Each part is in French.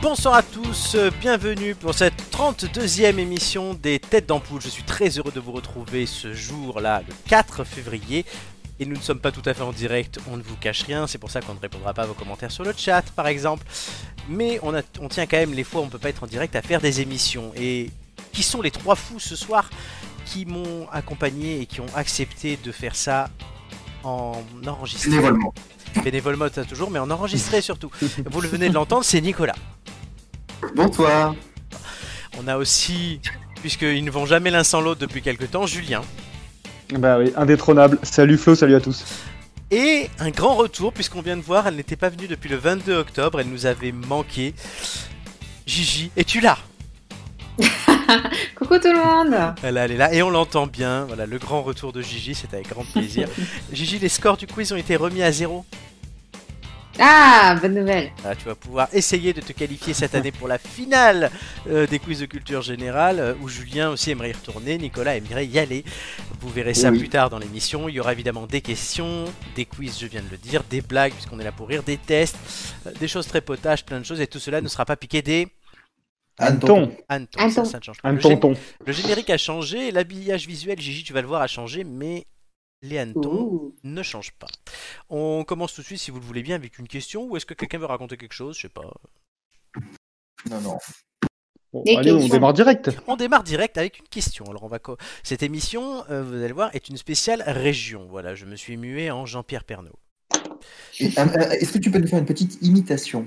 Bonsoir à tous, euh, bienvenue pour cette 32e émission des Têtes d'Ampoule. Je suis très heureux de vous retrouver ce jour-là, le 4 février. Et nous ne sommes pas tout à fait en direct, on ne vous cache rien, c'est pour ça qu'on ne répondra pas à vos commentaires sur le chat par exemple. Mais on, a- on tient quand même les fois où on ne peut pas être en direct à faire des émissions. Et qui sont les trois fous ce soir qui m'ont accompagné et qui ont accepté de faire ça en enregistrant Bénévolement. Bénévolement, ça toujours, mais en enregistré surtout. Vous le venez de l'entendre, c'est Nicolas. Bonsoir. On a aussi, puisqu'ils ne vont jamais l'un sans l'autre depuis quelque temps, Julien. Bah oui, indétrônable. Salut Flo, salut à tous. Et un grand retour, puisqu'on vient de voir, elle n'était pas venue depuis le 22 octobre, elle nous avait manqué. Gigi, es-tu là Coucou tout le monde Voilà, elle est là et on l'entend bien. Voilà, le grand retour de Gigi, c'est avec grand plaisir. Gigi, les scores du quiz ont été remis à zéro. Ah, bonne nouvelle Voilà, tu vas pouvoir essayer de te qualifier cette année pour la finale euh, des quiz de culture générale, euh, où Julien aussi aimerait y retourner, Nicolas aimerait y aller. Vous verrez ça Oui. plus tard dans l'émission. Il y aura évidemment des questions, des quiz, je viens de le dire, des blagues, puisqu'on est là pour rire, des tests, euh, des choses très potaches, plein de choses, et tout cela ne sera pas piqué des Anton, hannetons. Ça, Hannetons. ça ne change pas. un Le, gé- tonton. le générique a changé, l'habillage visuel, Gigi, tu vas le voir, a changé, mais les hannetons Ouh. ne change pas. On commence tout de suite, si vous le voulez bien, avec une question, ou est-ce que quelqu'un veut raconter quelque chose Je sais pas. Non, non. Bon, Des allez, on questions. démarre direct. On démarre direct avec une question. Alors on va co- cette émission, euh, vous allez le voir, est une spéciale région. Voilà, je me suis mué en Jean-Pierre Pernaud. Et, euh, euh, Est-ce que tu peux nous faire une petite imitation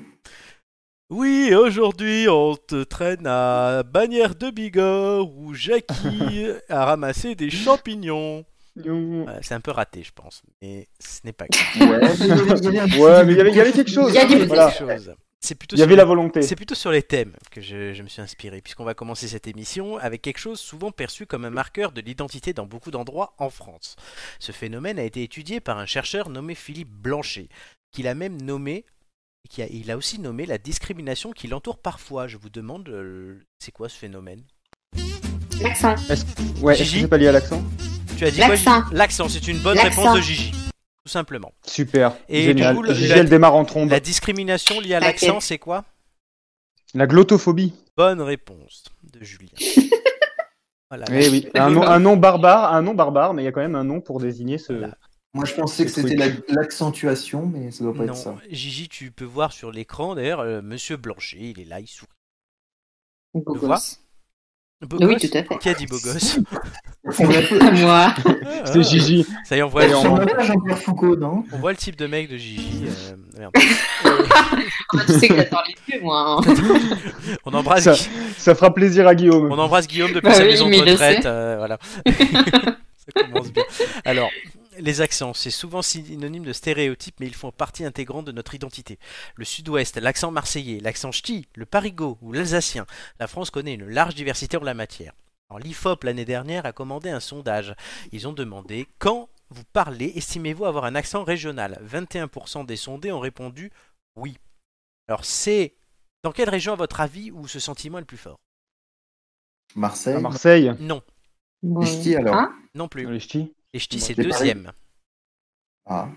Oui, aujourd'hui on te traîne à Bagnères de Bigorre où Jackie a ramassé des champignons. Ouais, Voilà, c'est un peu raté, je pense, mais ce n'est pas grave. Ouais, mais il y avait- il y avait un- mais il y avait- il y avait quelque chose. Il y a du- C'est Voilà. quelque chose. C'est plutôt Il y sur avait les- la volonté. C'est plutôt sur les thèmes que je, je me suis inspiré, puisqu'on va commencer cette émission avec quelque chose souvent perçu comme un marqueur de l'identité dans beaucoup d'endroits en France. Ce phénomène a été étudié par un chercheur nommé Philippe Blanchet, qu'il a même nommé, et qui a, il a aussi nommé la discrimination qui l'entoure parfois. Je vous demande, euh, c'est quoi ce phénomène L'accent. Ouais, est-ce Gigi que c'est pas lié à l'accent Tu as dit quoi, Gigi L'accent. L'accent, c'est une bonne L'accent. réponse de Gigi, tout simplement. Super. Et Génial. du coup, le- Gigi, la- elle démarre en trombe. La La, discrimination liée à La l'accent, quête. c'est quoi glottophobie. Bonne réponse de Julien. Voilà, Eh oui. Un nom, un nom barbare, un nom barbare, mais il y a quand même un nom pour désigner ce. Voilà. Moi, je pensais que Ce c'était truc. la- l'accentuation, mais ça doit pas Non, être ça. Gigi, tu peux voir sur l'écran d'ailleurs euh, Monsieur Blanchet, il est là, il sourit. Beau Le gosse. voit. Beau Oui, gosse tout à fait. Qui a dit beau gosse On l'a peu- À moi Ah, C'est Gigi. Ça y est, on voit, Allez, le- on on- ressemble pas à Jean-Pierre Foucault, non on voit le type de mec de Gigi. euh, merde. Ah, Tu sais que j'attends les plus, moi hein. On embrasse, Ça- Gui- Ça fera plaisir à Guillaume. on embrasse Guillaume depuis Bah sa oui, maison mais de il le retraite. sait. euh, voilà. ça commence bien. Alors. Les accents, c'est souvent synonyme de stéréotypes, mais ils font partie intégrante de notre identité. Le sud-ouest, l'accent marseillais, l'accent ch'ti, le parigot ou l'alsacien. La France connaît une large diversité en la matière. Alors, L'IFOP l'année dernière a commandé un sondage. Ils ont demandé quand vous parlez, estimez-vous avoir un accent régional 21% des sondés ont répondu oui. Alors c'est dans quelle région à votre avis où ce sentiment est le plus fort Marseille. À Marseille. Non, Bon. Je dis alors. Hein non plus. Les ch'tis. Les ch'tis c'est J'ai parlé. deuxième. Ah.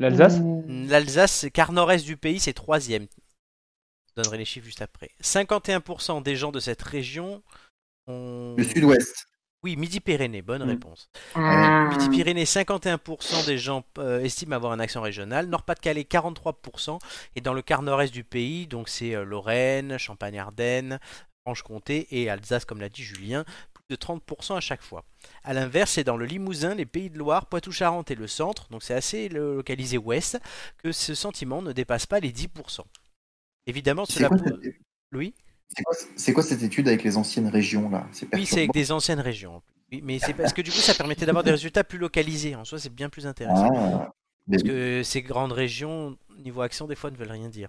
L'Alsace. Euh, Mm. L'Alsace, car nord-est du pays, c'est troisième. Je donnerai les chiffres juste après. 51% des gens de cette région ont... Le sud-ouest. Oui, Midi-Pyrénées, bonne Mm. réponse. ah. Midi-Pyrénées, 51% des gens euh, estiment avoir un accent régional. Nord-Pas-de-Calais, 43%. Et dans le quart nord-est du pays, donc c'est euh, Lorraine, Champagne-Ardenne, Franche-Comté et Alsace, comme l'a dit Julien, plus de 30% à chaque fois. À l'inverse, c'est dans le Limousin, les Pays de Loire, Poitou-Charentes et le centre, donc c'est assez le- localisé ouest, que ce sentiment ne dépasse pas les 10%. Évidemment, C'est cela quoi, pour- cette- Louis c'est quoi- c'est quoi cette étude avec les anciennes régions, là C'est Oui, c'est perturbant. avec des anciennes régions. en plus. Oui, mais c'est parce que du coup, ça permettait d'avoir des résultats plus localisés. En soi, c'est bien plus intéressant. Ah, mais- Parce que ces grandes régions, niveau accent, des fois ne veulent rien dire.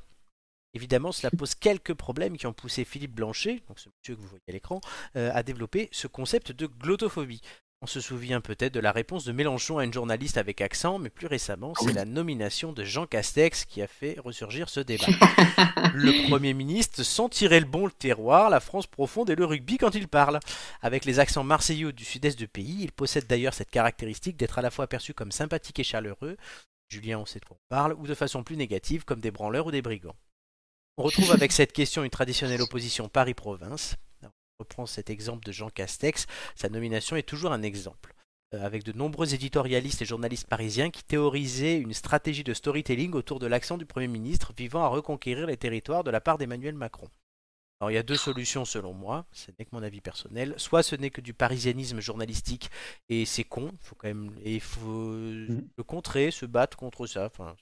Évidemment, cela pose quelques problèmes qui ont poussé Philippe Blanchet, donc ce monsieur que vous voyez à l'écran, euh, à développer ce concept de glottophobie. On se souvient peut-être de la réponse de Mélenchon à une journaliste avec accent, mais plus récemment, c'est Oui. la nomination de Jean Castex qui a fait ressurgir ce débat. le Premier ministre sent tirer le bon le terroir, la France profonde et le rugby quand il parle. Avec les accents marseillais ou du sud-est du pays, il possède d'ailleurs cette caractéristique d'être à la fois perçu comme sympathique et chaleureux, Julien, on sait de quoi on parle, ou de façon plus négative, comme des branleurs ou des brigands. On retrouve avec cette question une traditionnelle opposition Paris-Province. On reprend cet exemple de Jean Castex. Sa nomination est toujours un exemple. Euh, Avec de nombreux éditorialistes et journalistes parisiens qui théorisaient une stratégie de storytelling autour de l'accent du Premier ministre vivant à reconquérir les territoires de la part d'Emmanuel Macron. Alors il y a deux solutions selon moi, ce n'est que mon avis personnel. Soit ce n'est que du parisianisme journalistique et c'est con, faut quand même et faut le contrer, se battre contre ça. Enfin,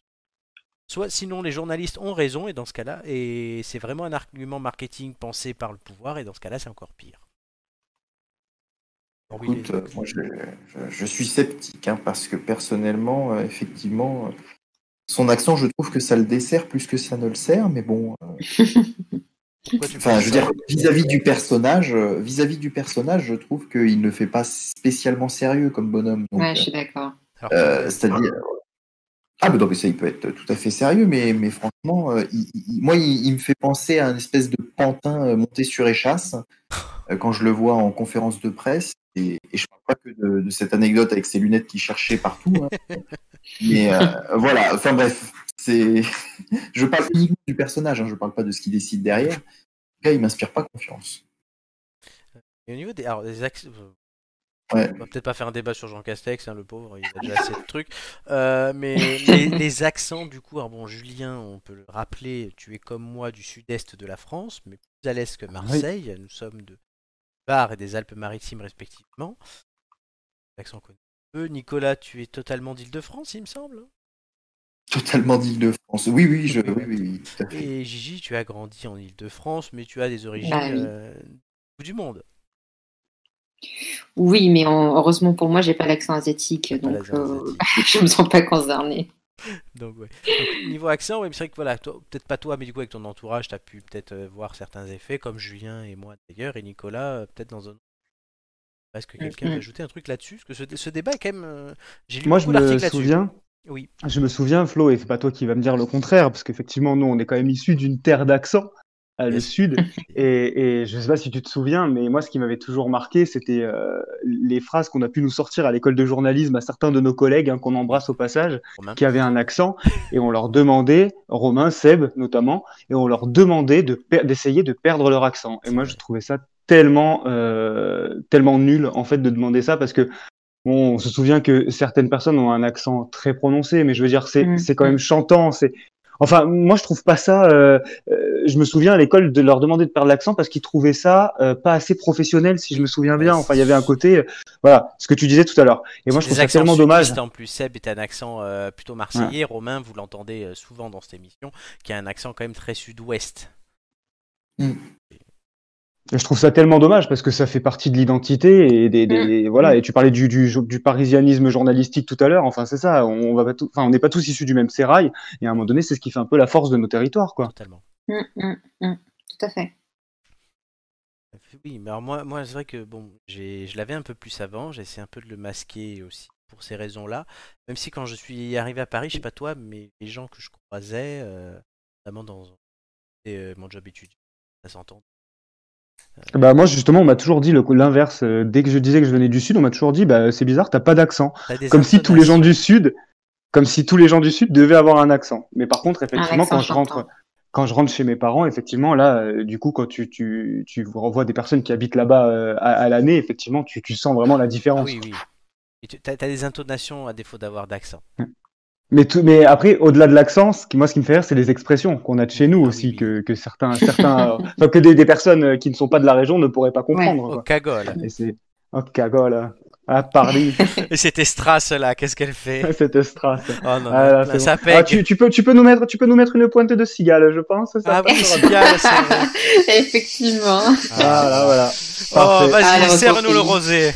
soit sinon les journalistes ont raison et dans ce cas-là et c'est vraiment un argument marketing pensé par le pouvoir et dans ce cas-là c'est encore pire. Alors oui, Écoute, les- euh, moi, je, je- je suis sceptique hein, parce que personnellement, euh, effectivement, euh, son accent, je trouve que ça le dessert plus que ça ne le sert, mais bon. euh, pourquoi tu Enfin, penses je veux ça dire, vis-à-vis du personnage, euh, vis-à-vis du personnage, je trouve qu'il ne fait pas spécialement sérieux comme bonhomme. Donc, Ouais, je suis d'accord. Alors, euh, c'est-à-dire. Ah, mais non, mais ça, il peut être tout à fait sérieux, mais, mais franchement, euh, il- il- moi, il, il me fait penser à une espèce de pantin euh, monté sur échasse euh, quand je le vois en conférence de presse. Et, et je parle pas que de, de cette anecdote avec ses lunettes qui cherchaient partout. hein. mais euh, voilà, enfin bref, c'est. je parle uniquement du personnage, hein, je parle pas de ce qu'il décide derrière. En tout cas, il m'inspire pas confiance. Et au niveau des, alors, des axes- euh, Ouais. On va peut-être pas faire un débat sur Jean Castex, hein, le pauvre, il a déjà assez de trucs. Euh, mais les, les accents, du coup, alors bon, Julien, on peut le rappeler, tu es comme moi du sud-est de la France, mais plus à l'est Ah que Marseille. Nous sommes de Bar et des Alpes-Maritimes respectivement. L'accent connu. Peu. Nicolas, tu es totalement d'Île-de-France, il me semble. Totalement d'Île-de-France. Oui, oui, je, oui, oui, oui, tout à fait. Et Gigi, tu as grandi en Île-de-France, mais tu as des origines Bah oui. euh, du monde. Oui, mais en- heureusement pour moi, j'ai pas l'accent asiatique, Pas la donc zone euh, asiatique. je me sens pas concernée. Donc, ouais. Donc, niveau accent, ouais, mais c'est vrai que voilà, toi- peut-être pas toi, mais du coup avec ton entourage, t'as pu peut-être euh, voir certains effets, comme Julien et moi d'ailleurs, et Nicolas, euh, peut-être dans un. Est-ce Mm, que quelqu'un Mhm. veut ajouter un truc là-dessus Parce que ce, ce débat est quand même. euh, J'ai lu Moi, je beaucoup me d'articles là-dessus. souviens. Oui. Je me souviens, Flo, et c'est pas toi qui va me dire le contraire, parce qu'effectivement, nous, on est quand même issus d'une terre d'accent, euh, le Yes. sud. Et, et je sais pas si tu te souviens, mais moi, ce qui m'avait toujours marqué, c'était euh, les phrases qu'on a pu nous sortir à l'école de journalisme à certains de nos collègues, hein, qu'on embrasse au passage, Romain. qui avaient un accent, et on leur demandait, Romain, Seb notamment, et on leur demandait de per- d'essayer de perdre leur accent. Et C'est moi, vrai. je trouvais ça tellement, euh, tellement nul, en fait, de demander ça, parce que Bon, on se souvient que certaines personnes ont un accent très prononcé, mais je veux dire, c'est Mm. c'est quand même chantant. C'est Enfin, moi, je trouve pas ça. euh, euh, je me souviens à l'école de leur demander de perdre l'accent parce qu'ils trouvaient ça euh, pas assez professionnel, si je me souviens bien. Enfin, il y avait un côté, euh, voilà, ce que tu disais tout à l'heure. Et moi, je Des trouve ça accents tellement dommage. sudistes, En plus, Seb est un accent euh, plutôt marseillais. Romain, vous l'entendez euh, souvent dans cette émission, qui a un accent quand même très sud-ouest. Je trouve ça tellement dommage parce que ça fait partie de l'identité et des, des- voilà. Et tu parlais du, du, du parisianisme journalistique tout à l'heure. Enfin, c'est ça. On va pas tout- enfin, on n'est pas tous issus du même sérail. Et à un moment donné, c'est ce qui fait un peu la force de nos territoires, quoi. Totalement. Hum, hum, hum. Tout à fait. Bah, Oui, mais alors moi, moi c'est vrai que bon, j'ai, je l'avais un peu plus avant, j'essaie un peu de le masquer aussi pour ces raisons-là. Même si quand je suis arrivé à Paris, je sais pas toi, mais les gens que je croisais, euh, notamment dans et, euh, mon job étudiant, ça s'entend. Bah moi justement on m'a toujours dit le- l'inverse. Euh, Dès que je disais que je venais du sud, on m'a toujours dit bah c'est bizarre, t'as pas d'accent. T'as des Comme si tous les gens intonations. du sud, comme si tous les gens du sud devaient avoir un accent. Mais par contre effectivement accent quand je rentre, chantant. quand je rentre chez mes parents, effectivement là euh, du coup quand tu tu tu revois des personnes qui habitent là-bas euh, à, à l'année, effectivement tu tu sens vraiment la Ah différence. Oui, oui. Et tu as des intonations à défaut d'avoir d'accent. Mais tout, mais après au-delà de l'accent, ce qui moi ce qui me fait rire c'est les expressions qu'on a de chez nous Ah oui, aussi oui. que que certains certains, euh, enfin que des des personnes euh, qui ne sont pas de la région ne pourraient pas comprendre. Oh, quoi. cagole. Et c'est oh cagole à Paris. Et c'était Strass là, qu'est-ce qu'elle fait Cette strass. Oh non, Ah, là, non, c'est ça bon. pègue. Ah, tu, tu peux, tu peux nous mettre, tu peux nous mettre une pointe de cigale, je pense. Ça Ah oui, passera c'est bien, c'est vrai. Effectivement. Ah, là, voilà. Oh, Parfait. vas-y, Ah, la serre-nous le ressource rosé.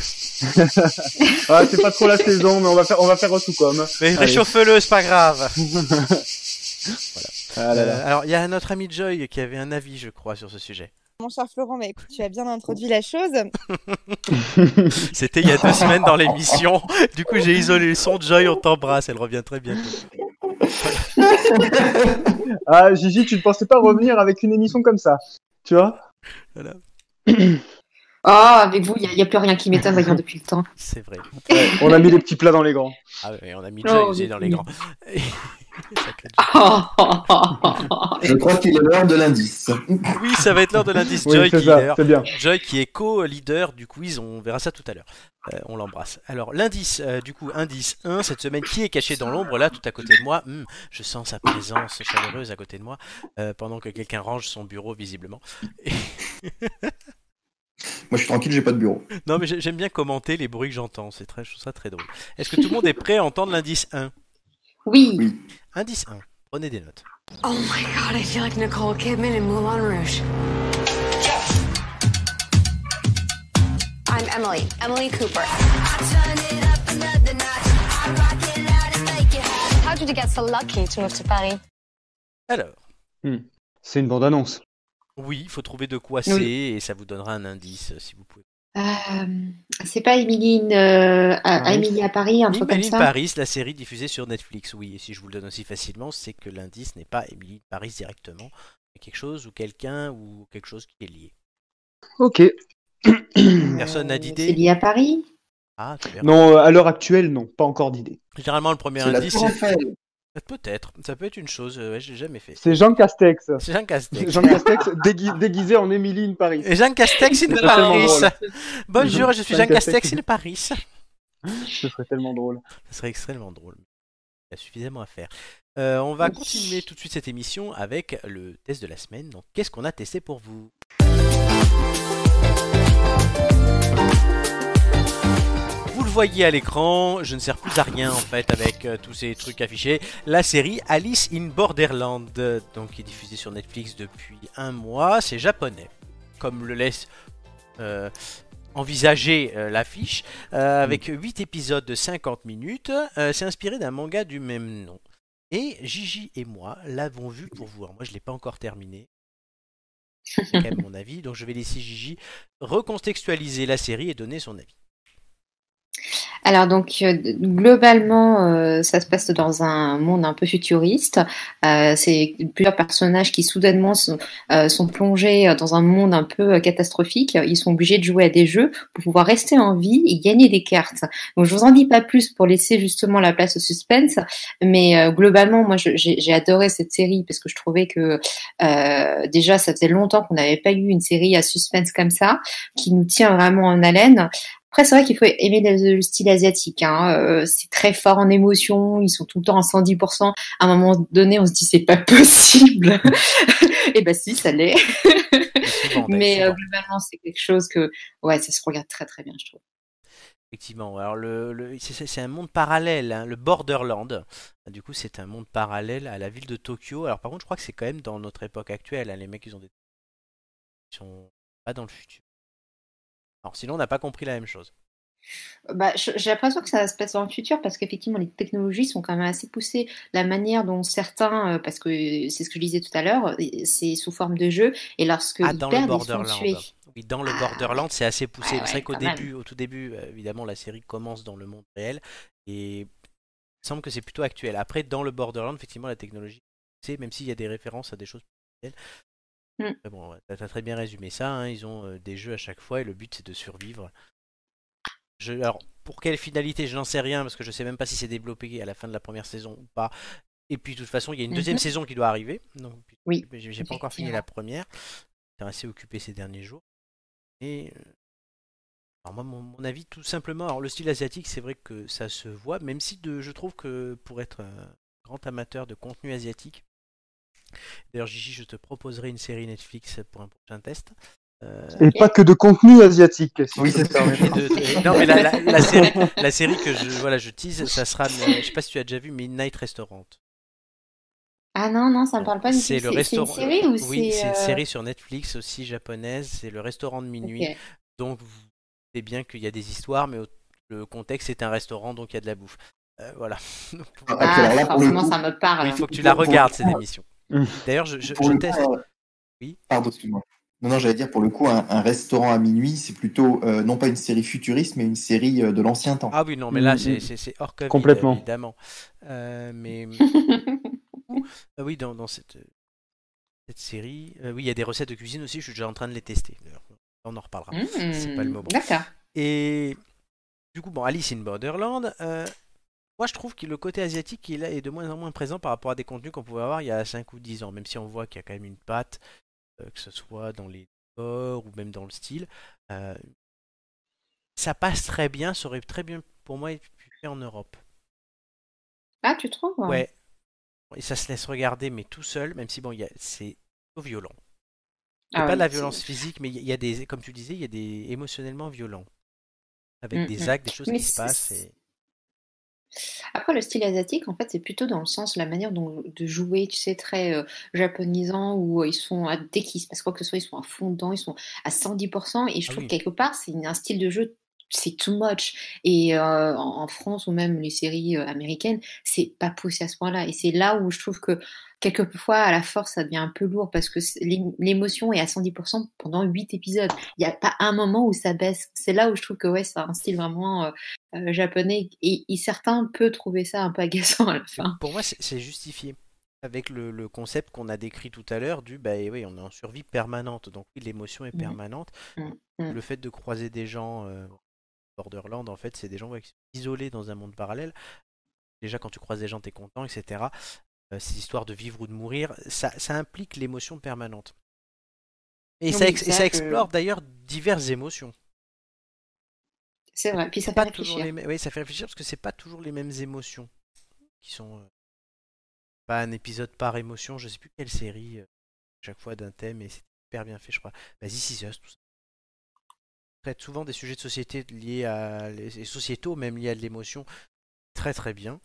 Ah, c'est pas trop la saison, mais on va faire, on va faire au tout comme. Mais Allez. réchauffe-le, c'est pas grave. Ah là là. Euh, alors, il y a notre ami Joy qui avait un avis, je crois, sur ce sujet. Mon cher Florent, mais écoute, tu as bien introduit la chose. C'était il y a deux semaines dans l'émission. Du coup, j'ai isolé le son. Joy, on t'embrasse. Elle revient très bientôt. Ah, Gigi, tu ne pensais pas revenir avec une émission comme ça. Tu vois? Oh, avec vous, il n'y a, plus rien qui m'étonne, voyons, depuis le temps. C'est vrai. On a mis les petits plats dans les grands. Ah, ouais, on a mis Oh, Joy aussi oui. dans les grands. Sacré Oh, oh, oh, oh, oh. Je crois qu'il est l'heure de l'indice. Dieu. Oui, ça va être l'heure de l'indice. Oui, Joy, c'est qui, ça, d'ailleurs, c'est bien. Joy qui est co-leader du quiz, on verra ça tout à l'heure. Euh, on l'embrasse. Alors l'indice, euh, du coup, indice 1, cette semaine, qui est caché dans l'ombre, là, tout à côté de moi Hmm, Je sens sa présence chaleureuse à côté de moi, euh, pendant que quelqu'un range son bureau, visiblement. Moi, je suis tranquille, j'ai pas de bureau. Non, mais j'ai- j'aime bien commenter les bruits que j'entends, c'est très, je trouve ça très drôle. Est-ce que tout le monde est prêt à entendre l'indice 1 Oui, Indice 1, prenez des notes. Oh my god, I feel like Nicole Kidman in Moulin Rouge. I'm Emily, Emily Cooper. How did you get so lucky to move to Paris? Alors, C'est une bande-annonce. oui, il faut trouver de quoi c'est, et ça vous donnera un indice, euh, si vous pouvez. Euh, c'est pas Émilie euh, à, à Oui. Émilie à Paris, un truc comme Emily in ça. Paris, la série diffusée sur Netflix, oui. Et si je vous le donne aussi facilement, c'est que l'indice n'est pas Emily in Paris directement, mais quelque chose ou quelqu'un ou quelque chose qui est lié. Ok. Personne n'a Euh, d'idée C'est lié à Paris. Ah, tu verras. non, euh, à l'heure actuelle, non, pas encore d'idée. Généralement, le premier C'est la indice, tour c'est... Euh, Eiffel. Peut-être, ça peut être une chose, euh, ouais, je l'ai jamais fait. C'est Jean Castex. C'est Jean Castex. Jean Castex dégui- déguisé en Émilie in Paris. Et Jean Castex in C'est tellement Paris. drôle. Bonjour, je suis Jean Jean Castex Castex. in Paris. Ce serait tellement drôle. Ce serait extrêmement drôle. Il y a suffisamment à faire. Euh, on va continuer tout de suite cette émission avec le test de la semaine. Donc, qu'est-ce qu'on a testé pour vous Vous le voyez à l'écran, je ne sers plus à rien en fait avec euh, tous ces trucs affichés. La série Alice in Borderland, euh, donc qui est diffusée sur Netflix depuis un mois, c'est japonais, comme le laisse euh, envisager euh, l'affiche. Euh, avec 8 épisodes de 50 minutes. Euh, c'est inspiré d'un manga du même nom. Et Gigi et moi l'avons vu pour voir. Moi, je ne l'ai pas encore terminé. C'est quand même mon avis. Donc, je vais laisser Gigi recontextualiser la série et donner son avis. Alors donc euh, globalement, euh, ça se passe dans un monde un peu futuriste. Euh, c'est plusieurs personnages qui soudainement sont, euh, sont plongés dans un monde un peu euh, catastrophique. Ils sont obligés de jouer à des jeux pour pouvoir rester en vie et gagner des cartes. Donc je vous en dis pas plus pour laisser justement la place au suspense. Mais euh, globalement, moi je- j'ai j'ai adoré cette série parce que je trouvais que euh, déjà ça faisait longtemps qu'on n'avait pas eu une série à suspense comme ça qui nous tient vraiment en haleine. Après, c'est vrai qu'il faut aimer le, le style asiatique. hein. Euh, c'est très fort en émotion. Ils sont tout le temps à 110%. À un moment donné, on se dit c'est pas possible. Et ben si, ça l'est. Et souvent, d'ailleurs, Mais euh, souvent. globalement, c'est quelque chose que ouais, ça se regarde très très bien, je trouve. Effectivement. Alors le, le- c'est- c'est c'est un monde parallèle, hein, le Borderland. Du coup, c'est un monde parallèle à la ville de Tokyo. Alors par contre, je crois que c'est quand même dans notre époque actuelle. hein, les mecs, ils ont des, ils sont pas dans le futur. Alors sinon, on n'a pas compris la même chose. Bah, je- j'ai l'impression que ça se passe dans le futur parce qu'effectivement les technologies sont quand même assez poussées. La manière dont certains, euh, parce que euh, c'est ce que je disais tout à l'heure, euh, c'est sous forme de jeu et lorsque Ah, ils dans le perdent, ils sont Borderland. tués. Oui, dans le Borderland, c'est assez poussé. Ah. Ouais, c'est vrai ouais, qu'au quand même. début, au tout début, euh, évidemment, la série commence dans le monde réel et il me semble que c'est plutôt actuel. Après, dans le Borderland, effectivement, la technologie, c'est même s'il y a des références à des choses plus réelles. Mm. Mais Bon, ouais, t'as t'as très bien résumé ça. hein, Ils ont euh, des jeux à chaque fois et le but c'est de survivre. Je- alors, pour quelle finalité, je n'en sais rien parce que je sais même pas si c'est développé à la fin de la première saison ou pas. Et puis, de toute façon, il y a une deuxième Mhm. saison qui doit arriver. Donc, Oui, j'ai j'ai pas encore fini la première. J'étais assez occupé ces derniers jours. Et euh, alors moi, mon, mon avis, tout simplement, alors le style asiatique, c'est vrai que ça se voit, même si de, je trouve que pour être un grand amateur de contenu asiatique, d'ailleurs Gigi, je te proposerai une série Netflix pour un prochain test. Euh, Et pas que de contenu asiatique. si Oui, je peux c'est ça. me permettre. et de- de- non mais la, la- la série, la série que je voilà je tease, ça sera, mais, je sais pas si tu as déjà vu Midnight Restaurant. Ah non non, ça me parle pas. mais Euh, C'est le une restaurant. série ou Oui, c'est une euh, série sur Netflix aussi japonaise. C'est le restaurant de minuit. ok. Donc vous savez bien qu'il y a des histoires, mais au- le contexte c'est un restaurant, donc il y a de la bouffe. Euh, voilà. Donc, Ah, oui, Ah, puis alors là, Ah, pour le forcément, coup- ça me parle. il faut que tu la pour- regardes pour- cette émission. Hum. D'ailleurs, je, je- Pour je le teste. coup, euh, Oui. Pardon, excuse-moi. Non, non, j'allais dire pour le coup, un, un restaurant à minuit, c'est plutôt euh, non pas une série futuriste, mais une série euh, de l'ancien temps. Ah oui, non, mais là euh, Mm, c'est- mm. c'est c'est hors Covid, Complètement. évidemment. Euh, mais Ah oui, dans, dans cette, cette série, euh, oui, il y a des recettes de cuisine aussi. Je suis déjà en train de les tester. d'ailleurs. On en reparlera. Hmm, pas le moment. D'accord. Et du coup, bon, Alice in Borderland, euh, Moi, je trouve que le côté asiatique il est de moins en moins présent par rapport à des contenus qu'on pouvait avoir il y a 5 ou 10 ans, même si on voit qu'il y a quand même une patte, euh, que ce soit dans les décors ou même dans le style. euh, ça passe très bien, ça aurait très bien pour moi été fait en Europe. Ah, tu trouves Ouais. Et ça se laisse regarder, mais tout seul, même si bon, il y a- c'est violent. C'est Ah pas ouais, de la c'est- violence physique, mais il y a- il y a des, comme tu disais, il y a des émotionnellement violents. Avec Mm, des mm. actes, des choses Mais qui se c'est- passent. et- Après, le style asiatique, en fait, c'est plutôt dans le sens, la manière dont, de jouer, tu sais, très euh, japonisant, où euh, ils sont, à- dès qu'ils se passe quoi que ce soit, ils sont à fond dedans, ils sont à 110%, et je Ah trouve oui. que quelque part, c'est une- un style de jeu, c'est too much. Et euh, en, en France, ou même les séries euh, américaines, c'est pas poussé à ce point-là. Et c'est là où je trouve que, quelquefois, à la force, ça devient un peu lourd, parce que c'est- l'é- l'émotion est à 110% pendant 8 épisodes. Il n'y a pas un moment où ça baisse. C'est là où je trouve que, ouais, c'est un style vraiment... euh, euh, japonais et, et certains peuvent trouver ça un peu agaçant à la fin. Pour moi, c'est c'est justifié. Avec le, le concept qu'on a décrit tout à l'heure du, bah eh oui, on est en survie permanente, donc oui, l'émotion est Mhm. permanente. Mm, mm. Le fait de croiser des gens euh, Borderland, en fait, c'est des gens ouais, qui sont isolés dans un monde parallèle. Déjà, quand tu croises des gens, t'es content, etc. Euh, ces histoires de vivre ou de mourir, ça, ça implique l'émotion permanente. Et, Oui, ça, ex- et ça, ça je- explore d'ailleurs diverses émotions. C'est vrai, puis ça fait Pas toujours réfléchir. les mêmes- Oui, ça fait réfléchir parce que c'est pas toujours les mêmes émotions qui sont. euh, Pas un épisode par émotion, je sais plus quelle série, euh, chaque fois d'un thème, et c'est hyper bien fait, je crois. Vas-y, This Is Us, tout ça. traite souvent des sujets de société liés à. les et sociétaux, même liés à de l'émotion, très très bien.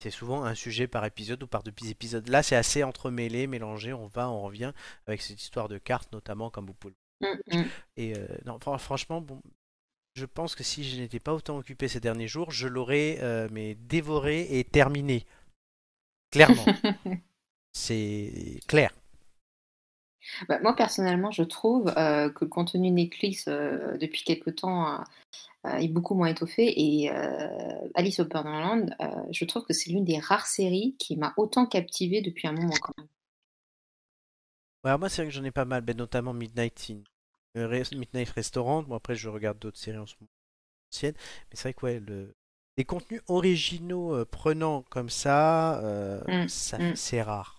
C'est souvent un sujet par épisode ou par deux petits épisodes. Là, c'est assez entremêlé, mélangé, on va, on revient, avec cette histoire de cartes, notamment, comme vous pouvez Mm, mm. et euh, non, fran- franchement, bon, je pense que si je n'étais pas autant occupé ces derniers jours, je l'aurais euh, mais dévoré et terminé. Clairement. C'est clair. Bah, moi, personnellement, je trouve euh, que le contenu Netflix, euh, depuis quelque temps, euh, euh, est beaucoup moins étoffé. Et euh, Alice au Borderland, euh, je trouve que c'est l'une des rares séries qui m'a autant captivée depuis un moment quand même. Ouais, moi, c'est vrai que j'en ai pas mal, ben, notamment Midnight In. euh, Re- Midnight Restaurant. Bon, après, je regarde d'autres séries en ce moment anciennes. Mais c'est vrai que ouais, le... les contenus originaux euh, prenants comme ça, euh, Mm, ça- mm. c'est rare.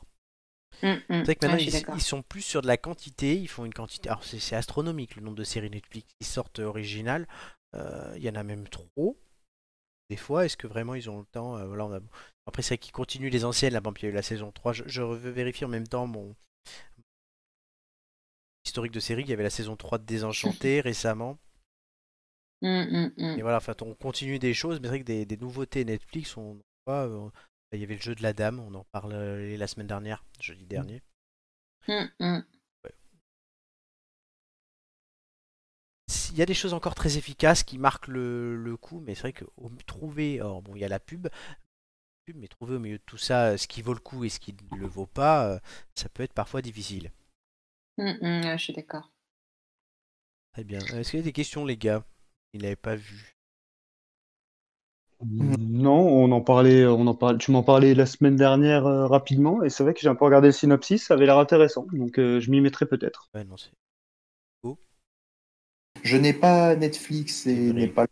Mm, C'est mm. vrai que Ouais, maintenant, je suis ils, d'accord. ils sont plus sur de la quantité. Ils font une quantité. Alors, c'est c'est astronomique le nombre de séries Netflix qui sortent euh, originales. Euh, Il y en a même trop. Des fois, est-ce que vraiment ils ont le temps Euh, voilà, on a- Après, c'est vrai qu'ils continuent les anciennes. Là, bon, puis il y a eu la saison 3. Je, je veux vérifier en même temps mon historique de série. Il y avait la saison 3 de Désenchanté récemment. Mm, mm, mm. Et voilà, enfin, on continue des choses, mais c'est vrai que des, des nouveautés Netflix, on voit. euh, il y avait le jeu de la dame, on en parle euh, la semaine dernière, jeudi dernier. Mm, mm. Il y a des choses encore très efficaces qui marquent le, le coup, mais c'est vrai que au- trouver, alors bon, il y a la pub, pub, mais trouver au milieu de tout ça euh, ce qui vaut le coup et ce qui ne le vaut pas, euh, ça peut être parfois difficile. Mm, mm, ouais, je suis d'accord. Très bien. Euh, Est-ce qu'il y a des questions, les gars Il n'avait pas vu. Non, on en parlait, on en parle, tu m'en parlais la semaine dernière euh, rapidement, et c'est vrai que j'ai un peu regardé le synopsis, ça avait l'air intéressant, donc euh, je m'y mettrai peut-être. Ouais, non, c'est- Je n'ai pas Netflix et C'est vrai. n'ai pas.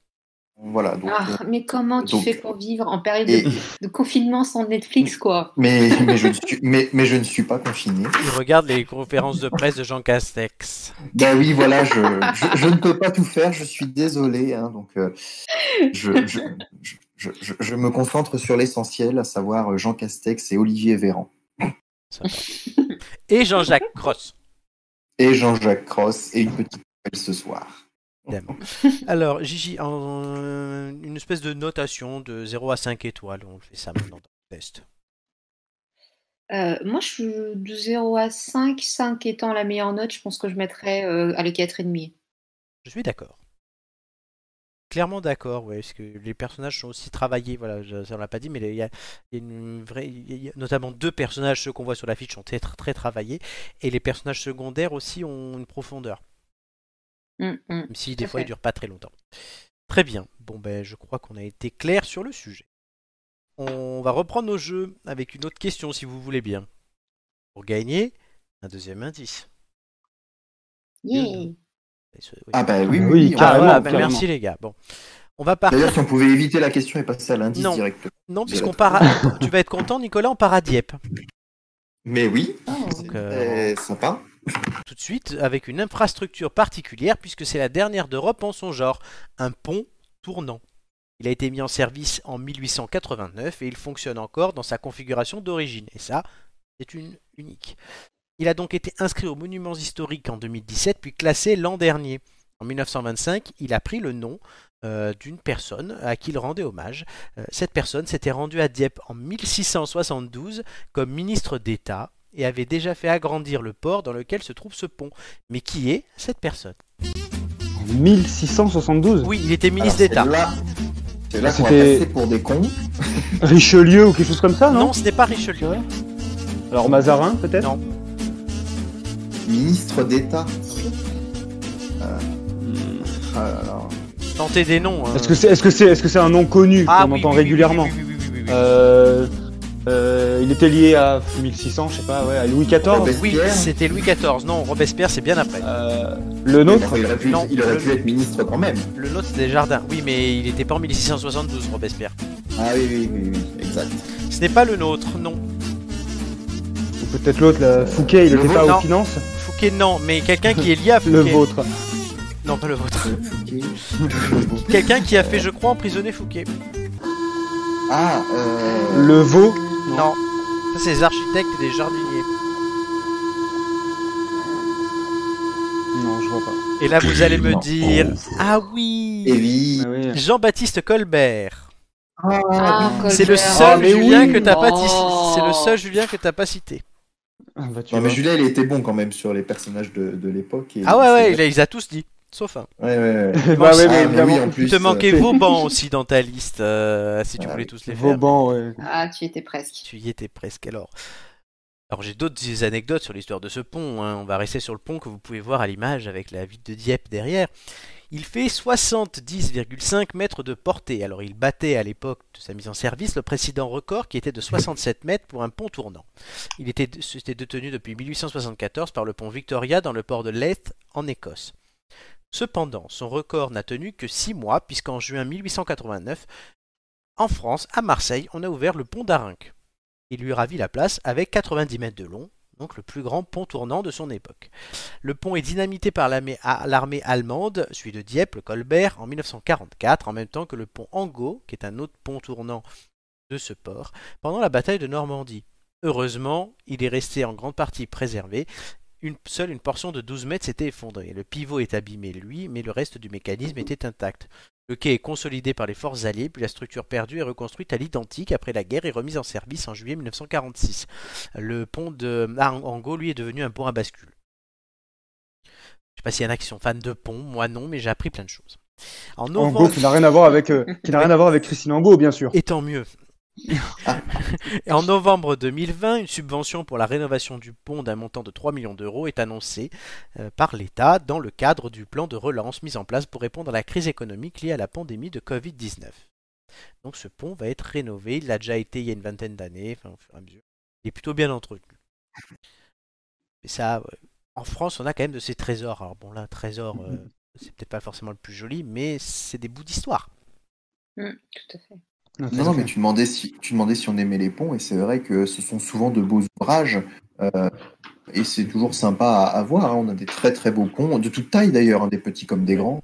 Voilà, donc. euh, Ah, mais comment tu donc- fais pour vivre en période et- Mm. de, de confinement sans Netflix, quoi? mais, mais, je ne suis, mais, mais je ne suis pas confiné. Il regarde les conférences de presse de Jean Castex. Ben oui, voilà, je, je, je ne peux pas tout faire, je suis désolé. hein, donc, euh, je, je, je, je, je- je me concentre sur l'essentiel, à savoir euh, Jean Castex et Olivier Véran. Ça va. Et Jean-Jacques Cross. Et Jean-Jacques Cross et une petite nouvelle ce soir. Évidemment. Alors, Gigi, en- une espèce de notation de 0 à 5 étoiles, on le fait ça maintenant dans le test. Euh, moi, je suis de 0 à 5, 5 étant la meilleure note, je pense que je mettrais euh, allez, 4,5. Je suis d'accord. Clairement d'accord, ouais, parce que les personnages sont aussi travaillés, voilà, je- ça on l'a pas dit, mais il y a, il y a une vraie, il y a notamment deux personnages, ceux qu'on voit sur l'affiche, sont très, très travaillés, et les personnages secondaires aussi ont une profondeur, Hum, hum. même si Tout des à fois ils fait. durent pas très longtemps. Très bien, bon ben je crois qu'on a été clair sur le sujet. On va reprendre nos jeux avec une autre question si vous voulez bien. Pour gagner, un deuxième indice. Yeah. Et ce- oui. Ah ben oui, oui, Oui, ben oui, Ah, on- voilà, Carrément, bah, carrément. merci les gars. Bon. On va partir. D'ailleurs, si on pouvait éviter la question et passer à l'indice Non. direct. Non, puisqu'on part. à- tu vas être content, Nicolas, on part à Dieppe. Mais oui, Donc, euh, euh, sympa. tout de suite, avec une infrastructure particulière, puisque c'est la dernière d'Europe en son genre. Un pont tournant. Il a été mis en service en 1889 et il fonctionne encore dans sa configuration d'origine. Et ça, c'est une unique. Il a donc été inscrit aux monuments historiques en 2017, puis classé l'an dernier. En 1925, il a pris le nom euh, d'une personne à qui il rendait hommage. Euh, cette personne s'était rendue à Dieppe en 1672 comme ministre d'État et avait déjà fait agrandir le port dans lequel se trouve ce pont. Mais qui est cette personne En 1672 Oui, il était ministre d'État. Alors, c'est là- C'est là Ah, qu'on va c'était- passer pour des cons. Richelieu ou quelque chose comme ça, non, Non, ce n'est pas Richelieu. Alors Mazarin, peut-être Non. Ministre d'État. Hmm. Ah là là. Tentez des noms. hein. Est-ce que c'est est -ce est, est -ce un nom connu Ah, qu'on oui, entend oui, oui, régulièrement oui, oui, oui, oui, oui, oui. Euh, euh, Il était lié à 1600, je sais pas, ouais, à Louis Ah, XIV. Oui, Robespierre. c'était Louis XIV. Non, Robespierre, c'est bien ben. après. euh, le Mais nôtre non, il aurait, pu, Non. il aurait pu être ministre quand même. Le nôtre, c'était Jardin. Oui, mais il n'était pas en 1672, Robespierre. Ah oui, oui, oui, oui, exact. Ce n'est pas le nôtre, non. Ou peut-être l'autre, là, Fouquet, il le était pas vôtre, non. aux finances Fouquet, non, mais quelqu'un qui est lié à Fouquet. Le vôtre. Non, pas le vôtre. Ok. Quelqu'un qui a fait, je crois, emprisonner Fouquet. ah, euh... Le veau Non. Ça, c'est les architectes et les jardiniers. Non, je vois pas. Et là, vous allez me dire. Ah oui Evie. Ah oui. Jean-Baptiste Colbert. Ah, C'est le Colbert. seul Ah, mais Julien oui. que t'as pas dit. Oh. C'est le seul Julien que t'as pas cité. Ah, bah, tu Non, mais vois. Julien, il était bon quand même sur les personnages de, de l'époque. et- Ah ouais ouais, c'est- il a, il a tous dit, sauf un. Ouais, ouais, ouais. bah, ouais, Ah, mais mais évidemment. oui, en plus. Il te euh, manquait Vauban aussi dans ta liste, euh, si tu Ah voulais oui. tous les faire. Vauban, ouais. Ah, tu y étais presque. Tu y étais presque alors. Alors j'ai d'autres anecdotes sur l'histoire de ce pont. hein. On va rester sur le pont que vous pouvez voir à l'image avec la ville de Dieppe derrière. Il fait 70,5 mètres de portée. Alors il battait à l'époque de sa mise en service le précédent record qui était de 67 mètres pour un pont tournant. Il était, c'était détenu depuis 1874 par le pont Victoria dans le port de Leith en Écosse. Cependant, son record n'a tenu que 6 mois puisqu'en juin 1889, en France, à Marseille, on a ouvert le pont d'Arinque. Il lui ravit la place avec 90 mètres de long, donc le plus grand pont tournant de son époque. Le pont est dynamité par l'armée à- l'armée allemande, celui de Dieppe, le Colbert, en 1944, en même temps que le pont Angot, qui est un autre pont tournant de ce port, pendant la bataille de Normandie. Heureusement, il est resté en grande partie préservé. Une, seule une portion de 12 mètres s'était effondrée. Le pivot est abîmé, lui, mais le reste du mécanisme était intact. Le quai est consolidé par les forces alliées, puis la structure perdue est reconstruite à l'identique après la guerre et remise en service en juillet 1946. Le pont de ah, Angot, lui, est devenu un pont à bascule. Je sais pas s'il y en a qui sont fans de pont, moi non, mais j'ai appris plein de choses. En novembre, Angot, qui n'a rien à voir avec, euh, qui n'a rien à voir avec Christine Angot, bien sûr. et tant mieux. Et en novembre 2020, une subvention pour la rénovation du pont d'un montant de 3 millions d'euros est annoncée euh, par l'État dans le cadre du plan de relance mis en place pour répondre à la crise économique liée à la pandémie de Covid-19. Donc ce pont va être rénové, il a déjà été il y a une vingtaine d'années, enfin, au fur et à mesure. Il est plutôt bien entretenu. Et ça, ouais. en France, on a quand même de ces trésors. Alors bon là, trésor, euh, c'est peut-être pas forcément le plus joli, mais c'est des bouts d'histoire. Tout à fait. Non, non, mais tu demandais, si, tu demandais si on aimait les ponts, et c'est vrai que ce sont souvent de beaux ouvrages, euh, et c'est toujours sympa à, à voir. hein. On a des très très beaux ponts, de toute taille d'ailleurs, hein, des petits comme des grands,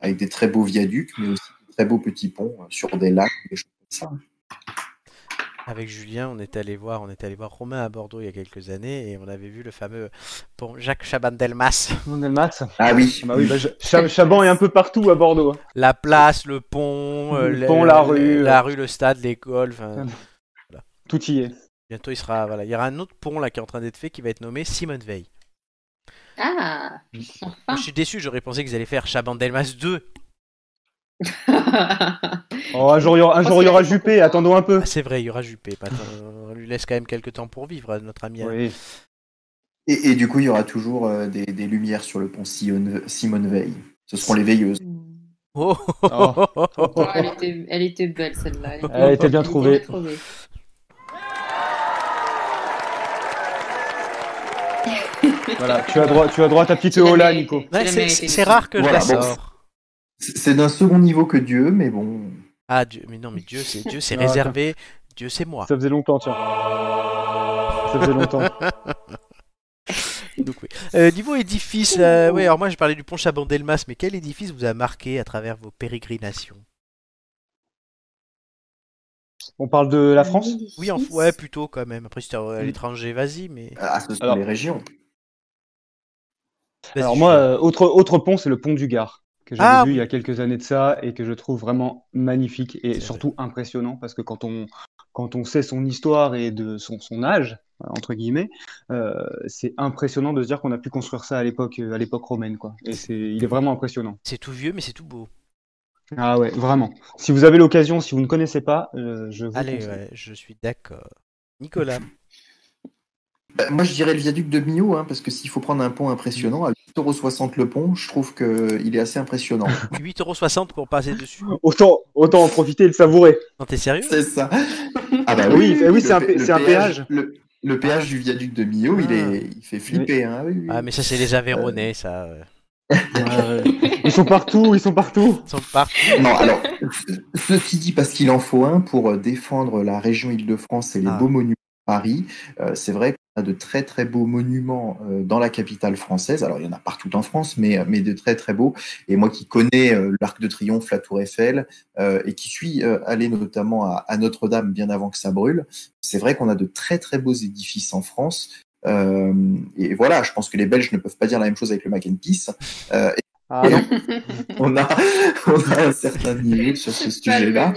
avec des très beaux viaducs, mais aussi des très beaux petits ponts euh, sur des lacs, des choses comme ça. Avec Julien, on est allé voir, on est allé voir Romain à Bordeaux il y a quelques années et on avait vu le fameux pont Jacques Chaban-Delmas. Mon Delmas. Ah oui, Bah oui, bah, je- Cha- Chaban est un peu partout à Bordeaux. hein. La place, le pont, euh, Le pont, la rue, la rue, le stade, l'école. enfin, Hum. Tout y est. Bientôt il sera, voilà, il y aura un autre pont là qui est en train d'être fait qui va être nommé Simone Veil. Ah, Moi, je suis déçu, j'aurais pensé qu'ils allaient faire Chaban-Delmas 2. enfin. Oh, un jour, il y aura, un jour, il y aura Juppé, attendons un peu. Ah, c'est vrai, il y aura Juppé. bah, attends, on lui laisse quand même quelques temps pour vivre, à notre ami. hein. Oui. et, et du coup, il y aura toujours euh, des, des lumières sur le pont Sion- Simone Veil. Ce seront les veilleuses. Oh, Oh. Oh, elle, était, elle était belle celle-là. Elle était bien Elle était trouvée. trouvée. Voilà, tu as droit, tu as droit à ta petite Tu l'as hola, mérité. Nico. Ouais, Tu l'as c'est- mérité, c'est Nico. rare que Voilà, je la bon. sors. C'est c'est d'un second niveau que Dieu, mais bon. Ah, Dieu, mais non, mais Dieu, c'est Dieu, c'est Ah, réservé. Dieu, c'est moi. Ça faisait longtemps, tiens. Ça faisait longtemps. Donc, oui. Euh, niveau édifice, euh, ouais, alors moi j'ai parlé du pont Chabandelmas, mais quel édifice vous a marqué à travers vos pérégrinations On parle de la France Oui, en ouais, plutôt quand même. Après, si t'es Mm. à l'étranger, vas-y, mais. Ah, ce sont Alors- les régions. Vas-y, Alors je- moi, euh, autre, autre pont, c'est le pont du Gard, que j'avais Ah vu il y a quelques années de ça et que je trouve vraiment magnifique C'est et surtout impressionnant parce que quand on, quand on sait son histoire et de son, son âge, euh, entre guillemets, euh, c'est impressionnant de se dire qu'on a pu construire ça à l'époque euh, à l'époque romaine. Quoi. Et c'est, il est vraiment impressionnant. c'est tout vieux, mais c'est tout beau. Ah ouais, vraiment. Si vous avez l'occasion, si vous ne connaissez pas, euh, je vous Allez, conseille. ouais, je suis d'accord. Nicolas, Bah, moi, je dirais le viaduc de Millau, hein, parce que s'il faut prendre un pont impressionnant, à 8,60€ le pont, je trouve qu'il est assez impressionnant. 8,60€ pour passer dessus. Autant, autant en profiter et le savourer. Non, t'es sérieux c'est ça. Ah bah Oui, eh oui, c'est le un pé- pé- le c'est un péage. Le, le péage du viaduc de Millau, il, Ah. est, il fait flipper. Hein, oui, oui. Ah, mais ça, c'est les Aveyronais, ça. euh, Ils sont partout, ils sont partout. Ils sont partout. Non, alors, ce- ceci dit, parce qu'il en faut un pour euh, défendre la région Île-de-France et les Ah. beaux monuments de Paris, euh, c'est vrai qu'on a de très très beaux monuments euh, dans la capitale française. Alors, il y en a partout en France, mais, euh, mais de très très beaux. Et moi qui connais euh, l'Arc de Triomphe, la Tour Eiffel, euh, et qui suis euh, allé notamment à, à Notre-Dame bien avant que ça brûle, c'est vrai qu'on a de très très beaux édifices en France. Euh, et voilà, je pense que les Belges ne peuvent pas dire la même chose avec le Mac and Peace. Euh, Ah non. on a, on a un certain niveau sur ce sujet-là.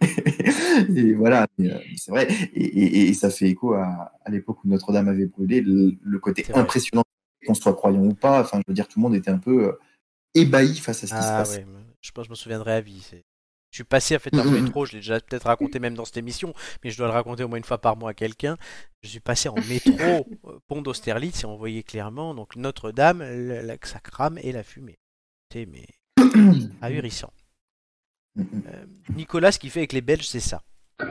et voilà, mais, euh, c'est vrai. Et, et- et ça fait écho à, à l'époque où Notre-Dame avait brûlé, le, le côté C'est vrai. impressionnant, qu'on soit croyant ou pas. Enfin, je veux dire, tout le monde était un peu euh, ébahi face à ce qui se Ah, passe. ouais, mais je pense que je m'en souviendrai à vie. c'est- Je suis passé en fait en Mhm. métro, je l'ai déjà peut-être raconté même dans cette émission, mais je dois le raconter au moins une fois par mois à quelqu'un. Je suis passé en métro, euh, pont d'Austerlitz, et on voyait clairement donc Notre-Dame, le- la- que ça crame et la fumée. C'est mais ahurissant. Mhm. Euh, Nicolas, ce qu'il fait avec les Belges, c'est ça. Oh,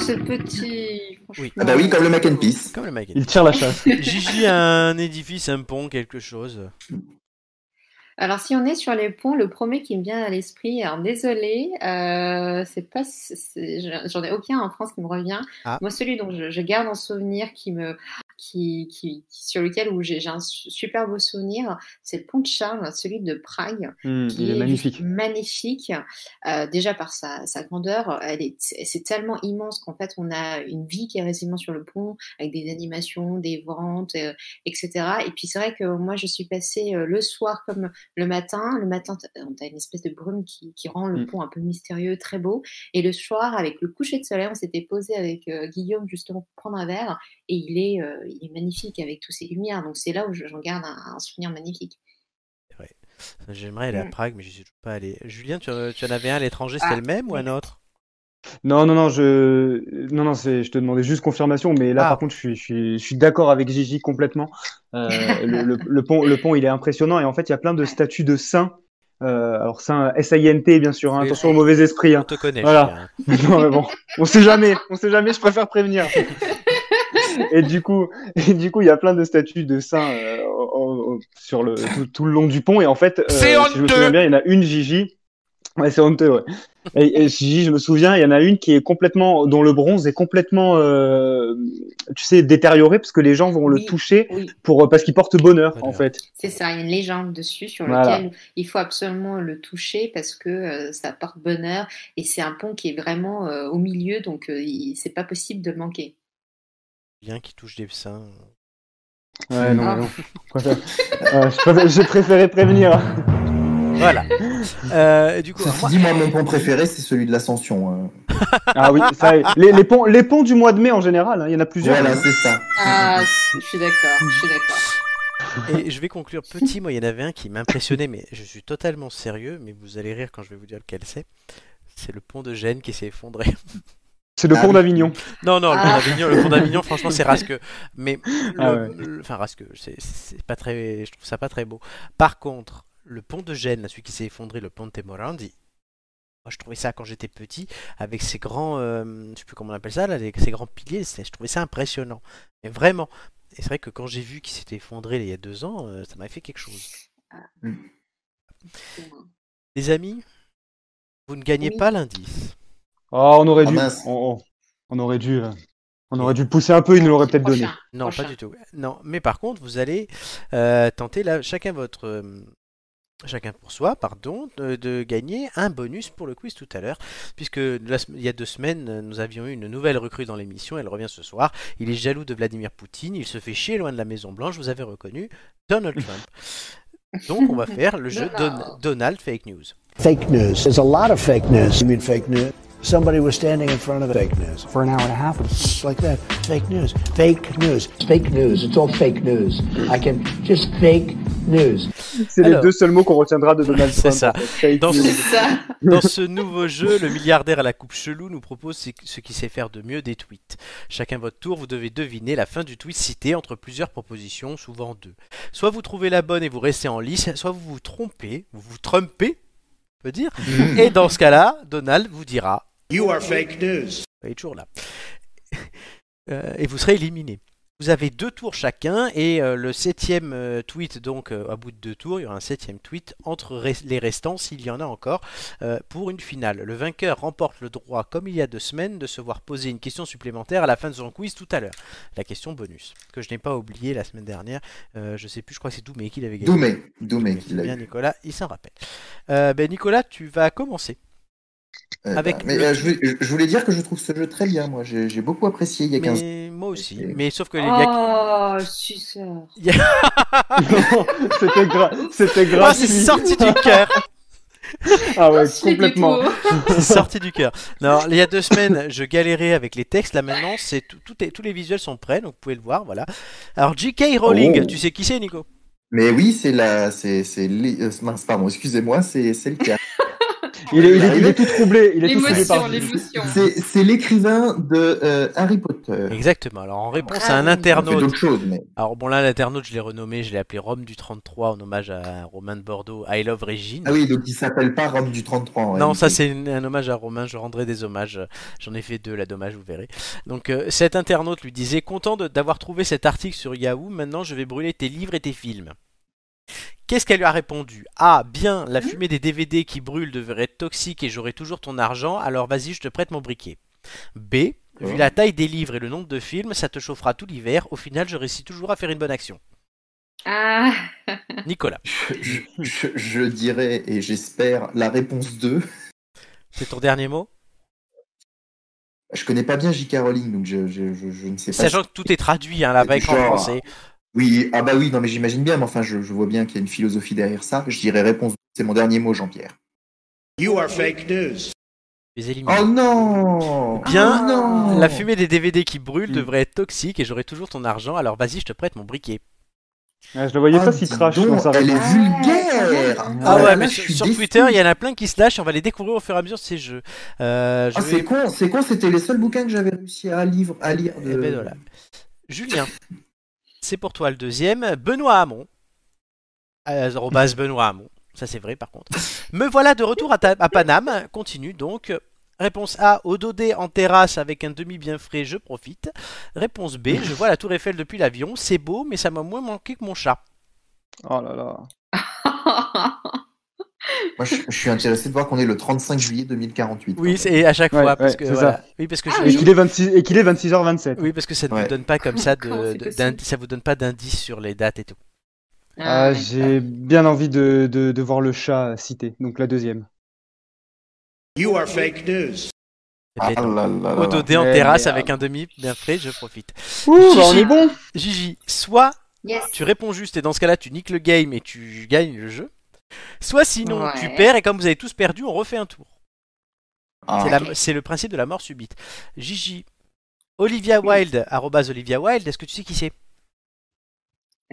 ce petit. franchement. Oui. Ah bah oui, comme le Mac and Peace. Comme le magazine. Il tire la chasse. Gigi a un édifice, un pont, quelque chose. Alors, si on est sur les ponts, le premier qui me vient à l'esprit, alors désolé, euh, c'est pas, c'est- j'en ai aucun en France qui me revient. Ah. Moi, celui dont je, je garde un souvenir qui me, qui, qui- sur lequel où j'ai j'ai un su- super beau souvenir, c'est le pont de Charles, celui de Prague, Hmm, qui il est magnifique. juste magnifique, euh, déjà par sa, sa grandeur, elle est, c'est tellement immense qu'en fait on a une vie qui est réellement sur le pont avec des animations, des ventes, euh, etc. Et puis c'est vrai que moi je suis passée euh, le soir comme le matin. Le matin t- on a une espèce de brume qui, qui rend le Mm. pont un peu mystérieux, très beau. Et le soir avec le coucher de soleil, on s'était posé avec euh, Guillaume justement pour prendre un verre et il est, euh, il est magnifique avec toutes ces lumières. Donc c'est là où je- j'en garde un- un souvenir magnifique. J'aimerais aller à Mmh. Mm. Prague, mais je suis toujours pas allé. Julien, tu, en- tu en avais un à l'étranger, c'était Ah. le même ou un autre Non, non, non, je, non, non, c'est, je te demandais juste confirmation, mais là, Ah. par contre, je suis, je suis, je suis d'accord avec Gigi complètement. Euh, le, le- le pont, le pont, il est impressionnant, et en fait, il y a plein de statues de saints. Euh, alors saints, S-I-N-T, bien sûr, hein, Oui. attention aux mauvais esprits. On Hein. te connaît, Voilà. Julien. Non, mais bon, on sait jamais, on sait jamais. Je préfère prévenir. Et du coup, et du coup, il y a plein de statues de saints euh, au- au- sur le tout, tout le long du pont, et en fait, euh, C'est si je me souviens bien, il y en a une Gigi. Ouais, c'est honteux, ouais. Et, et si je me souviens, il y en a une qui est complètement, dont le bronze est complètement, euh, tu sais, détérioré parce que les gens vont le Oui. toucher Oui. pour euh, parce qu'il porte bonheur, Bonheur. en fait. C'est ça, il y a une légende dessus sur Voilà. lequel il faut absolument le toucher parce que euh, ça porte bonheur et c'est un pont qui est vraiment euh, au milieu, donc euh, il- c'est pas possible de le manquer. Julien qui touche des seins. Ouais, non, Ah. mais non. Je préfère- Ouais, je préfère- J'ai préféré prévenir. Voilà. Euh, du coup, alors moi, Ceci dit, moi, mon pont préféré, c'est celui de l'Ascension. hein. Ah oui, ça, les, les ponts, les ponts du mois de mai en général, hein, il y en a plusieurs. Voilà, c'est ça. Ah, je suis d'accord, je suis d'accord. et je vais conclure petit. Moi, il y en avait un qui m'impressionnait, mais je suis totalement sérieux. Mais vous allez rire quand je vais vous dire lequel c'est. C'est le pont de Gênes qui s'est effondré. C'est le Ah pont oui. d'Avignon. Non, non, le pont Ah. d'Avignon, le pont d'Avignon, franchement, c'est rasqueux. Mais, le- Ah ouais. le- enfin, rasqueux, c'est- c'est pas très, je trouve ça pas très beau. Par contre, le pont de Gênes, là, celui qui s'est effondré, le pont de Morandi, moi, je trouvais ça quand j'étais petit, avec ces grands, euh, je sais plus comment on appelle ça, là, les- ces grands piliers, c'est- je trouvais ça impressionnant. Mais vraiment, Et c'est vrai que quand j'ai vu qu'il s'était effondré il y a deux ans, euh, ça m'a fait quelque chose. Mm. Les amis, vous ne gagnez Oui. pas l'indice. Oh, on aurait Ah, dû. mince. on, on- on aurait dû. euh, On aurait dû pousser un peu, il nous l'aurait peut-être donné. Prochain, Non, prochain. pas du tout. Non, mais par contre, vous allez euh, tenter là, chacun votre. euh, Chacun pour soi, pardon, de, de gagner un bonus pour le quiz tout à l'heure, puisque la sem- il y a deux semaines, euh, nous avions eu une nouvelle recrue dans l'émission, elle revient ce soir, il est jaloux de Vladimir Poutine, il se fait chier loin de la Maison Blanche, vous avez reconnu Donald Trump. Donc on va faire le jeu Don- Donald. Donald Fake News. Fake news. There's a lot of fake news. You mean fake news? Somebody was standing in front of fake news for an hour and a half. It's like that. Fake news. Fake news. Fake news. It's all fake news. I can just fake news. C'est les Alors. deux seuls mots qu'on retiendra de Donald C'est Trump. ça. en fait. Dans- C'est ça. Dans ce nouveau jeu, le milliardaire à la coupe chelou nous propose ce ce qu'il sait faire de mieux des tweets. Chacun votre tour, vous devez deviner la fin du tweet cité entre plusieurs propositions, souvent deux. Soit vous trouvez la bonne et vous restez en lice, soit vous vous trompez, vous vous trompez, on peut dire. Et dans ce cas-là, Donald vous dira, You are fake news. Bah, il est toujours là, Euh, et vous serez éliminé. Vous avez deux tours chacun et euh, le septième euh, tweet, donc euh, à bout de deux tours, il y aura un septième tweet entre res- les restants, s'il y en a encore, euh, pour une finale. Le vainqueur remporte le droit, comme il y a deux semaines, de se voir poser une question supplémentaire à la fin de son quiz tout à l'heure. La question bonus, que je n'ai pas oublié la semaine dernière. Euh, je sais plus, je crois que c'est Doumé qui l'avait gagné. Doumé, Doumé qui C'est l'a bien eu. Nicolas, il s'en rappelle. Euh, ben Nicolas, tu vas commencer. Euh, Avec bah, mais le- euh, je, voulais, je voulais dire que je trouve ce jeu très bien, moi. J'ai j'ai beaucoup apprécié il y a 15 ans. Mais moi aussi. Ok. Mais sauf que les gars... Oh, suceur. Non, C'était gra- c'était Ah, c'est gratuit. sorti du cœur Ah ouais, Je fais du complètement. tout. C'est sorti du cœur. Non, il y a deux semaines, je galérais avec les textes. Là maintenant, c'est tout, tout est- tous les visuels sont prêts, donc vous pouvez le voir. Voilà. Alors J.K. Rowling, Oh. tu sais qui c'est, Nico Mais oui, c'est la. c'est c'est les- euh, mince, pardon, excusez-moi, c'est c'est le cas. Il est, il est- il Ah est tout troublé. Il est tout troublé L'émotion, par. l'émotion. C'est c'est l'écrivain de euh, Harry Potter. Exactement. Alors en réponse à un On fait Ah oui. internaute. d'autres choses, mais. Alors bon là, l'internaute, je l'ai renommé, je l'ai appelé Rome du 33 en hommage à Romain de Bordeaux. I love Régine. Ah oui, donc il s'appelle pas Rome du 33. en Non, réalité. ça c'est une- un hommage à Romain, je rendrai des hommages. J'en ai fait deux, la dommage, vous verrez. Donc euh, cet internaute lui disait Content de- d'avoir trouvé cet article sur Yahoo, maintenant je vais brûler tes livres et tes films. Qu'est-ce qu'elle lui a répondu Ah, bien, la fumée des DVD qui brûlent devrait être toxique et j'aurai toujours ton argent, alors vas-y, je te prête mon briquet. B. Vu Ouais. la taille des livres et le nombre de films, ça te chauffera tout l'hiver. Au final, je réussis toujours à faire une bonne action. Ah, Nicolas, Je, je- je dirais et j'espère la réponse 2. c'est ton dernier mot Je connais pas bien J.K. Rowling, donc je, je- je- je ne sais pas. Sachant que tout est traduit, hein, là, C'est du avec en genre. français. Oui, ah bah oui, non mais j'imagine bien, mais enfin je, je vois bien qu'il y a une philosophie derrière ça. Je dirais réponse 2. C'est mon dernier mot, Jean-Pierre. You are fake news. Les éliminés. Oh non Bien, Oh non La fumée des DVD qui brûlent Mm. devrait être toxique et j'aurai toujours ton argent, alors vas-y, je te prête mon briquet. Ah, je le voyais Ah, pas si dis trash hein, donc, dans sa Elle est réponse. vulgaire Ah ouais, là, mais je sur, suis sur déçu. Twitter, il y en a plein qui se lâchent, on va les découvrir au fur et à mesure de ces jeux. Euh, je Ah, vais- c'est con, c'est con, c'était les seuls bouquins que j'avais réussi à, livre, à lire. De... Eh ben voilà. Julien, c'est pour toi le deuxième. Benoît Hamon. Euh, arrobase Benoît Hamon. Ça c'est vrai par contre. Me voilà de retour à, ta- à Paname. Continue donc. Réponse A, au dodé en terrasse avec un demi bien frais, je profite. Réponse B, je vois la tour Eiffel depuis l'avion, c'est beau, mais ça m'a moins manqué que mon chat. Oh là là. Ah, Moi, je, je suis intéressé de voir qu'on est le 35 juillet 2048. Oui, c'est à chaque Ouais, fois. parce ouais, que, c'est voilà. ça. Oui, parce que Ah je- Et oui. Ah, qu'il est 26 et qu'il est 26h27. oui, parce que ça ne vous Ouais. donne pas comme ça Comment de, c'est de- possible d'ind- ça vous donne pas d'indices sur les dates et tout. Ah, j'ai bien envie de, de, de voir le chat cité, donc la deuxième. You are fake news. Ah Eh là ben, là là là. Au dodé en Eh terrasse merde. avec un demi bien frais, je profite. Ouh, bah, on est bon Gigi, soit Yes. tu réponds juste et dans ce cas-là tu niques le game et tu gagnes le jeu, soit sinon Ouais. tu perds et comme vous avez tous perdu, on refait un tour. Ah. C'est, la- c'est le principe de la mort subite. Gigi, Olivia Wilde, arrobase Olivia Wilde, est-ce que tu sais qui c'est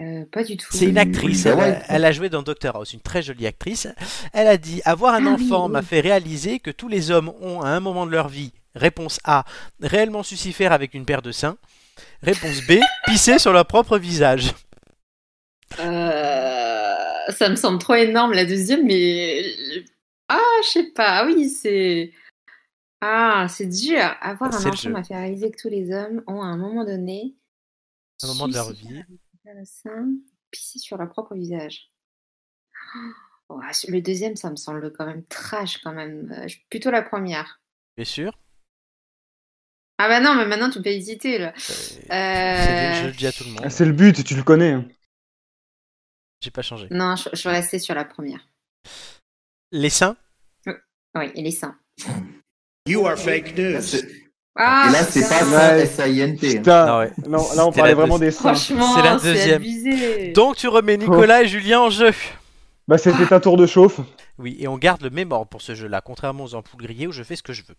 Euh, pas du tout. C'est une une actrice. Elle, Olivia a- Wilde. elle a joué dans Doctor House, une très jolie actrice. Elle a dit Avoir un Ah oui, enfant oui. m'a fait réaliser que tous les hommes ont, à un moment de leur vie, réponse A, réellement sucifère avec une paire de seins. Réponse B, pisser sur leur propre visage. Euh, ça me semble trop énorme la deuxième, mais ah, je sais pas. Ah Oui, c'est ah, c'est dur. Avoir C'est un le enfant jeu. m'a fait réaliser que tous les hommes ont à un moment donné Au moment de la Suicide revue. Assassin, pisser sur leur propre visage. Oh, le deuxième, ça me semble quand même trash, quand même. Euh, je- Plutôt la première. Bien sûr. Ah bah non, mais maintenant tu peux hésiter là. C'est- Je Euh, le dis à tout le monde. Ah, C'est le but, tu le connais. hein. J'ai pas changé. Non, je, je restais sur la première. Les seins. Oui, et les seins. You are fake Là, news. c'est- Ah, Et là, c'est putain, pas Ouais. S-I-N-T. hein. Putain. Ah ouais. Non, là on C'était parlait la vraiment des seins. Franchement, C'est c'est la deuxième. abusé. Donc tu Oh. remets Nicolas et Julien en jeu. Bah c'était un tour de chauffe. Oui, et on garde le même ordre pour ce jeu-là, contrairement aux ampoules grillées où je fais ce que je veux.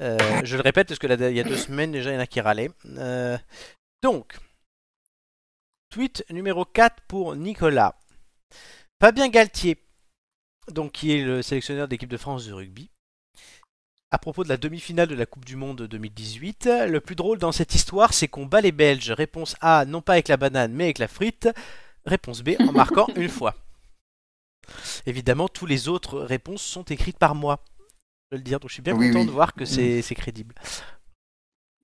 Euh, je le répète parce que là, il y a deux semaines déjà, il y en a qui râlaient. Euh, donc, tweet numéro 4 pour Nicolas. Fabien Galtier, donc qui est le sélectionneur d'équipe de France de rugby. À propos de la demi-finale de la Coupe du Monde 2018, le plus drôle dans cette histoire, c'est qu'on bat les Belges. Réponse A, non pas avec la banane, mais avec la frite. Réponse B, en marquant une fois. Évidemment, tous les autres réponses sont écrites par moi. Je veux le dire, donc je suis bien Oui, content oui. de voir que c'est c'est crédible.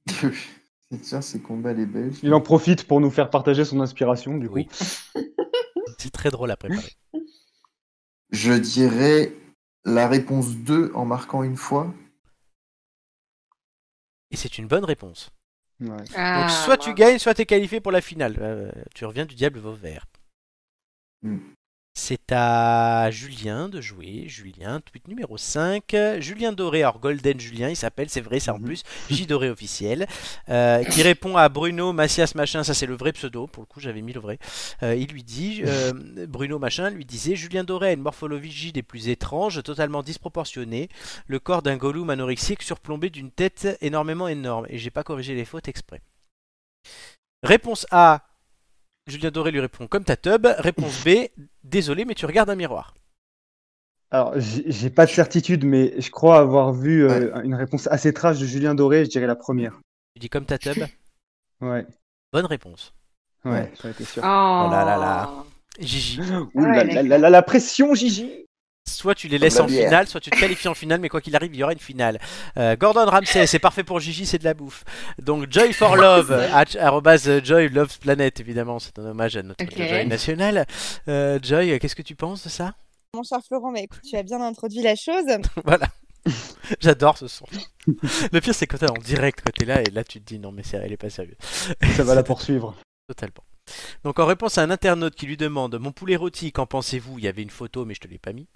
C'est sûr, c'est combat les Belges. Il en profite pour nous faire partager son inspiration du coup. Oui. C'est très drôle à préparer. Je dirais la réponse 2 en marquant une fois. Et c'est une bonne réponse. Ouais. Ah, Donc soit tu bravo. gagnes, soit tu es qualifié pour la finale. Euh, tu reviens du diable Vauvert. Hmm. C'est à Julien de jouer. Julien, tweet numéro 5. Julien Doré, alors Golden Julien, il s'appelle, c'est vrai, ça en Mhm. plus. J Doré officiel. euh, qui répond à Bruno Macias Machin, ça c'est le vrai pseudo, pour le coup j'avais mis le vrai. Euh, il lui dit, euh, Bruno Machin lui disait Julien Doré a une morphologie des plus étranges, totalement disproportionnée. Le corps d'un gollum anorexique surplombé d'une tête énormément énorme. Et j'ai pas corrigé les fautes exprès. Réponse A. Julien Doré lui répond comme ta teub. Réponse B. Désolé, mais tu regardes un miroir. Alors j'ai j'ai pas de certitude, mais je crois avoir vu euh, une réponse assez trash de Julien Doré. Je dirais la première. Tu dis comme ta teub. Ouais. Bonne réponse. Ouais. Ouais. J'aurais été sûr. Oh. là là là. Gigi. Ouh là Ouais, là d'accord. là là, la pression, Gigi. Soit tu les laisses la en bière. finale, soit tu te qualifies en finale, mais quoi qu'il arrive, il y aura une finale. Euh, Gordon Ramsay, c'est parfait pour Gigi, c'est de la bouffe. Donc Joy for Love, at- arrobase Joy Loves Planet, évidemment, c'est un hommage à notre Ok. Joy national. Euh, Joy, qu'est-ce que tu penses de ça Mon cher Florent, mais écoute, tu as bien introduit la chose. Voilà. J'adore ce son. Le pire, c'est quand t'es en direct, quand t'es là, et là tu te dis non, mais c'est- elle est pas sérieuse. Ça va la poursuivre. Totalement. Donc en réponse à un internaute qui lui demande Mon poulet rôti, qu'en pensez-vous Il y avait une photo, mais je te l'ai pas mis.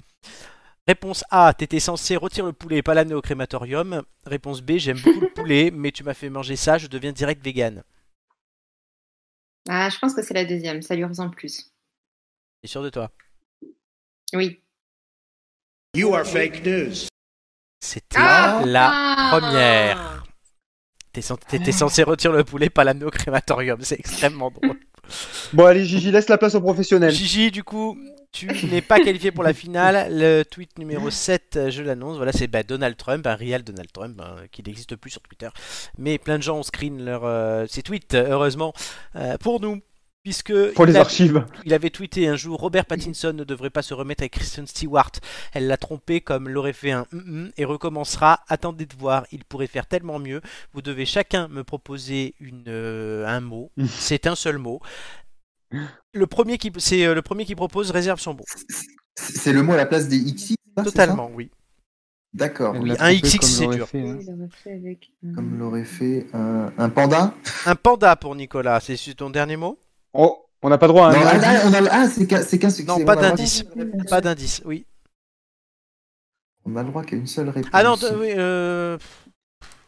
Réponse A T'étais censé retirer le poulet et pas l'amener au crématorium. Réponse B J'aime beaucoup le poulet, mais tu m'as fait manger ça, je deviens direct vegan. Ah, je pense que c'est la deuxième, ça lui ressemble plus. T'es sûr de toi Oui. You are fake news. C'était la. Ah. première. T'es cen- T'étais censé retirer le poulet, pas l'amener au crématorium. C'est extrêmement drôle. Bon allez, Gigi, laisse la place aux professionnels. Gigi, du coup, tu n'es pas qualifié pour la finale. Le tweet numéro 7, euh, je l'annonce, voilà, c'est bah, Donald Trump, un réel Donald Trump, hein, qui n'existe plus sur Twitter. Mais plein de gens ont screen leur, euh, ses tweets, euh, heureusement, euh, pour nous. Puisque Pour il les a- archives. il avait tweeté un jour Robert Pattinson ne devrait pas se remettre avec Kristen Stewart. Elle l'a trompé comme l'aurait fait un hum-hum et recommencera. Attendez de voir, il pourrait faire tellement mieux. Vous devez chacun me proposer une, euh, un mot. C'est un seul mot. Le premier qui c'est euh, le premier qui propose réserve son mot. C'est c'est le mot à la place des XI ça, c'est ça Totalement, oui. D'accord. un XX, c'est dur. hein. Il aurait fait avec. Comme l'aurait fait un, un panda Un panda pour Nicolas, c'est c'est ton dernier mot Oh, on n'a pas droit à Non, ah, un. là, on a le- ah, c'est qu'un c'est qu'un succès. Non, on pas a le droit- d'indice. Pas d'indice, oui. On a le droit qu'à une seule réponse. Ah non, de- oui, euh,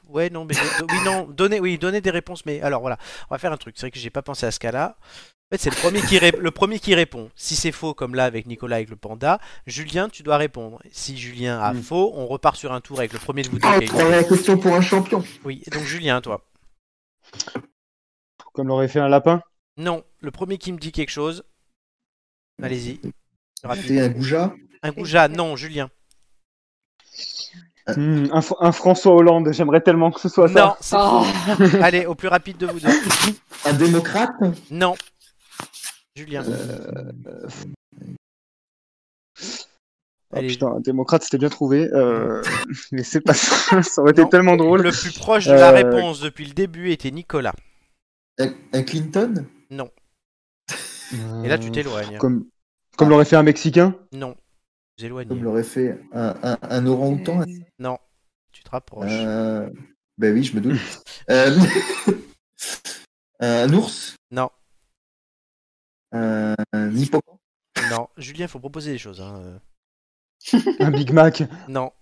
ouais, non, mais oui, non, donnez, oui, donnez des réponses, mais alors voilà, on va faire un truc. C'est vrai que j'ai pas pensé à ce cas-là. En fait, c'est le premier qui ré- le premier qui répond. Si c'est faux, comme là avec Nicolas avec le panda, Julien, tu dois répondre. Si Julien a Mm. faux, on repart sur un tour avec le premier de vous deux. Ah, qui tu a eu- avais la question pour un champion. Oui, donc Julien, toi. Comme l'aurait fait un lapin. Non, le premier qui me dit quelque chose. Allez-y. C'était Rapide. un goujat. Un goujat, non, Julien. Hmm, un, Fr- un François Hollande. J'aimerais tellement que ce soit Non, ça. c'est Oh. faux. Allez, au plus rapide de vous deux. Un démocrate. Non. Julien. Euh, Euh, Ah, Allez. putain, un démocrate, c'était bien trouvé. euh, mais c'est pas ça. Ça aurait été Non. tellement drôle. Le plus proche de la Euh, réponse depuis le début était Nicolas. Un un Clinton Non. Et Hmm. là, tu t'éloignes. Comme, comme l'aurait fait un Mexicain Non. Tu t'éloignes. Comme l'aurait fait un, un, un orang-outan Non. Tu te rapproches. Euh, Ben oui, je me doute. Euh, un ours Euh, Non. Un hippocampe Non. Julien, faut proposer des choses. hein, euh. Un Big Mac Non.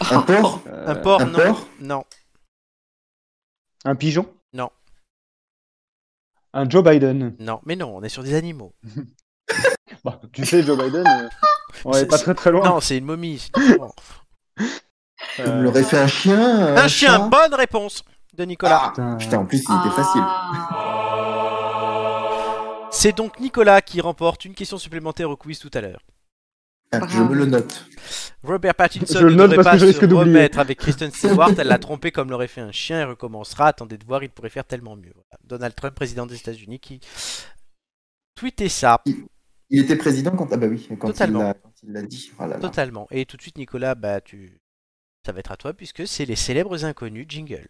Oh, Un porc Euh, Un porc, Un non. porc Non. Un pigeon Non. Un Joe Biden Non. Mais non, on est sur des animaux. Bah, Tu sais, Joe Biden, euh, on C'est- est pas c'est- très très loin. Non, euh, c'est une momie. c'est différent. Euh, Comme l'aurait fait un chien euh, Un chien. chat Bonne réponse de Nicolas. Ah, Putain, en plus, il était facile. Ah. C'est donc Nicolas qui remporte une question supplémentaire au quiz tout à l'heure. Ah, je me le note. Robert Pattinson Je le ne note devrait parce pas que je risque se d'oublier. remettre avec Kristen Stewart. Elle l'a trompé comme l'aurait fait un chien et recommencera. Attendez de voir, il pourrait faire tellement mieux. Voilà. Donald Trump, président des États-Unis, qui tweetait ça Il était président quand. Ah, bah oui, quand il Totalement. l'a- quand il l'a dit. Oh là là. totalement. Et tout de suite, Nicolas, bah tu, ça va être à toi puisque c'est les célèbres inconnus jingle.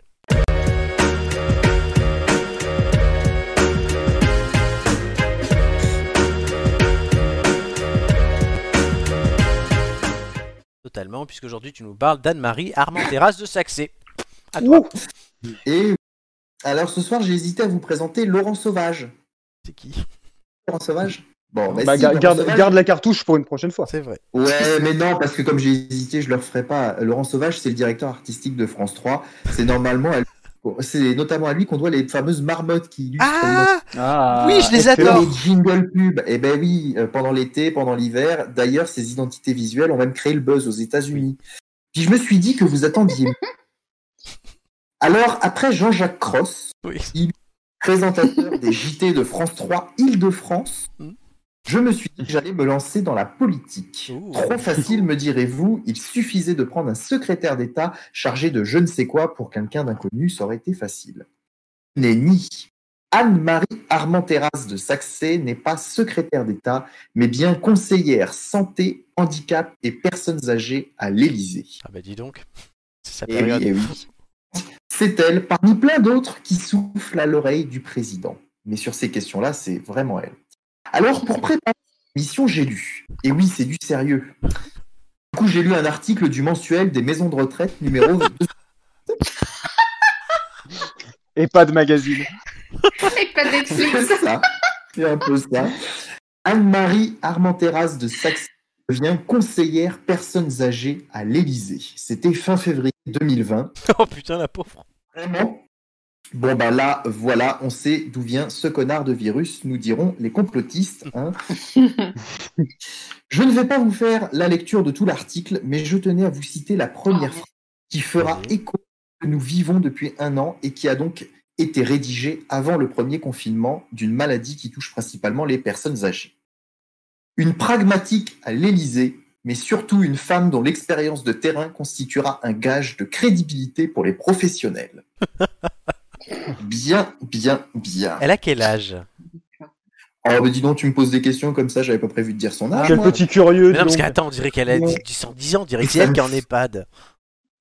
Totalement, puisque aujourd'hui tu nous parles d'Anne-Marie Armand Terrasse de Saxé. À toi. Et alors, ce soir, j'ai hésité à vous présenter Laurent Sauvage. C'est qui Laurent Sauvage Bon, bah, Bah, si, ga- Laurent garde, Sauvage. garde la cartouche pour une prochaine fois. C'est vrai. Ouais, mais non, parce que comme j'ai hésité, je le referai pas. Laurent Sauvage, c'est le directeur artistique de France 3. C'est normalement à lui- c'est notamment à lui qu'on doit les fameuses marmottes qui illustrent Ah Ah, Oui, je les excellent. adore. les jingles pub. Eh ben oui, euh, pendant l'été, pendant l'hiver. D'ailleurs, ces identités visuelles ont même créé le buzz aux États-Unis. Puis je me suis dit que vous attendiez. Alors, après Jean-Jacques Cross, Oui. présentateur des JT de France 3 Île-de-France, Mhm. je me suis dit que j'allais me lancer dans la politique. Ouh. Trop facile, me direz-vous, il suffisait de prendre un secrétaire d'État chargé de je ne sais quoi pour quelqu'un d'inconnu, ça aurait été facile. N'est ni Anne-Marie Armenteras de Saxé n'est pas secrétaire d'État, mais bien conseillère santé, handicap et personnes âgées à l'Élysée. Ah bah dis donc. C'est sa Eh oui, période. eh oui. C'est elle, parmi plein d'autres, qui souffle à l'oreille du président. Mais sur ces questions-là, c'est vraiment elle. Alors, pour préparer cette mission, j'ai lu. Et oui, c'est du sérieux. Du coup, j'ai lu un article du mensuel des maisons de retraite numéro 2. Et pas de magazine. Avec pas de C'est Netflix. ça. C'est un peu ça. Anne-Marie Armenteras de Saxe devient conseillère personnes âgées à l'Élysée. C'était fin février 2020. Oh putain, la pauvre. Vraiment Bon bah là, voilà, on sait d'où vient ce connard de virus, nous dirons les complotistes. hein. je ne vais pas vous faire la lecture de tout l'article, mais je tenais à vous citer la première phrase qui fera Vas-y. écho à ce que nous vivons depuis un an et qui a donc été rédigée avant le premier confinement d'une maladie qui touche principalement les personnes âgées. Une pragmatique à l'Élysée, mais surtout une femme dont l'expérience de terrain constituera un gage de crédibilité pour les professionnels. Bien, bien, bien. Elle a quel âge Oh, mais dis donc, tu me poses des questions comme ça, j'avais pas prévu de dire son âge. Quel moi. petit curieux. Ah, Mais non, parce dis donc. qu'attends, on dirait qu'elle a Non. 110 ans, on dirait que c'est elle qui est en EHPAD.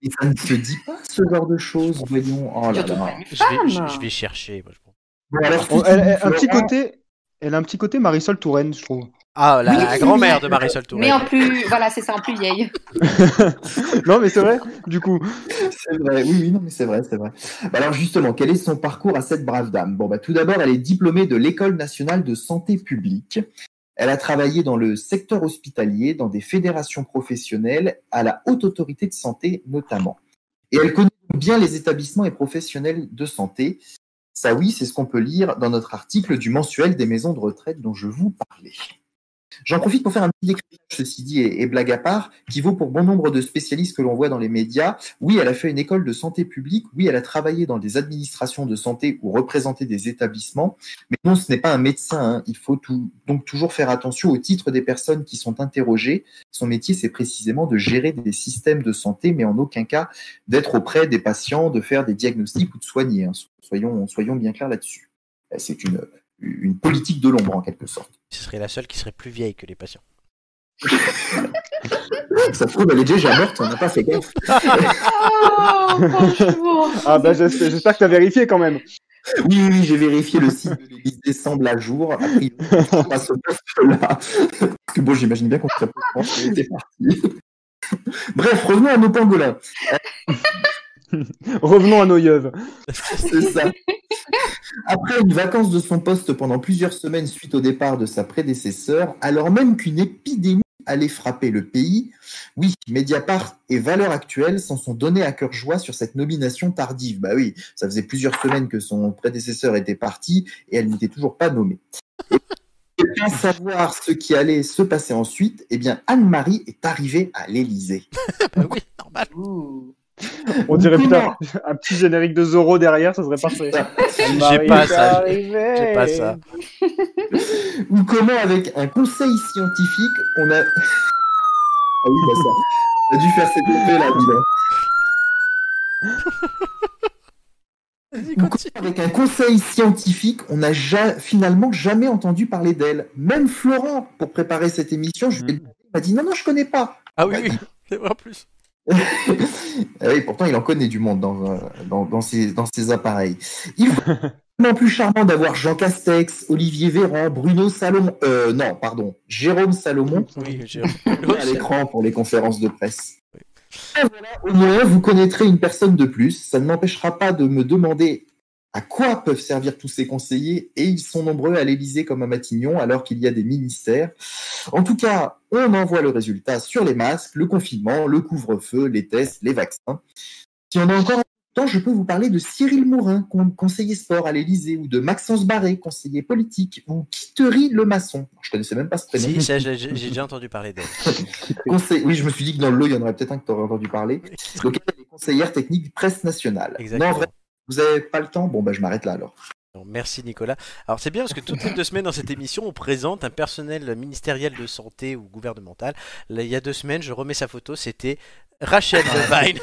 Et ça ne se dit pas ce genre de choses, voyons. Oh là Surtout là. pas une Je vais, femme. je, je vais chercher. moi, je pense. Bon, alors, On- Oh, elle- elle- un petit Florent, côté, elle a un petit côté Marisol Touraine, je trouve. Ah, la, Oui, la oui, grand-mère oui. de Marisol Mais Touré. en plus, voilà, c'est ça, en plus vieille. non, mais c'est vrai. Du coup, C'est vrai, oui, oui, non, mais c'est vrai, c'est vrai. Bah alors justement, quel est son parcours à cette brave dame Bon, bah tout d'abord, elle est diplômée de l'École nationale de santé publique. Elle a travaillé dans le secteur hospitalier, dans des fédérations professionnelles, à la haute autorité de santé notamment. Et elle connaît bien les établissements et professionnels de santé. Ça, oui, c'est ce qu'on peut lire dans notre article du mensuel des maisons de retraite dont je vous parlais. J'en profite pour faire un petit décryptage, ceci dit, et, et blague à part, qui vaut pour bon nombre de spécialistes que l'on voit dans les médias. Oui, elle a fait une école de santé publique. Oui, elle a travaillé dans des administrations de santé ou représenté des établissements. Mais non, ce n'est pas un médecin. hein. Il faut tout- donc toujours faire attention au titre des personnes qui sont interrogées. Son métier, c'est précisément de gérer des systèmes de santé, mais en aucun cas d'être auprès des patients, de faire des diagnostics ou de soigner. hein. So- Soyons, soyons bien clairs là-dessus. Euh, C'est une, une politique de l'ombre, en quelque sorte. Ce serait la seule qui serait plus vieille que les patients. Ça se trouve, elle est déjà morte, on n'a pas fait gaffe. Oh, franchement. ah bah j'espère, j'espère que t'as vérifié quand même. Oui, oui, oui, j'ai vérifié le site de l'Élysée semble à jour. A priori, on passe au poste là. Parce que bon, j'imagine bien qu'on serait pas au courant que c'était parti. Bref, revenons à nos pangolins. Revenons à nos yeux. C'est ça. Après une vacance de son poste pendant plusieurs semaines suite au départ de sa prédécesseur, alors même qu'une épidémie allait frapper le pays, oui, Mediapart et Valeurs Actuelles s'en sont donnés à cœur joie sur cette nomination tardive. Bah oui, ça faisait plusieurs semaines que son prédécesseur était parti et elle n'était toujours pas nommée. Et bien savoir ce qui allait se passer ensuite, eh bien Anne-Marie est arrivée à l'Élysée. Bah oui, normal. On dirait Nicolas. putain, un petit générique de Zoro derrière, ça serait parfait. J'ai pas ça. J'ai pas ça. Ou comment avec un conseil scientifique, on a... Ah oui, bah ça. On a dû faire cette épée là, dis donc. Vas-y, Ou continue. comment avec un conseil scientifique, on n'a ja- finalement jamais entendu parler d'elle. Même Florent, pour préparer cette émission, je lui ai Mm. demandé, il m'a dit non, non, je connais pas. Ah oui, oui. C'est vrai en plus. Ah oui, pourtant, il en connaît du monde dans, euh, dans, dans ses, dans ses appareils. Il faut vraiment plus charmant d'avoir Jean Castex, Olivier Véran, Bruno Salomon, euh, non, pardon, Jérôme Salomon Oui, j'ai à l'écran pour les conférences de presse. Et voilà, au moins, vous connaîtrez une personne de plus. Ça ne m'empêchera pas de me demander à quoi peuvent servir tous ces conseillers. Et ils sont nombreux à l'Élysée comme à Matignon, alors qu'il y a des ministères. En tout cas, on envoie le résultat sur les masques, le confinement, le couvre-feu, les tests, les vaccins. Si on a encore le temps, je peux vous parler de Cyril Morin, con- conseiller sport à l'Élysée, ou de Maxence Barré, conseiller politique, ou Kittery Le Maçon. Je connaissais même pas ce prénom. Si, ça, j'ai j'ai- j'ai déjà entendu parler d'elle. Conseil- Oui, je me suis dit que dans le lot, il y en aurait peut-être un que tu aurais entendu parler. Donc, elle est conseillère technique presse nationale. Exactement. Non, vraiment, vous n'avez pas le temps Bon, bah, je m'arrête là alors. Donc, merci Nicolas. Alors c'est bien parce que toutes les deux semaines dans cette émission, on présente un personnel ministériel de santé ou gouvernemental. Là, il y a deux semaines, je remets sa photo, c'était Rachel Devine.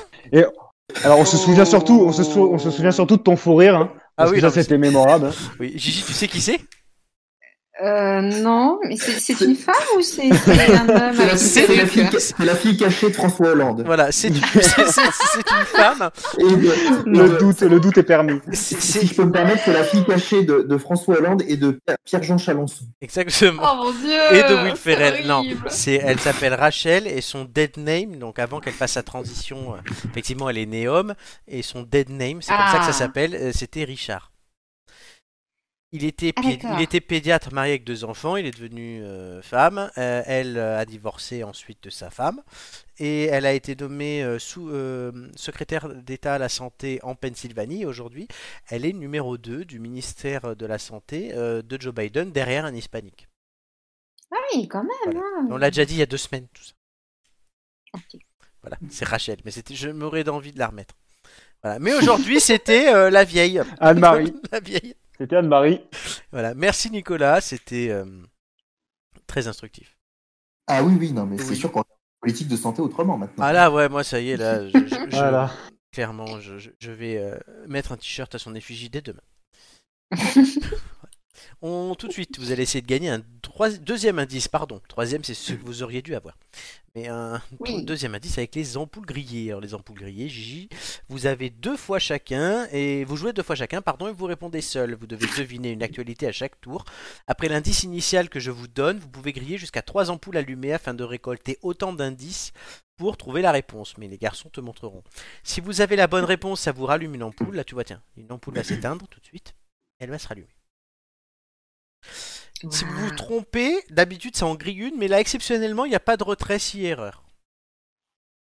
Alors on se souvient surtout, on se, sou- on se souvient surtout de ton fou rire. Hein, Ah parce oui, que ça non, mais c'était mémorable. hein. Oui, Gigi, tu sais qui c'est Euh, non, mais c'est c'est une femme ou c'est c'est un homme avec c'est une la, fille, perruque c'est la fille cachée de François Hollande. Voilà, c'est une, c'est- c'est- c'est une femme. Et de- Le de- doute, le doute est permis. C'est- Si C'est je peux me permettre, c'est la fille cachée de, de François Hollande et de Pierre- Pierre-Jean Chalençon. exactement. Oh mon dieu Et Euh, de Will Ferrell. c'est Non, horrible. c'est elle s'appelle Rachel et son dead name. Donc avant qu'elle fasse sa transition, euh, effectivement, elle est née homme et son dead name, c'est comme ça que ça Ah. s'appelle. euh, C'était Richard. Il était, Ah, pied- d'accord. il était pédiatre marié avec deux enfants, il est devenu euh, femme, Euh, elle euh, a divorcé ensuite de sa femme, et elle a été nommée euh, sous, euh, secrétaire d'État à la santé en Pennsylvanie. Aujourd'hui, elle est numéro 2 du ministère de la Santé euh, de Joe Biden, derrière un hispanique. Ah oui, quand même. hein. On l'a déjà dit il y a deux semaines, tout ça. Ok. Voilà, c'est Rachel. Mais c'était, je m'aurais envie de la remettre. Voilà. Mais aujourd'hui, c'était euh, la vieille. Anne-Marie, la vieille. c'était Anne-Marie. Voilà. Merci Nicolas, c'était euh, très instructif. Ah oui, oui, non, mais c'est Oui. sûr qu'on a une politique de santé autrement maintenant. Ah là, ouais, moi ça y est, là, je, je- je- Voilà. clairement, je, je- je vais euh, mettre un t-shirt à son effigie dès demain. On, tout de suite, vous allez essayer de gagner un trois- deuxième indice, pardon. Troisième, c'est ce que vous auriez dû avoir. Mais un Oui. deuxième indice avec les ampoules grillées. Alors, les ampoules grillées, Gigi, vous avez deux fois chacun, et vous jouez deux fois chacun, pardon, et vous répondez seul. Vous devez deviner une actualité à chaque tour. Après l'indice initial que je vous donne, vous pouvez griller jusqu'à trois ampoules allumées afin de récolter autant d'indices pour trouver la réponse. Mais les garçons te montreront. Si vous avez la bonne réponse, ça vous rallume une ampoule. Là, tu vois, tiens, une ampoule va s'éteindre tout de suite. Elle va se rallumer. Si vous vous trompez, d'habitude ça en grille une, mais là exceptionnellement il n'y a pas de retrait si erreur.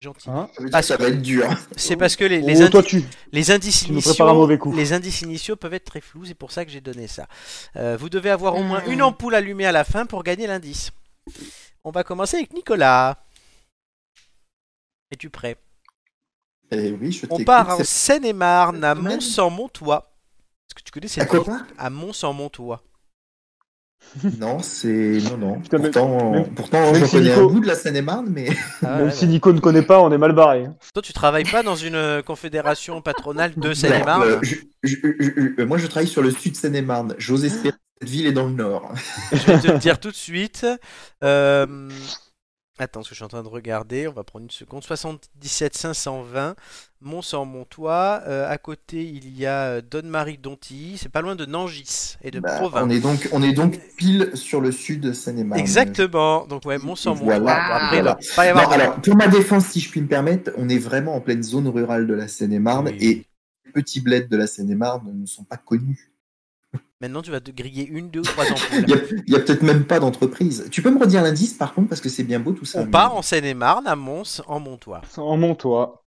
Gentil. Hein Ça veut dire Ah, que ça va être dur. C'est parce que les, les, Oh, indi- toi tu. les indices tu nous initiaux, prépares un mauvais coup. les indices initiaux peuvent être très flous, c'est pour ça que j'ai donné ça. Euh, vous devez avoir au moins Mm. une ampoule allumée à la fin pour gagner l'indice. On va commencer avec Nicolas. Es-tu prêt Eh oui, je On t'écoute, part hein, en c'est- Seine-et-Marne, à Cette semaine. Mons-en-Montois. Est-ce que tu connais À cette ville quoi À Mons-en-Montois. Non, c'est. Non, non. Putain, mais- pourtant, mais- pourtant mais je c'est connais un Nico. bout de la Seine-et-Marne, mais. Ah, Même ouais, si ouais. Nico ne connaît pas, on est mal barré. Toi, tu travailles pas dans une euh, confédération patronale de Non, euh, Seine-et-Marne je- je- je- je- moi, je travaille sur le sud Seine-et-Marne. J'ose Ah. espérer que cette ville est dans le nord. Je vais te le dire tout de suite. Euh, Attends, ce que je suis en train de regarder, on va prendre une seconde. 77 520, Mont sans Montois. Euh, à côté, il y a euh, Donne-Marie Dontilly. C'est pas loin de Nangis et de Bah, Provins. on, est donc, on est donc pile sur le sud de Seine-et-Marne. Exactement. Donc ouais, Mont sans Montois. Voilà. Après, il va Voilà. pas y Non, avoir. de- Bah, alors, pour ma défense, si je puis me permettre, on est vraiment en pleine zone rurale de la Seine-et-Marne Oui. et les petits bleds de la Seine-et-Marne ne sont pas connus. Maintenant, tu vas te griller une, deux, trois Il y a, ampoules. il y a peut-être même pas d'entreprise. Tu peux me redire l'indice par contre parce que c'est bien beau tout ça. on mais- part en Seine-et-Marne, à Mons, en Montois. En Montois.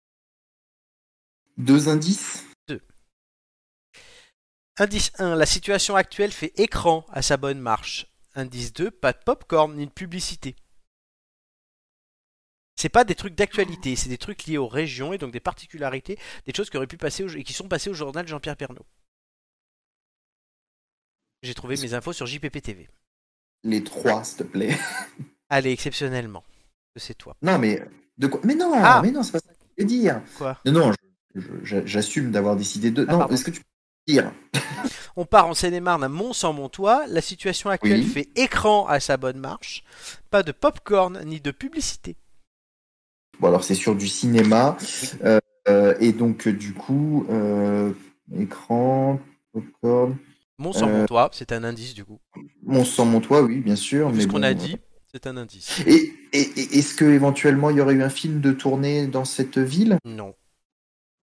Deux indices Indice 1, la situation actuelle fait écran à sa bonne marche. Indice 2, pas de popcorn ni de publicité. C'est pas des trucs d'actualité, c'est des trucs liés aux régions et donc des particularités, des choses qui auraient pu passer au- et qui sont passées au journal Jean-Pierre Pernaud. J'ai trouvé mes infos sur JPP TV. Les trois, s'il te plaît. Allez, exceptionnellement, c'est toi. Non, mais de quoi Mais non, Ah. mais non, c'est pas ça que je voulais dire. Quoi Non, non, je- je- j'assume d'avoir décidé de. Ah, non, pardon. est-ce que tu peux dire On part en Seine-et-Marne à Mons-en-Montois. La situation actuelle Oui. fait écran à sa bonne marche. Pas de popcorn ni de publicité. Bon, alors c'est sur du cinéma. Euh, euh, et donc, euh, du coup, euh, écran, popcorn. Mons-en-Montois, c'est un indice du coup. Mon sang, mon toit, oui, bien sûr. Vu mais ce qu'on bon, a euh, dit, c'est un indice. Et, et- et- est-ce que éventuellement il y aurait eu un film de tournée dans cette ville Non.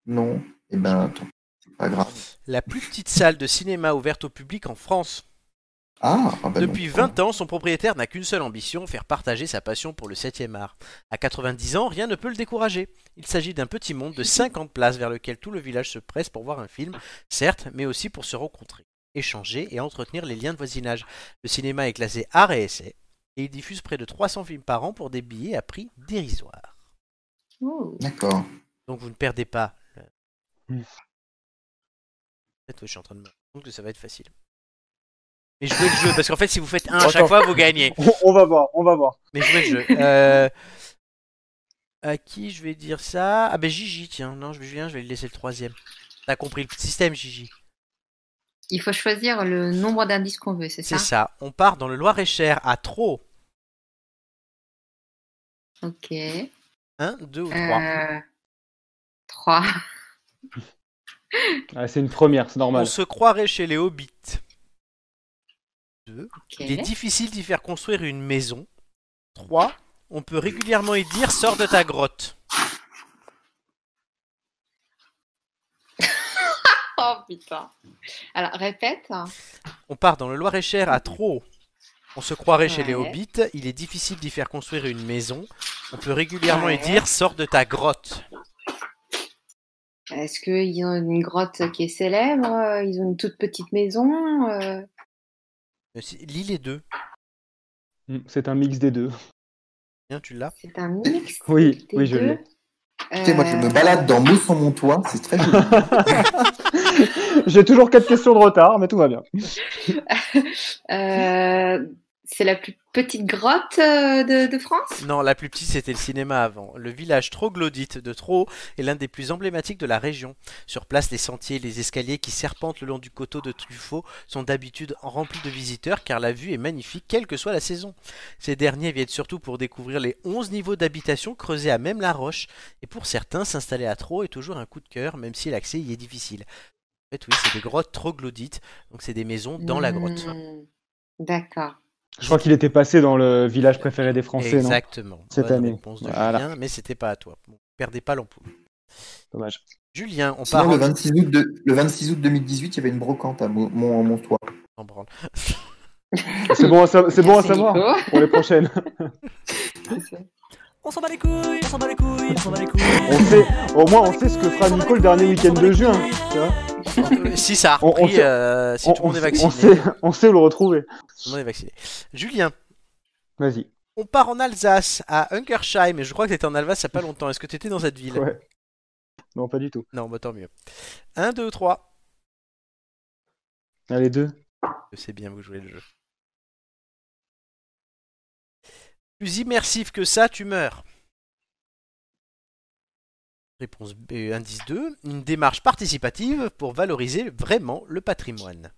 Non. Eh ben, attends, c'est pas grave. La plus petite salle de cinéma ouverte au public en France. Ah, ah ben non. Depuis 20 ans, son propriétaire n'a qu'une seule ambition, faire partager sa passion pour le 7e art. À 90 ans, rien ne peut le décourager. Il s'agit d'un petit monde de 50 places vers lequel tout le village se presse pour voir un film, certes, mais aussi pour se rencontrer, échanger et entretenir les liens de voisinage. Le cinéma est classé art et essai, et il diffuse près de 300 films par an pour des billets à prix dérisoire. Oh. D'accord. Donc vous ne perdez pas. le- Mm. Peut-être que je suis en train de me rendre compte que ça va être facile. Mais jouez le jeu, parce qu'en fait, si vous faites un à chaque fois, vous gagnez. On, on va voir, on va voir. Mais jouez le jeu. Euh, À qui je vais dire ça Ah ben Gigi, tiens. Non, je viens, je vais le laisser le troisième. T'as compris le système, Gigi Il faut choisir le nombre d'indices qu'on veut, c'est ça C'est ça. On part dans le Loir-et-Cher à trop. Ok. 1, 2 ou 3. Euh, Trois. Ah, c'est une première, c'est normal. On se croirait chez les hobbits. Deux. Ok. Il est difficile d'y faire construire une maison. 3. On peut régulièrement y dire sors de ta grotte. Oh putain. Alors répète. On part dans le Loir-et-Cher à Trot. On se croirait chez les Ouais. hobbits. Il est difficile d'y faire construire une maison. On peut régulièrement y Ouais. dire sors de ta grotte. Est-ce qu'ils ont une grotte qui est célèbre euh, Ils ont une toute petite maison euh, Euh, c'est- Lis les deux. Mm, C'est un mix des deux. Bien, tu l'as. C'est un mix Oui, des oui, je deux l'ai. Écoutez, moi je me Euh, balade dans Mot sans mon toit, c'est très joli. J'ai toujours quatre questions de retard, mais tout va bien. euh, c'est la plus petite grotte euh, de, de France Non, la plus petite, c'était le cinéma avant. Le village troglodyte de Trot est l'un des plus emblématiques de la région. Sur place, les sentiers et les escaliers qui serpentent le long du coteau de Truffaut sont d'habitude remplis de visiteurs car la vue est magnifique quelle que soit la saison. Ces derniers viennent surtout pour découvrir les 11 niveaux d'habitation creusés à même la roche. Et pour certains, s'installer à Trot est toujours un coup de cœur, même si l'accès y est difficile. En fait, oui, c'est des grottes troglodytes, donc c'est des maisons dans la grotte. Mmh. Hmm, D'accord. Je crois qu'il était passé dans le village préféré des Français, non Exactement. Cette Bonne année. réponse de Voilà. Julien, mais c'était pas à toi. Bon, perdez pas l'ampoule. Dommage. Julien, on part Sinon, en... le 26, août de- le 26 août 2018, il y avait une brocante à Mo- Mont mon toit. en branle. C'est bon à, sa- c'est bon à Merci, savoir Nico. pour les prochaines. On s'en bat les couilles, on s'en bat les couilles, on s'en bat les couilles. On sait, au moins, on sait ce que fera Nico le dernier week-end de juin. tu vois. Euh, si ça a On- on repris, sait- euh, si on, tout le monde est on- vacciné. on sait, on sait où le retrouver. Tout le monde est vacciné. Julien, Vas-y. on part en Alsace, à Ungersheim, et je crois que t'étais en Alsace il y a pas longtemps. Est-ce que t'étais dans cette ville Ouais. Non, pas du tout. Non, bah tant mieux. 1, 2, 3. Allez, deux. C'est bien, vous jouez le jeu. Plus immersif que ça, tu meurs. Réponse B, indice 2. Une démarche participative pour valoriser vraiment le patrimoine.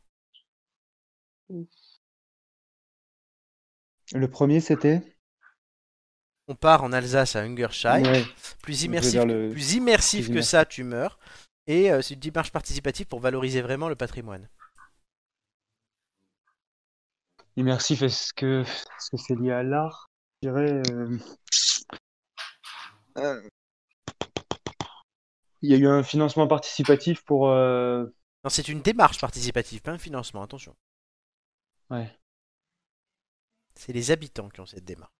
Le premier, c'était on part en Alsace à Hungersheim. Ouais. Plus, je veux immersif, dire le- plus immersif que plus immersif. ça, tu meurs. Et euh, c'est une démarche participative pour valoriser vraiment le patrimoine. Immersif, est-ce que est-ce que c'est lié à l'art Je dirais. euh, euh, Il y a eu un financement participatif pour. euh, Non, c'est une démarche participative, pas un financement, attention. Ouais. C'est les habitants qui ont cette démarche.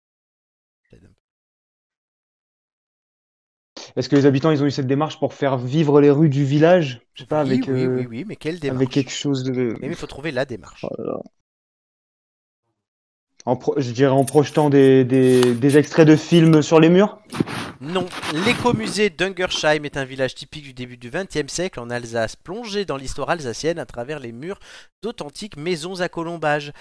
Est-ce que les habitants, ils ont eu cette démarche pour faire vivre les rues du village Je sais pas, oui, avec, oui, euh, oui, oui, mais quelle démarche avec quelque chose de. Mais il faut trouver la démarche. Oh là là. En pro- Je dirais en projetant des, des, des extraits de films sur les murs Non, l'écomusée d'Ungersheim est un village typique du début du XXe siècle en Alsace, plongé dans l'histoire alsacienne à travers les murs d'authentiques maisons à colombage.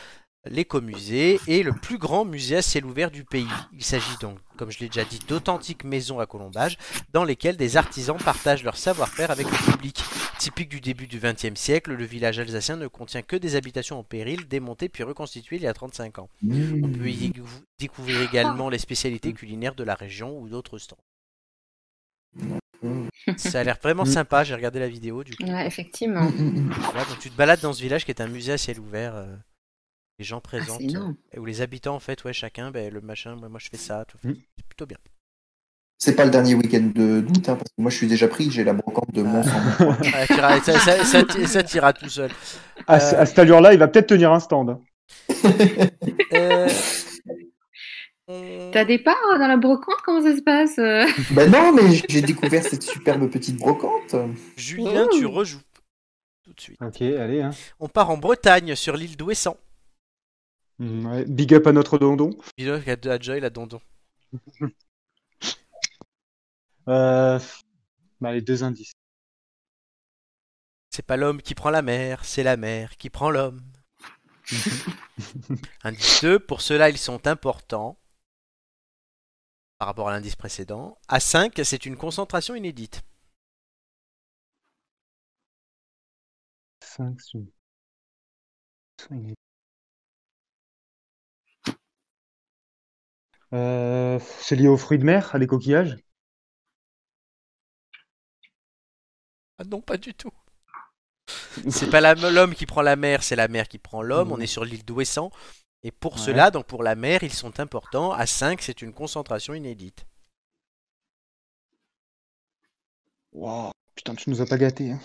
L'écomusée est le plus grand musée à ciel ouvert du pays. Il s'agit donc, comme je l'ai déjà dit, d'authentiques maisons à colombage dans lesquelles des artisans partagent leur savoir-faire avec le public. Typique du début du XXe siècle, le village alsacien ne contient que des habitations en péril, démontées puis reconstituées il y a 35 ans. On Mmh. peut y décou- découvrir également Ah. les Hmm. spécialités culinaires de la région ou d'autres stands. Ça a l'air vraiment sympa, j'ai regardé la vidéo du coup. Ouais, Mm, effectivement. Voilà, donc tu te balades dans ce village qui est un musée à ciel ouvert. euh, les gens Ah, présentent, c'est énorme. euh, où les habitants en fait, ouais, chacun, ben, le machin, ben, moi je fais ça, tout. Mm. c'est plutôt bien. C'est pas le dernier week-end de- d'août, hein, parce que moi je suis déjà pris, j'ai la brocante de Mons. en- Ouais, tu verras, ça, ça- ça t- ça t'ira tout seul. à, ce- à cette allure-là, il va peut-être tenir un stand. Euh, on- T'as des parts dans la brocante Comment ça se passe euh ben non, mais j'ai découvert cette superbe petite brocante. Julien, tu rejoues tout de suite. Ok, allez. Hein. On part en Bretagne sur l'île d'Ouessant. Mm, ouais, Big up à notre dondon. Bilof a Joy la dondon. Euh, Bah, les deux indices. C'est pas l'homme qui prend la mer, c'est la mer qui prend l'homme. Indice 2, pour cela ils sont importants par rapport à l'indice précédent. À 5, c'est une concentration inédite. 5 sous. Euh, c'est lié aux fruits de mer, à des coquillages Ah non, pas du tout. C'est pas la- l'homme qui prend la mer, c'est la mer qui prend l'homme. On est sur l'île d'Ouessant. Et pour Ouais. cela, donc pour la mer, ils sont importants. À 5, c'est une concentration inédite. Wow, putain, tu nous as pas gâtés. Hein.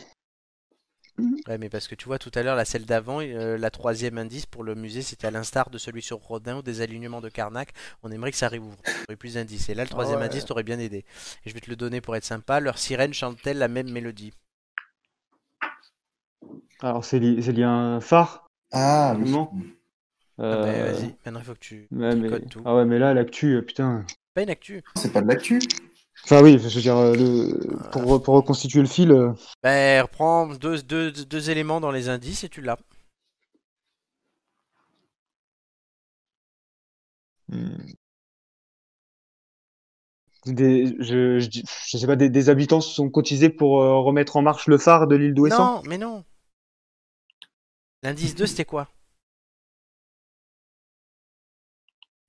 Ouais, mais parce que tu vois, tout à l'heure, la celle d'avant, euh, la troisième indice pour le musée, c'était à l'instar de celui sur Rodin ou des alignements de Carnac. On aimerait que ça réouvre. T'aurais plus d'indices. Et là, le troisième Ah ouais. indice t'aurait bien aidé. Et je vais te le donner pour être sympa. Leur sirène chante-t-elle la même mélodie Alors, c'est lié, c'est lié à un phare Ah oui. Non. Ah bah, Euh, Vas-y, maintenant, il faut que tu ouais, mais- codes tout. Ah ouais, mais là, l'actu, euh, putain. Pas une actu. C'est pas de l'actu. Enfin, oui, je veux dire, euh, le- pour, re- pour reconstituer le fil. euh, Ben, reprends deux, deux, deux éléments dans les indices et tu l'as. Hmm. Des, je, je, dis- je sais pas, des, des habitants se sont cotisés pour euh, remettre en marche le phare de l'île d'Ouessant. Non, mais non. L'indice 2, c'était quoi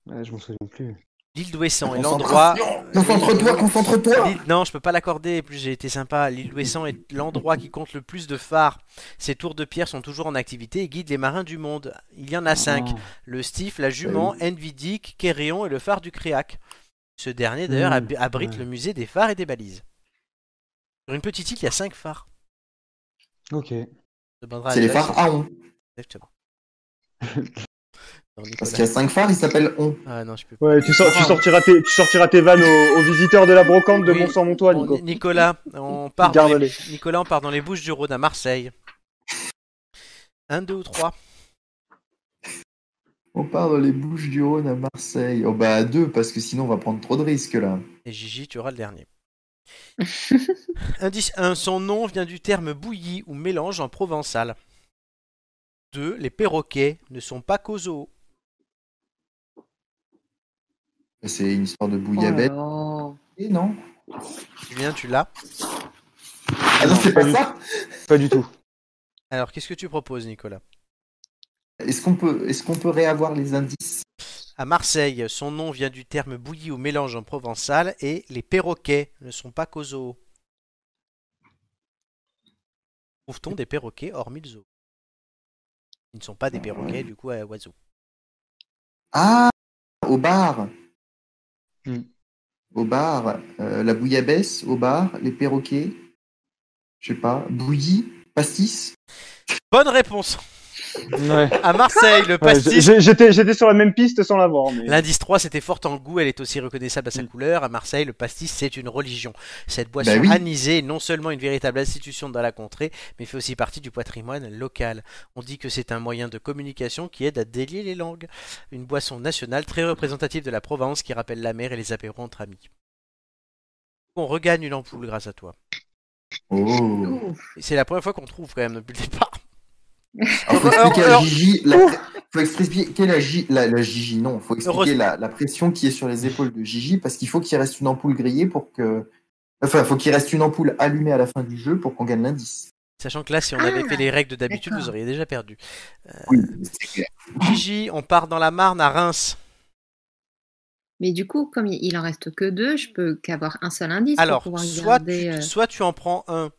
Ouais, je m'en souviens plus. L'île d'Ouessant et l'endroit. Concentre-toi, concentre-toi. L'île- Non, je peux pas l'accorder. Plus j'ai été sympa. L'île d'Ouessant est l'endroit qui compte le plus de phares. Ces tours de pierre sont toujours en activité et guident les marins du monde. Il y Ah. en a cinq le Stif, la Jument, Envidic, Kéréon et le phare du Créac. Ce dernier d'ailleurs ab- Mmh, abrite ouais. le musée des phares et des balises. Sur une petite île, il y a cinq phares. Ah, ok. On demandera à C'est les Joyce. phares à on. Exactement. Non, Parce Nicolas. qu'il y a cinq phares, ils s'appellent on. Ah non, je peux pas. Ouais, tu, sors- tu sortiras tes, tu sortiras tes vannes aux, aux visiteurs de la brocante de Oui. Mont-Saint-Montois, Bon, Nico. Ni- Nicolas, on part dans Garde-les. les... Nicolas, on part dans les Bouches du Rhône à Marseille. 1, 2 ou 3. On part dans les Bouches du Rhône à Marseille. Oh bah à deux, parce que sinon on va prendre trop de risques là. Et Gigi, tu auras le dernier. Indice 1. Son nom vient du terme bouilli ou mélange en provençal. 2. Les perroquets ne sont pas qu'aux zoos. C'est une histoire de Oh là bouillabaisse, là. non Julien, tu l'as. Ah non, c'est pas ça. Pas du tout. Alors, qu'est-ce que tu proposes, Nicolas Est-ce qu'on peut, est-ce qu'on peut réavoir les indices À Marseille, son nom vient du terme bouilli ou mélange en provençal et les perroquets ne sont pas qu'aux zoos. Trouve-t-on des perroquets hormis le zoo Ils ne sont pas des perroquets du coup à oiseaux. Ah, au bar. Hmm. Au bar, euh, la bouillabaisse, au bar, les perroquets, je sais pas, bouilli, pastis. Bonne réponse Ouais. À Marseille, le Ouais, pastis j'ai- J'étais j'étais sur la même piste sans l'avoir. Mais... L'indice 3, c'était forte en goût, elle est aussi reconnaissable à sa couleur. À Marseille, le pastis, c'est une religion. Cette boisson Mm. Bah oui. anisée est non seulement une véritable institution dans la contrée, mais fait aussi partie du patrimoine local. On dit que c'est un moyen de communication qui aide à délier les langues. Une boisson nationale très représentative de la Provence qui rappelle la mer et les apéros entre amis. On regagne une ampoule grâce à toi. Oh. Et C'est la première fois qu'on trouve quand même depuis le départ. Alors, faut Alors, expliquer à alors- Gigi, la... faut expliquer la, Gi- la, la Gigi, non, faut expliquer Heureusement. la, la pression qui est sur les épaules de Gigi parce qu'il faut qu'il reste une ampoule grillée pour que. Enfin, faut qu'il reste une ampoule allumée à la fin du jeu pour qu'on gagne l'indice. Sachant que là, si on avait Ah, fait les règles de d'habitude, vous auriez déjà perdu. Euh, Oui, c'est clair. Gigi, on part dans la Marne à Reims. Mais du coup, comme il il en reste que deux, je peux qu'avoir un seul indice Alors, pour pouvoir soit garder, tu, euh, soit tu en prends un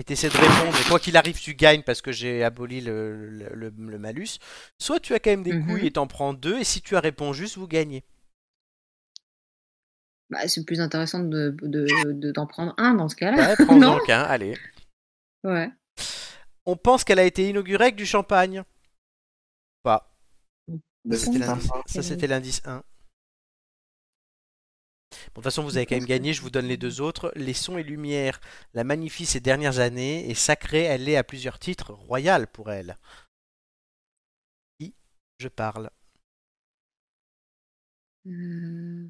et t'essaies de répondre, et quoi qu'il arrive, tu gagnes parce que j'ai aboli le, le- le- le malus. Soit tu as quand même des Mhm. couilles et t'en prends deux, et si tu as répondu juste, vous gagnez. bah, c'est plus intéressant de de- de- d'en prendre un dans ce cas-là. Ouais, prends Non. donc, hein, allez. Ouais. On pense qu'elle a été inaugurée avec du champagne. Pas. Bah, Ça, c'était l'indice- ça, c'était l'indice 1. Bon, de toute façon, vous avez quand même gagné, je vous donne les deux autres. Les sons et lumières, la magnifie ces dernières années, et sacrée, elle est à plusieurs titres royale pour elle. Qui je parle Euh,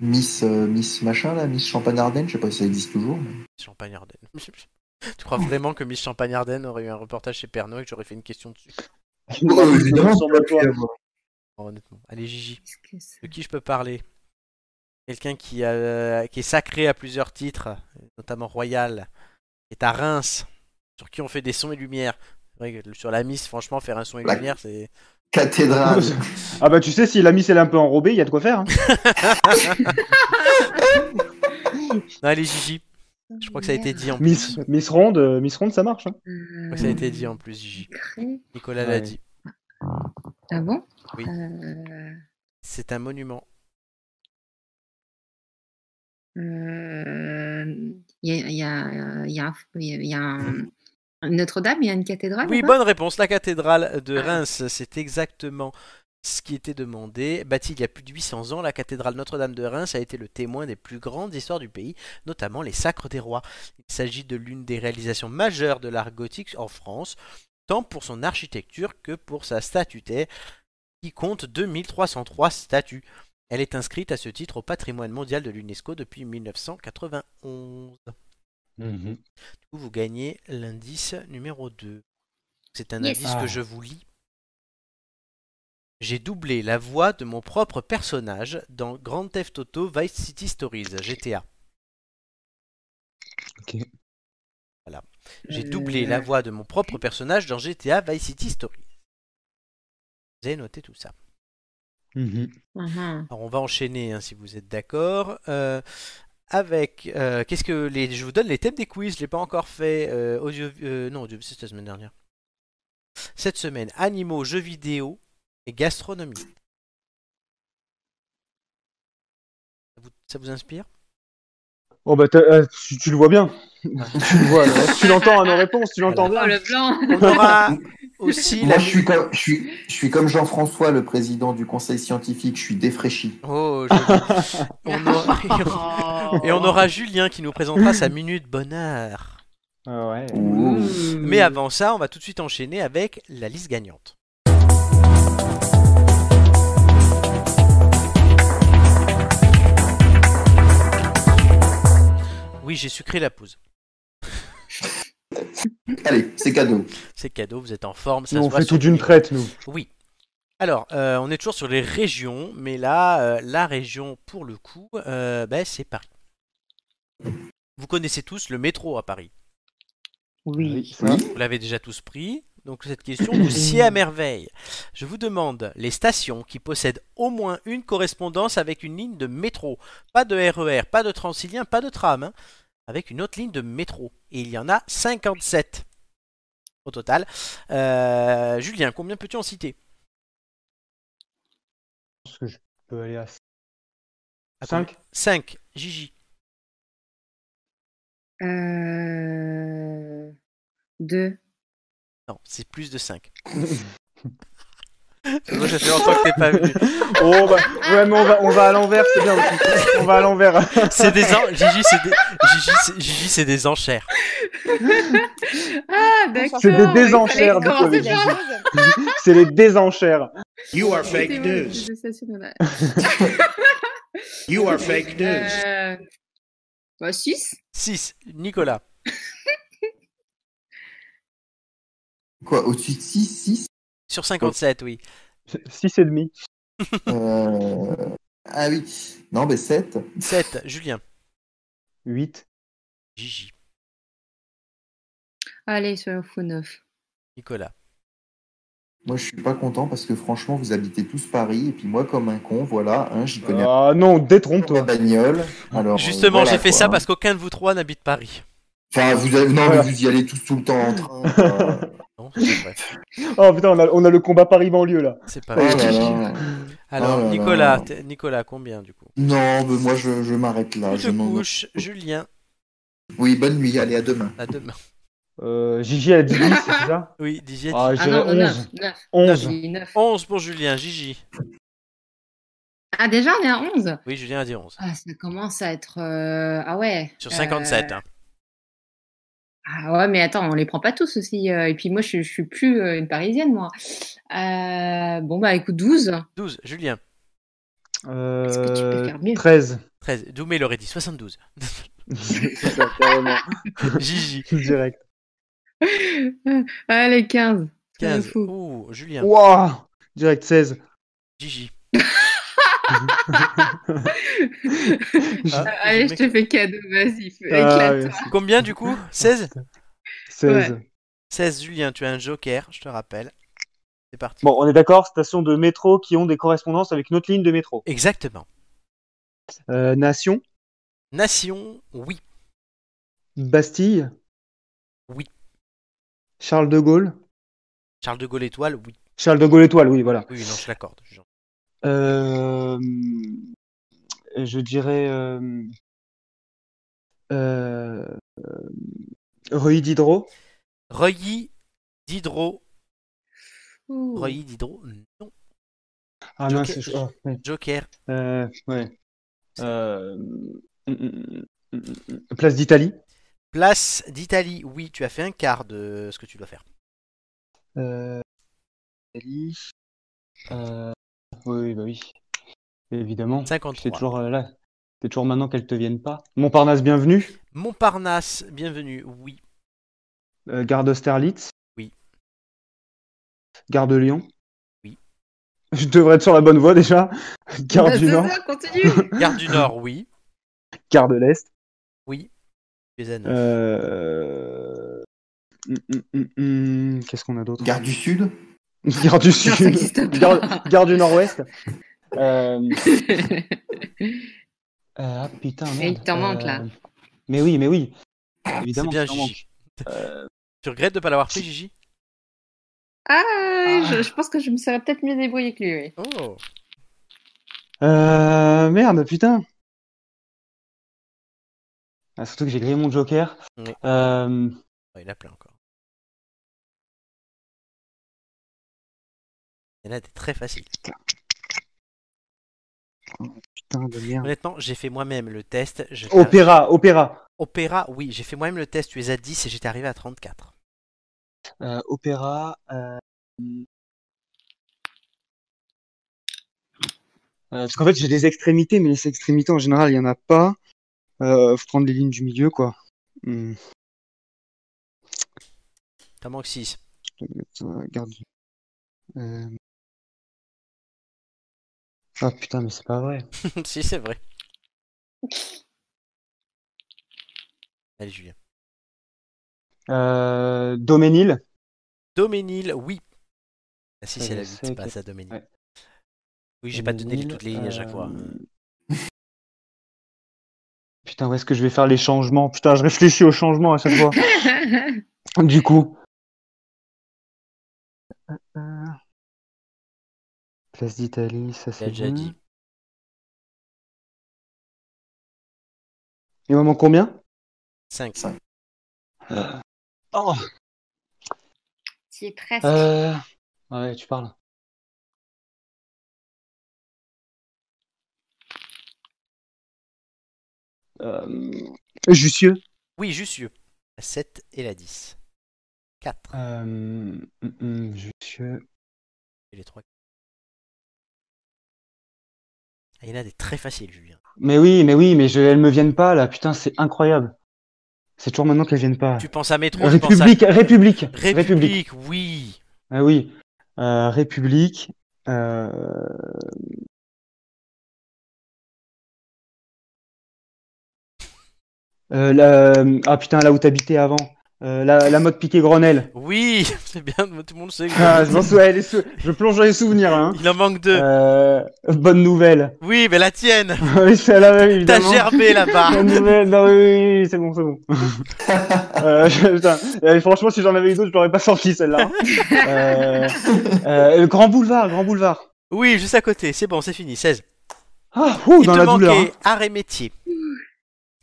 Miss, euh, Miss machin là, Miss Champagne Ardenne, je sais pas si ça existe toujours. mais- Champagne Ardenne. tu crois vraiment que Miss Champagne Ardenne aurait eu un reportage chez Pernod et que j'aurais fait une question dessus Oh, évidemment, ressemble à toi. Bon, Honnêtement. Allez, Gigi. qu'est-ce que c'est De qui je peux parler Quelqu'un qui, a- qui est sacré à plusieurs titres, notamment Royal, qui est à Reims, sur qui on fait des sons et lumières. C'est vrai que Sur la Miss, franchement, faire un son et Black. lumière, c'est. Cathédrale. Ah bah tu sais, si la miss elle est un peu enrobée, il y a de quoi faire. hein. Non, allez, Gigi. Je crois que ça a été dit en plus. Miss, miss Ronde, euh, Miss Ronde, ça marche. hein. Je crois que ça a été dit en plus, Gigi. Sacré. Nicolas l'a Ouais. dit. Ah bon Oui. Euh, C'est un monument. euh, Il y a, il y a, euh, il y a- il y a un- Notre-Dame, il y a une cathédrale Oui, là-bas bonne réponse. La cathédrale de Reims, c'est exactement ce qui était demandé. Bâtie il y a plus de 800 ans, la cathédrale Notre-Dame de Reims a été le témoin des plus grandes histoires du pays, notamment les sacres des rois. Il s'agit de l'une des réalisations majeures de l'art gothique en France, tant pour son architecture que pour sa statutaire, qui compte 2303 statues. Elle est inscrite à ce titre au patrimoine mondial de l'UNESCO depuis 1991. Du coup, vous gagnez l'indice numéro 2. C'est un Yes. indice Ah. que je vous lis. J'ai doublé la voix de mon propre personnage dans Grand Theft Auto Vice City Stories, GTA. Ok. Voilà. bah, J'ai doublé Euh. la voix de mon propre personnage dans GTA Vice City Stories. Vous avez noté tout ça. Mm-hmm. Mhm. Alors on va enchaîner hein, si vous êtes d'accord. Euh, avec euh, qu'est-ce que les je vous donne les thèmes des quiz, je l'ai pas encore fait euh, audio euh, non, audio- c'était la semaine dernière. Cette semaine, animaux, jeux vidéo et gastronomie. Ça vous, ça vous inspire Oh bah t'as- euh, tu, tu le vois bien. tu le vois, là. tu l'entends à nos réponses, tu l'entends Oh, bien. le blanc On aura aussi Moi, la je suis comme, je suis, je suis comme Jean-François, le président du conseil scientifique, je suis défraîchi. Oh, joli. On aura- Oh. et on aura Julien qui nous présentera sa minute bonheur. Ah ouais. Ouh. Mm. Mais avant ça, on va tout de suite enchaîner avec la liste gagnante. Oui, j'ai sucré la pause. Allez, c'est cadeau. C'est cadeau, vous êtes en forme. Ça Nous, se on voit fait sur tout d'une les- traite, nous. Oui. Alors, euh, on est toujours sur les régions, mais là, euh, la région, pour le coup, euh, ben, c'est Paris. Vous connaissez tous le métro à Paris. Oui. ça. Vous l'avez déjà tous pris. Donc cette question vous sied à merveille. Je vous demande les stations qui possèdent au moins une correspondance avec une ligne de métro. Pas de RER, pas de Transilien, pas de tram. hein. avec une autre ligne de métro. Et il y en a 57 au total. Euh, Julien, combien peux-tu en citer pense que je peux aller à À 5. 5. Gigi. Euh... Deux. Non, c'est plus de 5. Moi, ça fait longtemps que t'es pas venu. Oh, bah, ouais, mais on va, on va à l'envers, c'est bien. On va à l'envers. C'est des en- Gigi, c'est des... Gigi, c'est- Gigi, c'est des enchères. Ah, d'accord. C'est des il bah, fallait désenchères, commencer du par là. C'est les désenchères. You are C'était fake où les news. deux stations de- You are fake news. Euh, bah, six. 6. Nicolas. Quoi, au-dessus de 6, 6 Sur 57, oui. 6 et demi. euh... Ah oui, non, mais 7. 7. Julien. 8. Gigi. Allez, sur le faux neuf. Nicolas. Moi, je suis pas content parce que franchement, vous habitez tous Paris et puis moi, comme un con, voilà, hein, j'y connais Ah non, rien la détrompe-toi. bagnole. Alors, Justement, euh, voilà, j'ai fait quoi, ça hein. parce qu'aucun de vous trois n'habite Paris. Enfin, vous, avez- non, Voilà. mais vous y allez tous tout le temps en train. quoi. Non, c'est vrai. Oh putain, on a, on a le combat Paris-Banlieue là. C'est pas Oh vrai. là là. Alors, Oh là là. Nicolas, t'es- Nicolas, combien du coup Non, mais moi, je, je m'arrête là. Je Ah, Je m'en- couche. Julien, Oui, bonne nuit, allez, à demain. à demain. Euh, Gigi a dit 10, c'est ça Oui, Didier. Ah, je Ah dirais non, 11. neuf, neuf. 11. J'ai dit neuf. 11 pour Julien. Gigi. Ah, déjà, on est à 11 Oui, Julien a dit 11. Ah, ça commence à être. euh, Ah ouais. Sur Euh, 57. hein. Ah ouais, mais attends, on les prend pas tous aussi. euh, Et puis moi, je, je suis plus euh, une parisienne, moi. Euh, bon, bah écoute, 12. 12. Julien. Est-ce que tu Euh, peux faire mieux 13. 13. Doumé l'aurait dit 72. C'est ça, carrément. Gigi. Direct. Allez, 15. C'est 15. fou. Ouh, Julien. Oh. Wouah Direct 16. Gigi. Euh, Ah, Allez, mec. je te fais cadeau, vas-y, fais- Ah, éclate-toi. ouais, Combien du coup 16 16. 16, Julien, tu as un joker, je te rappelle. C'est parti. Bon, on est d'accord, stations de métro qui ont des correspondances avec une autre ligne de métro. Exactement. Euh, Nation, Nation, oui. Bastille. Oui. Charles de Gaulle. Charles de Gaulle étoile, oui. Charles de Gaulle étoile, oui, voilà. Oui, non, je l'accorde. Je- Euh, je dirais euh, euh, euh, Reuilly Diderot. Reuilly, Diderot, Ouh. Reuilly, Diderot, non. Ah Joker. non, c'est chaud. Ah, ouais. Joker, Euh, ouais. Euh, mm, mm, mm, mm, Place d'Italie. place d'Italie, oui, tu as fait un quart de ce que tu dois faire. Euh, Italie. Euh, oui, bah oui. Évidemment. C'est 53. toujours euh, là. C'est toujours maintenant qu'elles te viennent pas. Montparnasse, bienvenue. Montparnasse, bienvenue, oui. Euh, gare d'Austerlitz. Oui. Gare de Lyon. Oui. Je devrais être sur la bonne voie déjà. Gare Bah, du c'est Nord. ça, continue. Gare du Nord, oui. Gare de l'Est. Oui. Tu es à neuf. Euh, hum, hum, hum, hum, Qu'est-ce qu'on a d'autre? Gare du Sud Gare du ça Sud. existe pas. Gare, gare du Nord-Ouest. Euh, Ah putain, Mais il merde. Euh, t'en manque, là. Mais oui, mais oui. Évidemment, bien, il t'en Gigi. manque. Euh, Tu regrettes de ne pas l'avoir pris, Gigi Ah, Je, je pense que je me serais peut-être mieux débrouillée que lui. oui. Oh euh, merde, putain. Ah, surtout que j'ai grillé mon Joker. Oui. Euh, Il a plein encore. Il y en a des très faciles. putain de merde. Honnêtement, j'ai fait moi-même le test. Je t'ai- Opéra, opéra. Opéra, oui, j'ai fait moi-même le test. Tu es à 10 et j'étais arrivé à 34. Euh, opéra. euh, euh, parce qu'en fait, j'ai des extrémités, mais les extrémités en général, il n'y en a pas. Euh, faut prendre les lignes du milieu, quoi. Hum, T'en manques 6. euh, garde. Euh, Ah putain, mais c'est pas vrai. si, c'est vrai. Allez, Julien. Euh, Doménil. Doménil, oui. Ah si, Ça, c'est je la sais 8, que- pas ça, Doménil. Ouais. Oui, j'ai pas donné les- Doménil, toutes les lignes à chaque fois. euh, Putain, où est-ce que je vais faire les changements Putain, je réfléchis aux changements à chaque fois. du coup. Euh, Place d'Italie, ça Il a c'est déjà bon. dit. Il m'en manque combien 5. Cinq. Oh C'est presque. euh... Ouais, tu parles. Euh... Jussieu. Oui, Jussieu. La 7 et la 10. 4 Euh... hum, hum, Jussieu. et les 3. Ah, il y en a des très faciles, Julien. Mais oui, mais oui, mais je... elles me viennent pas là, putain, c'est incroyable. C'est toujours maintenant qu'elles viennent pas. Tu penses à Métro, tu penses à... Ah. République, République, République. République, oui. Ah oui, Euh, République. euh, euh, la- Ah putain, là où t'habitais avant. Euh, la, la mode piqué Grenelle. Oui, c'est bien, tout le monde sait. que- Ah, je, m'en souviens, les sou- je plonge dans les souvenirs. Hein. Il en manque deux. Euh, bonne nouvelle. Oui, mais la tienne. oui, celle-là même, T'as évidemment. gerbé là-bas. Bonne nouvelle. Non, oui, oui, oui, c'est bon, c'est bon. Euh, je- putain, euh, franchement, si j'en avais eu d'autres, je l'aurais pas sorti celle-là. hein. Euh, euh, le Grand Boulevard, Grand Boulevard. Oui, juste à côté. C'est bon, c'est fini. 16. Ah, ouh, Il dans te la manquait douleur. hein. Art et Métier.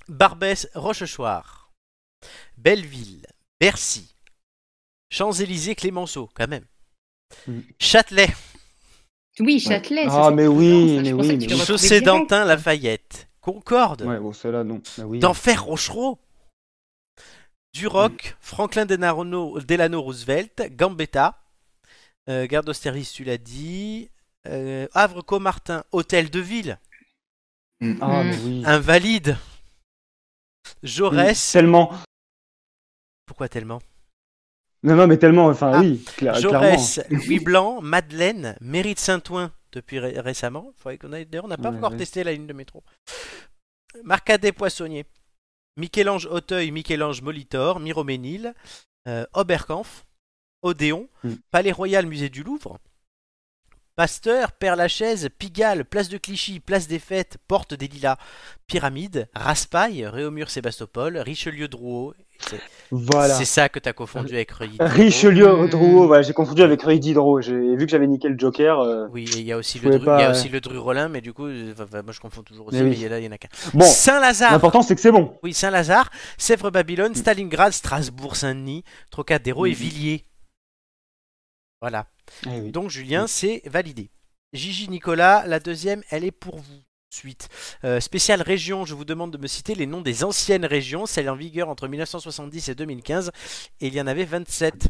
Barbès, Rochechouart. Belleville. Bercy. Champs-Élysées, Clémenceau, quand même. Mm. Châtelet. Oui, Châtelet. ça, Ah, c'est mais évident, oui, ça, je mais pensais oui, que mais tu le oui. retrouvais Chaussée direct. d'Antin, Lafayette. Concorde. Ouais, bon, celle-là, non. Ah oui. d'Enfer Rochereau, Duroc, Franklin Denarno- Delano Roosevelt, Gambetta, euh, Gare d'Austerlitz, tu l'as dit, euh, Havre Comartin, Hôtel de Ville, Ah, mais Mm. oui. Invalide, Jaurès, Tellement. pourquoi tellement Non, non, mais tellement. Enfin, Ah, oui, cla- Euh, clairement. Jaurès, Louis Blanc, Madeleine, Mérite Saint-Ouen depuis ré- récemment. Faudrait qu'on aille- D'ailleurs, on n'a pas Ouais, encore ouais. testé la ligne de métro. Marcadet Poissonnier, Michel-Ange Auteuil, Michel-Ange Molitor, Miroménil, euh, Oberkampf, Odéon, Mm. Palais Royal, Musée du Louvre, Pasteur, Père-Lachaise, Pigalle, Place de Clichy, Place des Fêtes, Porte des Lilas, Pyramide, Raspail, Réaumur-Sébastopol, Richelieu-Drouot. C'est Voilà. c'est ça que t'as confondu avec Reuilly. Richelieu Mm. Drouot, voilà, j'ai confondu avec Ray Diderot. J'ai vu que j'avais niqué le Joker. euh, Oui, et il y a aussi Je le, pouvais Dru, pas, il y a ouais. aussi le Dru Rollin, mais du coup, euh, enfin, enfin, moi je confonds toujours aussi, Mais mais, oui. il y a là, il y en a qu'un. Bon, Saint-Lazare l'important c'est que c'est bon. Oui, Saint-Lazare, Sèvres-Babylone, Stalingrad, Strasbourg, Saint-Denis, Trocadéro et Mhm. Villiers. Voilà. Eh oui. Donc, Julien, c'est validé. Gigi Nicolas, la deuxième, elle est pour vous. Suite. Euh, spéciale région, je vous demande de me citer les noms des anciennes régions, celles en vigueur entre 1970 et 2015, et il y en avait 27.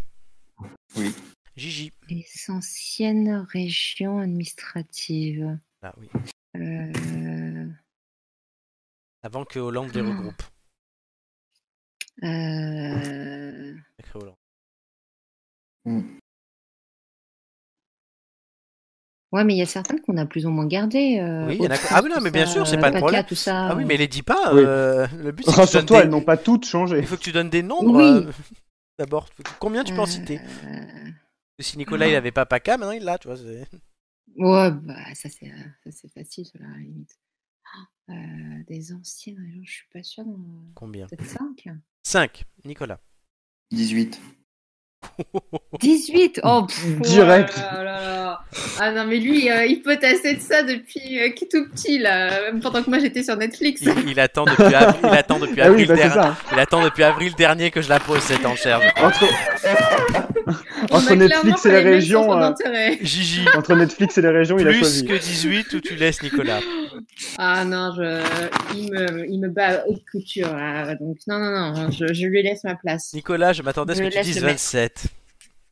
Oui. Gigi. Les anciennes régions administratives. Ah, oui. Euh, Avant que Hollande les Ah. regroupe. euh, Sacré Hollande. Ouais, mais il y a certaines qu'on a plus ou moins gardées. euh, Oui, il y en a- Haute-France, Ah oui, non, tout mais bien ça, sûr, c'est euh, pas le PACA, problème. tout ça, Ah oui, euh, mais les dis pas. Oui. euh, le but, c'est que tu donnes Rassure-toi, des- elles n'ont pas toutes changé. Il faut que tu donnes des nombres. Oui. euh, D'abord, combien tu peux en citer euh, Si Nicolas, il avait pas PACA, maintenant il l'a, tu vois. c'est- Ouais, bah, ça c'est euh, ça, c'est facile, cela, à la limite. Ah, euh, des anciennes régions, je suis pas sûre. euh, Combien Peut-être 5 5, Nicolas. 18. 18 Oh, pff, Direct. oh là là là. Ah non, mais lui, euh, il peut tasser de ça depuis euh, qu'il est tout petit, là, même pendant que moi j'étais sur Netflix. Il, il attend depuis, av- il attend depuis Ah oui, avril bah, c'est dernier. ça. Il attend depuis avril dernier que je la pose cette enchère. Entre, On a entre Netflix et clairement les pas mêmes régions, centres euh, d'intérêt. Gigi, entre Netflix et les régions, il a plus choisi. que 18 ou tu laisses Nicolas Ah non, je... il, me... il me bat à haute couture. là, donc, non, non, non, je, je lui laisse ma place. Nicolas, je m'attendais à ce Je que tu laisse dises le mec. 27.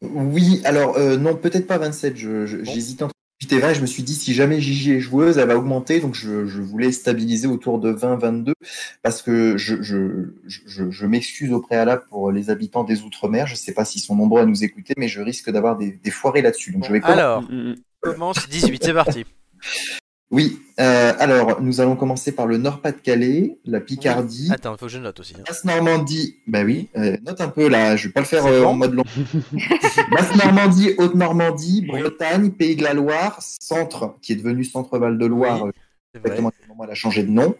Oui, alors euh, non, peut-être pas 27. je- je- Bon. J'hésitais entre 18 et 20 et je me suis dit si jamais Gigi est joueuse, elle va augmenter. Donc je, je voulais stabiliser autour de 20-22 parce que je, je, je- je- je m'excuse au préalable pour les habitants des Outre-mer. Je ne sais pas s'ils sont nombreux à nous écouter, mais je risque d'avoir des, des foirés là-dessus. Donc je vais commencer. Alors, Mm, mm, mm. commence 18, c'est parti. Oui, euh, alors nous allons commencer par le Nord-Pas-de-Calais, la Picardie, Attends, faut que je note aussi. hein. Basse-Normandie. Bah oui, euh, note un peu là, je vais pas le faire C'est euh, bon en mode long. Basse-Normandie, Haute-Normandie, Bretagne, Pays de la Loire, Centre, qui est devenu Centre-Val de Loire, Oui, c'est vrai. exactement à quel moment elle a changé de nom.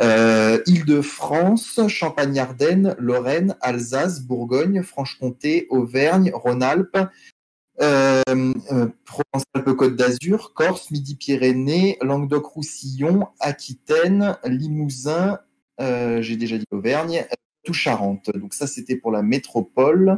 Euh, Île-de-France, Champagne-Ardenne, Lorraine, Alsace, Bourgogne, Franche-Comté, Auvergne, Rhône-Alpes, euh, euh, Provence-Alpes-Côte d'Azur, Corse, Midi-Pyrénées, Languedoc-Roussillon, Aquitaine, Limousin, euh, j'ai déjà dit Auvergne, tout Charente. Donc ça, c'était pour la métropole.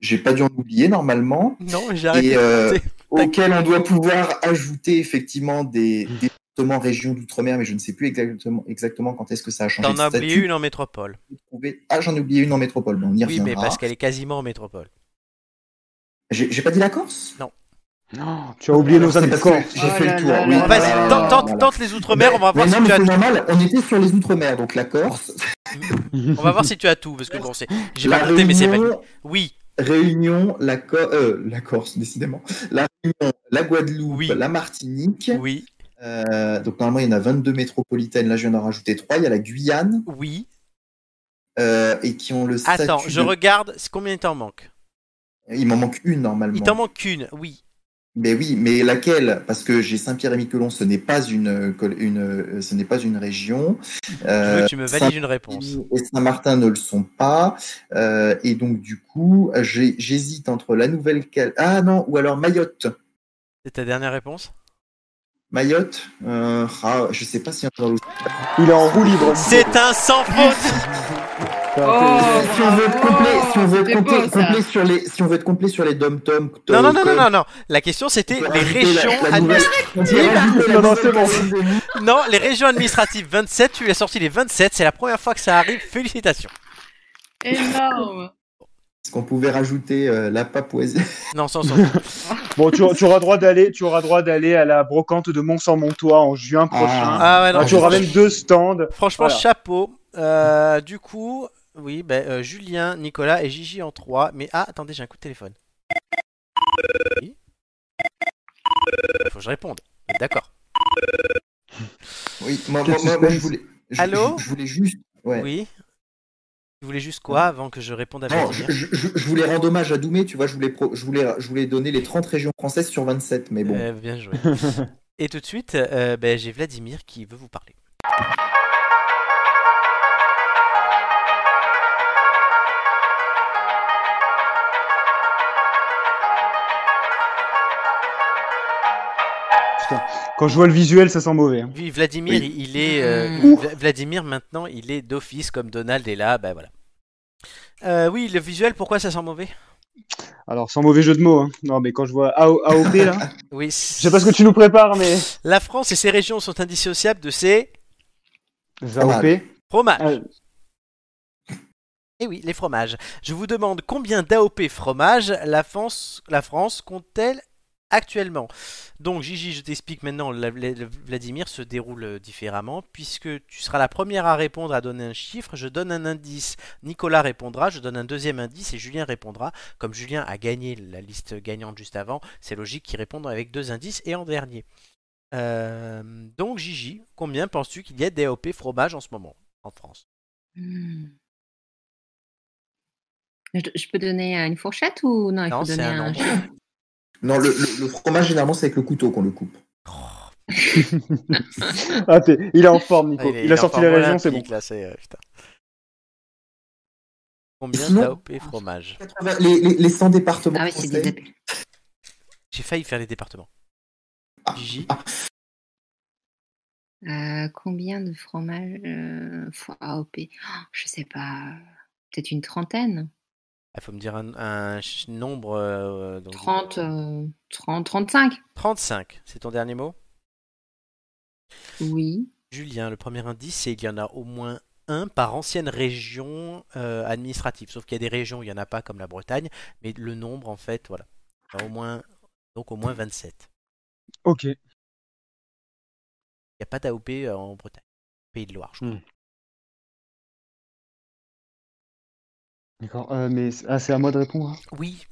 J'ai pas dû en oublier normalement Non, j'ai arrêté. Et, euh, d'écouter. auquel on doit pouvoir ajouter effectivement des Hmm. des départements, régions d'outre-mer, mais je ne sais plus exactement, exactement quand est-ce que ça a changé. T'en de as statut. oublié une en métropole. Trouver- Ah, j'en ai oublié une en métropole, mais on y Oui, mais reviendra. parce qu'elle est quasiment en métropole. J'ai j'ai pas dit la Corse Non, tu as oublié nos C'est amis parce que corses. J'ai Oh fait là le tour. là oui. là Vas-y, là Voilà, tente, tente, voilà. tente les outre-mer, on va Mais voir si non, mais tu as c'est normal, on était sur les outre-mer, donc la Corse, On va voir si tu as tout, parce que bon, c'est. J'ai la pas compté, mais c'est pas. Réunion, Oui, Réunion, la, Co- euh, la Corse, décidément. La Réunion, la Guadeloupe, Oui. la Martinique. oui, Euh, donc normalement, il y en a 22 métropolitaines. Là, je viens d'en rajouter 3. Il y a la Guyane oui. euh, et qui ont le statut. Attends, je de- regarde c'est combien il t'en manque. Il m'en manque une normalement. Il t'en manque une, oui. Mais oui, mais laquelle? Parce que j'ai Saint-Pierre-et-Miquelon, ce n'est pas une, euh, col- une, euh, ce n'est pas une région. Je veux Euh, que tu me valides une réponse. Saint-Denis et Saint-Martin ne le sont pas. Euh, et donc du coup, j'ai- j'hésite entre la Nouvelle-Cal, ah non, ou alors Mayotte. C'est ta dernière réponse Mayotte, euh, ah, je sais pas si on va Il est en roue libre. C'est un sans faute Oh, si on veut être complet, si on veut être C'était complet, beau, ça. complet sur les, si on veut être complet sur les dom-tom. Non, non, non, non, non, non. La question c'était les régions. bah, admi- Non, non, c'est bon. Non, les régions administratives 27, tu as sorti les 27, c'est la première fois que ça arrive, félicitations. Énorme. Est-ce qu'on pouvait rajouter euh, la Papouasie Non, sans sans. Bon, tu, tu auras droit d'aller, tu auras droit d'aller à la brocante de mont saint montois en juin prochain. Ah ouais, non. Ah, tu auras même deux stands. Franchement, Voilà. chapeau. Euh, du coup, oui, ben, euh, Julien, Nicolas et Gigi en 3. Mais ah, attendez, j'ai un coup de téléphone. Oui. Faut que je réponde. D'accord. Oui, moi, Quel moi, moi, moi, je suspense. voulais. je- Allô je, je voulais juste. Ouais. Oui. Tu voulais juste quoi avant que je réponde à Non, Vladimir je, je- je- je voulais rendre hommage à Doumé, tu vois, je voulais, pro- je voulais, je voulais donner les 30 régions françaises sur 27, mais bon. Euh, Bien joué. et tout de suite, euh, ben, j'ai Vladimir qui veut vous parler. Quand je vois le visuel, ça sent mauvais. hein. Lui, Vladimir, il il est. euh, Vla- Vladimir, maintenant, il est d'office comme Donald est là, ben voilà. Euh, oui, le visuel, pourquoi ça sent mauvais Alors, sans mauvais jeu de mots. hein. Non, mais quand je vois AO AOP là, Oui. je sais pas ce que tu nous prépares, mais La France et ses régions sont indissociables de ses AOP. fromages. Ah, Eh oui, les fromages. Je vous demande combien d'AOP fromages la France, la France compte-t-elle actuellement Donc Gigi, je t'explique maintenant, la- la- le Vladimir se déroule euh, différemment, puisque tu seras la première à répondre, à donner un chiffre, je donne un indice, Nicolas répondra, je donne un deuxième indice et Julien répondra. Comme Julien a gagné la liste gagnante juste avant, c'est logique qu'il réponde avec deux indices et en dernier. Euh, donc Gigi, combien penses-tu qu'il y a d'AOP fromages en ce moment en France Je, je peux donner euh, une fourchette ou non, il Non, faut c'est donner un un, nombre. chiffre. Non, le, le- le fromage, généralement, c'est avec le couteau qu'on le coupe. ah, t'es- il est en forme, Nico. Ah, il, a sorti la région, c'est bon. Combien Sinon- d'AOP fromage Les, les, les 100 départements Ah oui, c'est français. des appels. J'ai failli faire les départements. Gigi, Euh, combien de fromages euh, fois AOP Oh, Je sais pas. Peut-être une trentaine il faut me dire un, un ch- nombre. euh, donc- 30, euh, 30, 35 35, c'est ton dernier mot Oui. Julien, le premier indice, c'est qu'il y en a au moins un par ancienne région euh, administrative. Sauf qu'il y a des régions où il n'y en a pas, comme la Bretagne, mais le nombre, en fait, voilà. Il y en a au moins, donc au moins 27. Ok. Il n'y a pas d'AOP euh, en Bretagne. Pays de Loire, je crois. D'accord. euh, mais ah, c'est à moi de répondre. hein. Oui,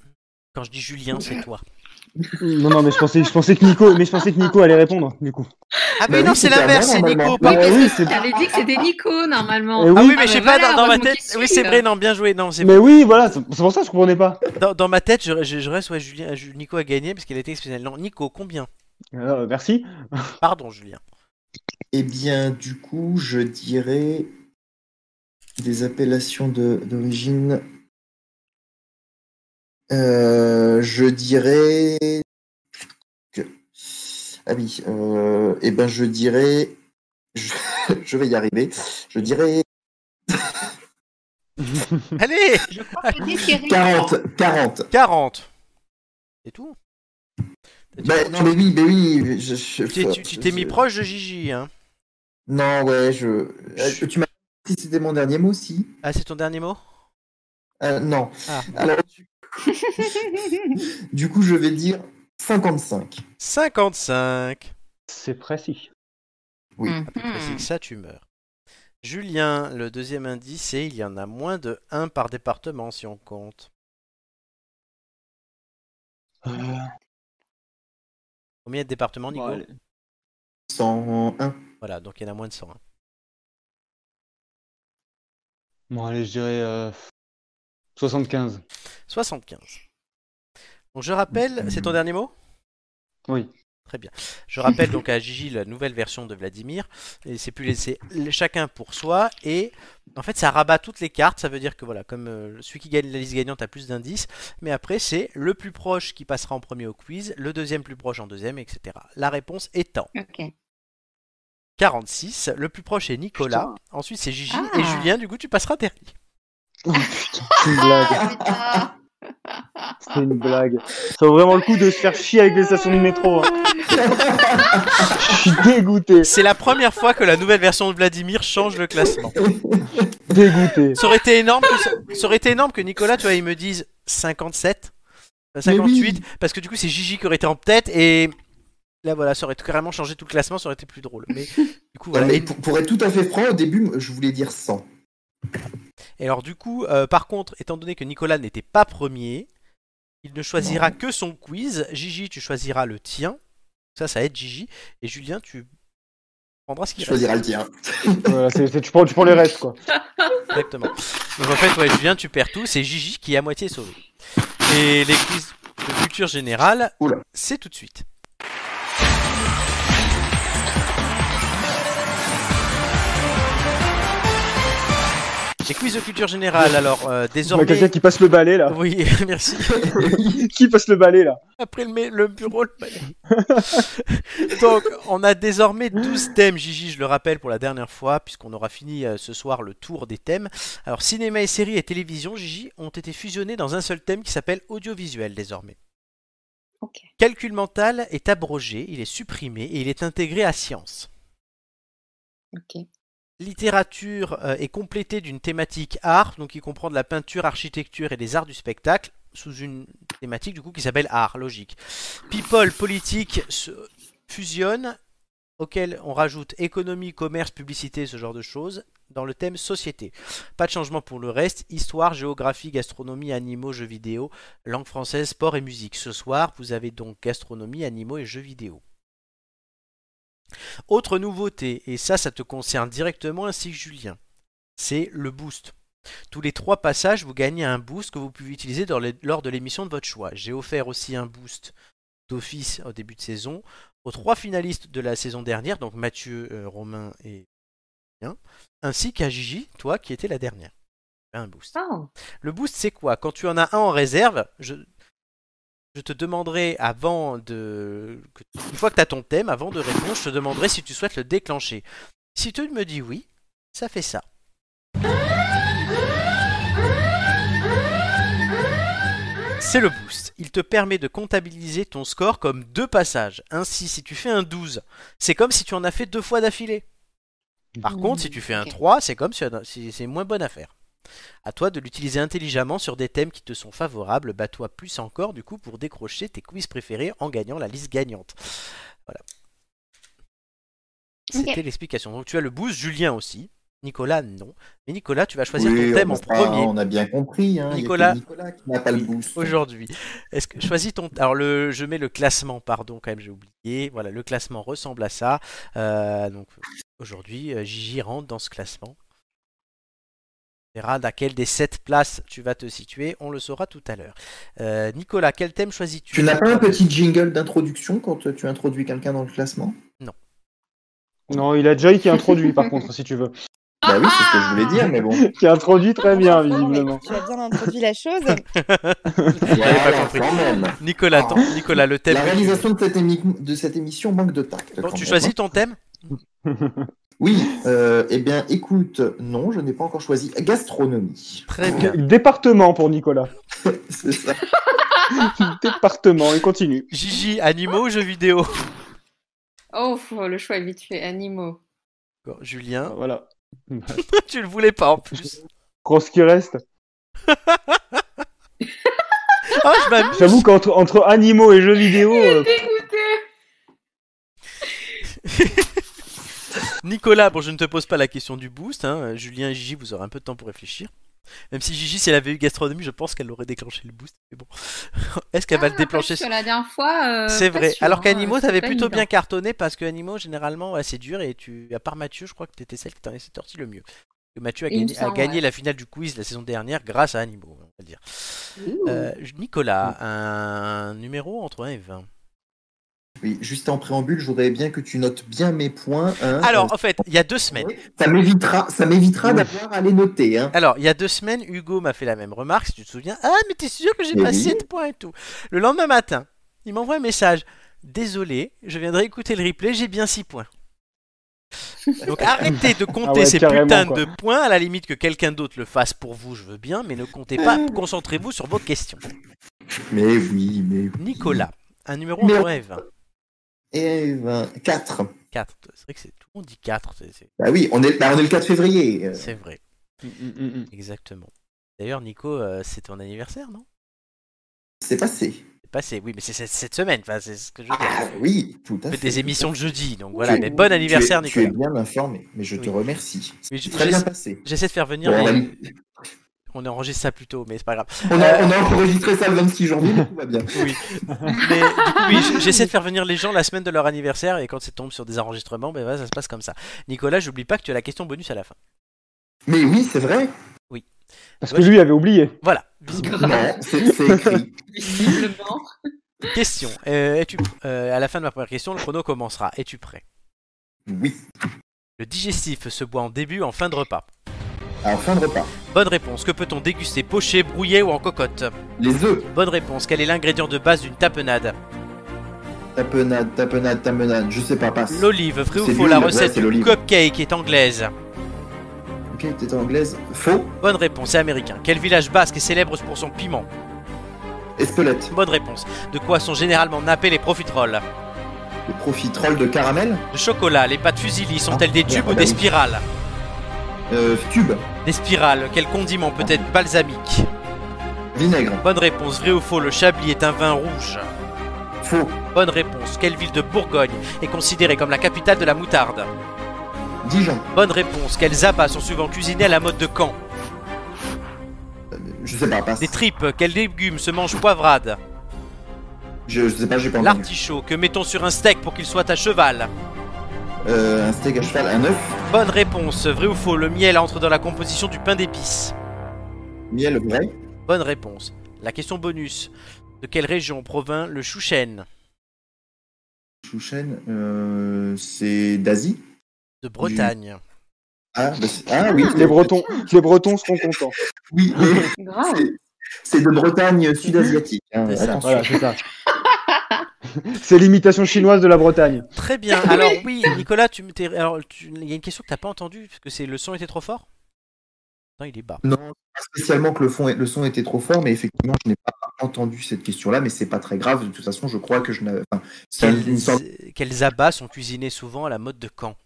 quand je dis Julien, c'est toi. Non, non, mais je pensais, je pensais que Nico, mais je pensais que Nico allait répondre, du coup. Ah, Bah mais non, oui, c'est c'était l'inverse, avant, c'est Nico. normalement. Bah, pardon. oui, c'est- T'avais dit que c'était Nico normalement. Eh oui. Ah oui, Ah, mais je sais bah pas, voilà, dans, dans ma heureusement tête. qu'il Oui, suit, c'est là. vrai, non, bien joué. Non, c'est Mais oui, voilà, c'est c'est pour ça que je comprenais pas. Dans, dans ma tête, je, je- je reste, ouais, Julien, euh, Ju- Nico a gagné parce qu'elle a été exceptionnelle. Non, Nico, combien Euh, merci. Pardon, Julien. Eh bien, du coup, je dirais des appellations de- d'origine. Euh, je dirais. Ah oui. euh, eh ben, je dirais. Je, je vais y arriver. Je dirais Allez Déchiré. 40. 40. 40 C'est tout Ben, non, mais oui, mais oui. je- je- Tu t'es- tu- tu t'es mis proche de Gigi, hein Non, ouais, je. Euh, Tu m'as dit si c'était mon dernier mot, si. Ah, c'est ton dernier mot Euh, non. Ah. Alors, du- du coup, je vais dire 55. 55 C'est précis. Oui. Mhm. C'est que ça, tu meurs. Julien, le deuxième indice, c'est il y en a moins de 1 par département si on compte. Euh, Combien de départements, Nico 101. Voilà, donc il y en a moins de 100. hein. Bon, allez, je dirais euh, 75. 75. Donc je rappelle, c'est ton dernier mot Oui. Très bien. Je rappelle donc à Gigi la nouvelle version de Vladimir. Et c'est plus laissé chacun pour soi. Et en fait, ça rabat toutes les cartes. Ça veut dire que voilà, comme euh, celui qui gagne la liste gagnante a plus d'indices. Mais après, c'est le plus proche qui passera en premier au quiz, le deuxième plus proche en deuxième, etc. La réponse étant Ok. 46. Le plus proche est Nicolas. Ensuite, c'est Gigi. Ah. Et Julien, du coup, tu passeras dernier. Oh, putain, c'est une blague. Ah, C'est une blague. Ça vaut vraiment le coup de se faire chier avec des stations de métro. hein. Je suis dégoûté. C'est la première fois que la nouvelle version de Vladimir change le classement. Dégoûté. Ça aurait été énorme que, ça, ça aurait été énorme que Nicolas, tu vois, il me dise 57, euh, 58, parce que du coup, c'est Gigi qui aurait été en tête, et là, voilà, ça aurait carrément changé tout le classement, ça aurait été plus drôle. Mais du coup, voilà. Mais Et, pour, pour être tout à fait franc, au début, je voulais dire 100. et alors, du coup, euh, par contre, étant donné que Nicolas n'était pas premier, il ne choisira que son quiz. Gigi, tu choisiras le tien. Ça, ça aide Gigi. Et Julien, tu prendras ce Tu qu'il choisiras le tien. Voilà, c'est- c'est- tu, prends, tu prends les restes, quoi. Exactement. Donc en fait, ouais, Julien, tu perds tout. C'est Gigi qui est à moitié sauvé. Et les quiz de culture générale, Oula. c'est tout de suite. Les quiz de culture générale, alors euh, On a quelqu'un désormais. qui passe le balai, là. Oui, merci. qui passe le balai, là Après le, mé- le bureau, le palais. Donc, on a désormais 12 thèmes, Gigi, je le rappelle pour la dernière fois, puisqu'on aura fini euh, ce soir le tour des thèmes. Alors, cinéma et séries et télévision, Gigi, ont été fusionnés dans un seul thème qui s'appelle audiovisuel désormais. Ok. Calcul mental est abrogé, il est supprimé et il est intégré à science. ok. Littérature euh, est complétée d'une thématique art, donc qui comprend de la peinture, architecture et des arts du spectacle, sous une thématique du coup qui s'appelle art, logique. People, politique se fusionnent, auquel on rajoute économie, commerce, publicité, ce genre de choses, dans le thème société. Pas de changement pour le reste, histoire, géographie, gastronomie, animaux, jeux vidéo, langue française, sport et musique. Ce soir, vous avez donc gastronomie, animaux et jeux vidéo. Autre nouveauté, et ça, ça te concerne directement ainsi que Julien, c'est le boost. Tous les trois passages, vous gagnez un boost que vous pouvez utiliser dans les- lors de l'émission de votre choix. J'ai offert aussi un boost d'office au début de saison aux trois finalistes de la saison dernière, donc Mathieu, euh, Romain et Julien, ainsi qu'à Gigi, toi qui étais la dernière. Un boost. Oh, Le boost, c'est quoi Quand tu en as un en réserve, je, je te demanderai avant de. que- Une fois que tu as ton thème, avant de répondre, je te demanderai si tu souhaites le déclencher. Si tu me dis oui, ça fait ça. C'est le boost. Il te permet de comptabiliser ton score comme deux passages. Ainsi, si tu fais un 12, c'est comme si tu en as fait deux fois d'affilée. Par Mmh, contre, si tu fais un ok. 3, c'est comme si si- c'est moins bonne affaire. À toi de l'utiliser intelligemment sur des thèmes qui te sont favorables. Bats-toi plus encore du coup pour décrocher tes quiz préférés en gagnant la liste gagnante. Voilà. Ok. C'était l'explication. Donc tu as le boost, Julien aussi. Nicolas, non. Mais Nicolas, tu vas choisir Oui, ton thème en on a- premier On a bien compris. Hein, il y a que Nicolas. Nicolas qui n'a pas le boost. aujourd'hui. Est-ce que choisis ton alors le je mets le classement pardon quand même j'ai oublié. Voilà, le classement ressemble à ça. Euh, donc aujourd'hui euh, Gigi rentre dans ce classement. On verra laquelle des sept places tu vas te situer, on le saura tout à l'heure. Euh, Nicolas, quel thème choisis-tu Tu n'as pas un petit jingle d'introduction quand tu introduis quelqu'un dans le classement Non, il a Joy qui introduit par contre, si tu veux. Bah oui, c'est ce que je voulais dire, mais bon. Qui introduit très bien, Non, mais visiblement. tu as bien introduit la chose. pas Voilà, compris. quand même. Nicolas, ton- Nicolas, le thème. Ah. La que tu- réalisation de cette, émi- de cette émission manque de tact. Bon, quand tu même. choisis ton thème Oui, euh, eh bien écoute, non, je n'ai pas encore choisi. Gastronomie. Très bien. Département pour Nicolas. C'est ça. Département, et continue. Gigi, animaux, jeux vidéo. Oh, faut- le choix habitué, animaux. Bon, Julien, Ah, Voilà. tu le voulais pas en plus. Gros ce qui reste. Ah, je m'amuse. J'avoue qu'entre entre animaux et jeux vidéo, Oh, euh, Nicolas, bon, je ne te pose pas la question du boost. hein. Euh, Julien et Gigi, vous aurez un peu de temps pour réfléchir. Même si Gigi, si elle avait eu gastronomie, je pense qu'elle aurait déclenché le boost. Mais bon, est-ce qu'elle va le déclencher Sur la dernière fois. Ah, euh, C'est pas vrai. sûr, Alors hein, qu'animaux, c'est t'avais pas plutôt évident. bien cartonné parce que animaux, généralement, ouais, c'est dur. Et tu, à part Mathieu, je crois que t'étais celle qui t'en est sortie le mieux. Parce que Mathieu a Il me gagné, a semble, gagné ouais. la finale du quiz la saison dernière grâce à animaux, on va le dire. Euh, Nicolas, un numéro entre 1 et 20. Oui, juste en préambule, je voudrais bien que tu notes bien mes points. hein. Alors, en fait, il y a deux semaines. ça m'évitera, ça m'évitera Oui. d'avoir à les noter. Hein. Alors, il y a deux semaines, Hugo m'a fait la même remarque, si tu te souviens. Ah, mais t'es sûr que j'ai Eh Mais pas oui. 7 points et tout. Le lendemain matin, il m'envoie un message. Désolé, je viendrai écouter le replay, j'ai bien 6 points. Donc arrêtez de compter Ah ouais, ces carrément, putains quoi. de points, à la limite que quelqu'un d'autre le fasse pour vous, je veux bien, mais ne comptez pas, concentrez-vous sur vos questions. Mais oui, mais oui. Nicolas, un numéro Mais- en rêve. Et 4. 4. C'est vrai que c'est- tout le monde dit 4, c'est- c'est- Bah oui, on est, bah, on est le 4 février. euh. c'est vrai, mm, mm, exactement. D'ailleurs, Nico, euh, c'est ton anniversaire, non C'est passé. C'est passé, oui, mais c'est cette- cette semaine, enfin, c'est ce que je veux dire. Ah oui, tout à On fait. fait des émissions de jeudi, donc Tu voilà. es- Mais bon anniversaire, tu es- Nicolas. Tu es bien informé, mais je te Oui. remercie. Mais C'est je- très je- bien passé. J'essaie de faire venir. Bon, ben, mais- on, On a enregistré ça plus tôt, mais c'est pas grave. a, on a- on Euh. a enregistré ça le 26 janvier, mais tout va bien. Oui. mais du Ah. coup, oui, j- j'essaie de faire venir les gens la semaine de leur anniversaire, et quand ça tombe sur des enregistrements, ben voilà, ça se passe comme ça. Nicolas, j'oublie pas que tu as la question bonus à la fin. Mais oui, c'est vrai. mm. Parce que lui avait oublié. Voilà. Visiblement. Non, c'est c'est écrit. Visiblement. question. Euh, es-tu euh, à la fin de ma première question, le chrono commencera. Es-tu prêt Oui. Le digestif se boit en début, en fin de repas. En fin de repas. Bonne réponse. Que peut-on déguster Poché, brouillé ou en cocotte Les œufs. Bonne réponse. Quel est l'ingrédient de base d'une tapenade Tapenade, tapenade, tapenade. Je sais pas, passe. L'olive, vrai ou C'est faux, la l'huile, ouais, recette c'est du l'olive. cupcake est anglaise. Ok, t'es anglaise. Faux. Bonne réponse, c'est américain. Quel village basque est célèbre pour son piment Espelette. Bonne réponse. De quoi sont généralement nappés les profiteroles Le profiterole de caramel. De chocolat, les pâtes fusilli sont-elles des Ah, tubes ah ou bah des oui. spirales Euh, tube. Des spirales, quel condiment peut être balsamique Vinaigre. Bonne réponse, vrai ou faux, le chablis est un vin rouge. Faux. Bonne réponse, quelle ville de Bourgogne est considérée comme la capitale de la moutarde Dijon. Bonne réponse, quels abats sont souvent cuisinés à la mode de Caen Euh, Je sais pas, passe. Des tripes, quels légumes se mangent poivrade Je, je sais pas, j'ai pas entendu. L'artichaut, que mettons sur un steak pour qu'il soit à cheval Euh, un steak à cheval, un œuf. Bonne réponse, vrai ou faux, le miel entre dans la composition du pain d'épices. Miel vrai. Bonne réponse. La question bonus. De quelle région provint le chou chêne Chouchen, euh, c'est d'Asie. De Bretagne. Ah, bah, c'est- ah oui. Les Bretons, les Bretons seront contents. Oui, mais Grave. c'est- c'est de Bretagne sud-asiatique. hein, Ah. C'est ça. attention. Voilà, c'est ça. C'est l'imitation chinoise de la Bretagne. Très bien. Alors oui, Nicolas, tu me t'es- alors tu- il y a une question que t'as pas entendue parce que c'est le son était trop fort. Non, il est bas. Non, pas spécialement que le, fond est- le son était trop fort, mais effectivement, je n'ai pas entendu cette question-là, mais c'est pas très grave. De toute façon, je crois que je n'avais. Enfin, c'est une Quels, sorte- quels abats sont cuisinés souvent à la mode de Caen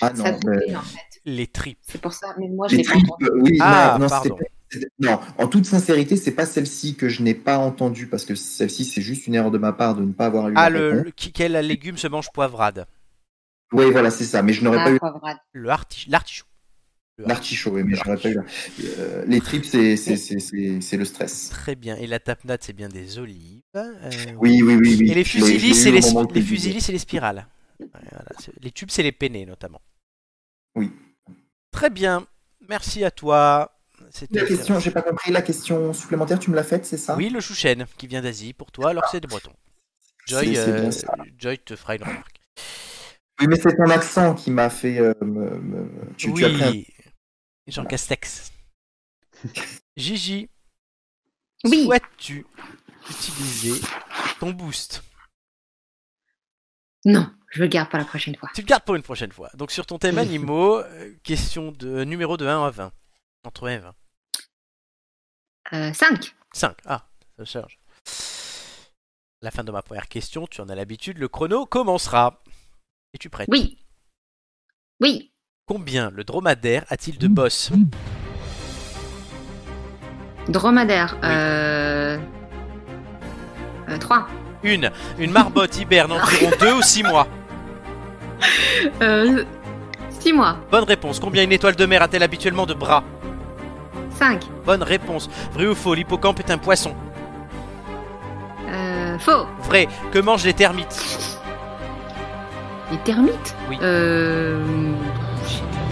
Ah Ça a non, mais- coupé, en fait. Les tripes. C'est pour ça. Mais moi, je les l'ai pas tripes, entendu. oui, Ah, non, non, pardon. c'est pas- non, en toute sincérité, c'est pas celle-ci que je n'ai pas entendue, parce que celle-ci, c'est juste une erreur de ma part de ne pas avoir eu Ah la le, réponse. le- qui- quel légume se mange poivrade Oui, voilà, c'est ça. Mais je n'aurais Ah, pas eu poivrade. Le arti- l'artichaut. Le l'artichaut. oui, mais je n'aurais pas eu. euh, les tripes, c'est c'est- c'est- c'est- c'est le stress. Très bien. Et la tapenade, c'est bien des olives. Euh, Oui, oui, oui. oui. Et les Je l'ai- je l'ai fusilis, eu c'est au les, moment où les tu le disais. fusilis, c'est les spirales. Ouais, voilà, c'est- Les tubes, c'est les pennés, notamment. Oui. Très bien. Merci à toi. C'était La question, j'ai pas compris. La question supplémentaire, tu me l'as faite, c'est ça Oui, le chouchen qui vient d'Asie pour toi, alors que c'est des Bretons. Joy, C'est- c'est euh, bien ça. Joy te fera une remarque. Oui, mais c'est ton accent qui m'a fait. euh, me- me- Tu, tu as pris un- oui, Jean Castex. Gigi, Oui. souhaites-tu utiliser ton boost Non, je le garde pour la prochaine fois. Tu le gardes pour une prochaine fois. Donc sur ton thème animaux, euh, question de numéro de 1 à 20. Entre 1 et 20. Euh, 5. 5. Ah, ça charge. La fin de ma première question, tu en as l'habitude, le chrono commencera. Et tu prêtes. Oui. Oui. Combien le dromadaire a-t-il de boss Dromadaire. Euh, Oui. 3. Une. Une marmotte hiberne environ 2 ou 6 mois. 6 mois. Bonne réponse. Combien une étoile de mer a-t-elle habituellement de bras 5. Bonne réponse. Vrai ou faux, l'hippocampe est un poisson Euh, faux. Vrai. Que mangent les termites Les termites. Oui. Euh,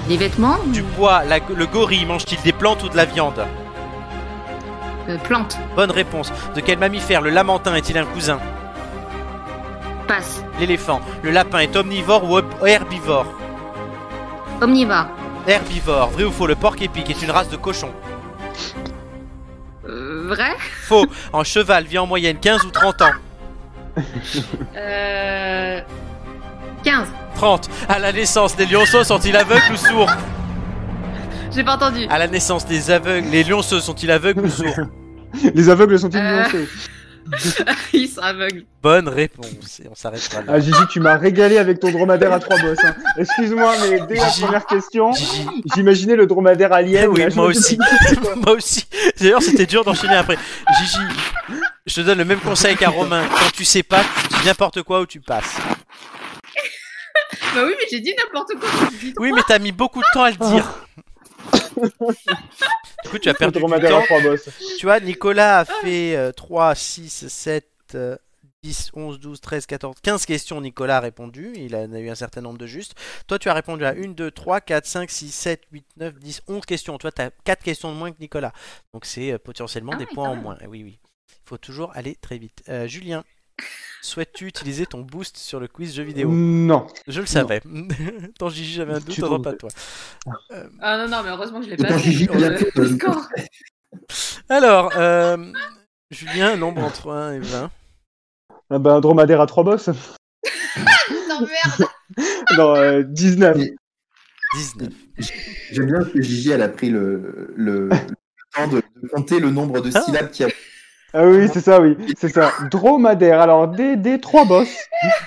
les vêtements. Du bois, la- le gorille mange-t-il des plantes ou de la viande euh, plantes. Bonne réponse. De quel mammifère le lamentin est-il un cousin Passe. L'éléphant, le lapin est omnivore ou ob- herbivore Omnivore. Herbivore, vrai ou faux, le porc épic est une race de cochon. Euh, vrai. Faux, en cheval vit en moyenne 15 ou 30 ans. Euh, 15. 30. À la naissance, les lionceaux sont-ils aveugles ou sourds J'ai pas entendu. À la naissance, les aveugles, les lionceaux sont-ils aveugles ou sourds Les aveugles sont-ils Euh. nuancés Ils sont aveugles. Bonne réponse. Et on s'arrêtera là. Ah Gigi, tu m'as régalé avec ton dromadaire à trois bosses. hein. Excuse-moi, mais dès la Gigi. première question, Gigi. j'imaginais le dromadaire alien. Eh oui, là, je moi me aussi. suis dit, Moi aussi. D'ailleurs, c'était dur d'enchaîner après. Gigi, je te donne le même conseil qu'à Romain. Quand tu sais pas, tu dis n'importe quoi ou tu passes. Bah oui, mais j'ai dit n'importe quoi. Oui, mais t'as mis beaucoup de temps à le dire. Du coup, tu as Le perdu du dromadaire à temps. trois bosses. Tu vois, Nicolas Ah. a fait euh, 3, 6, 7, euh, 10, 11, 12, 13, 14, 15 questions. Nicolas a répondu. Il en a eu un certain nombre de justes. Toi, tu as répondu à 1, 2, 3, 4, 5, 6, 7, 8, 9, 10, 11 questions. Toi, tu as 4 questions de moins que Nicolas. Donc, c'est euh, potentiellement Ah des oui, points quand en même. moins. Eh Oui, oui. Il faut toujours aller très vite. Euh, Julien, souhaites-tu utiliser ton boost sur le quiz jeux vidéo Mm. Non. Je le savais. Tant Gigi, j'avais un doute, Tu t'en as t'en- pas toi. Ah non, non, mais heureusement que je l'ai Attends, pas fait. Gigi, sinon, il a euh, fait, le euh, score. Alors, euh, Julien, nombre entre 1 et 20. Ah bah, un dromadaire à trois bosses Non, merde. Non, euh, 19. 19. J'aime bien que Gigi, elle a pris le, le, le temps de, de compter le nombre de syllabes qu'il y a. Ah oui, c'est ça, oui. C'est ça. Dromadaire. Alors, des, des trois bosses.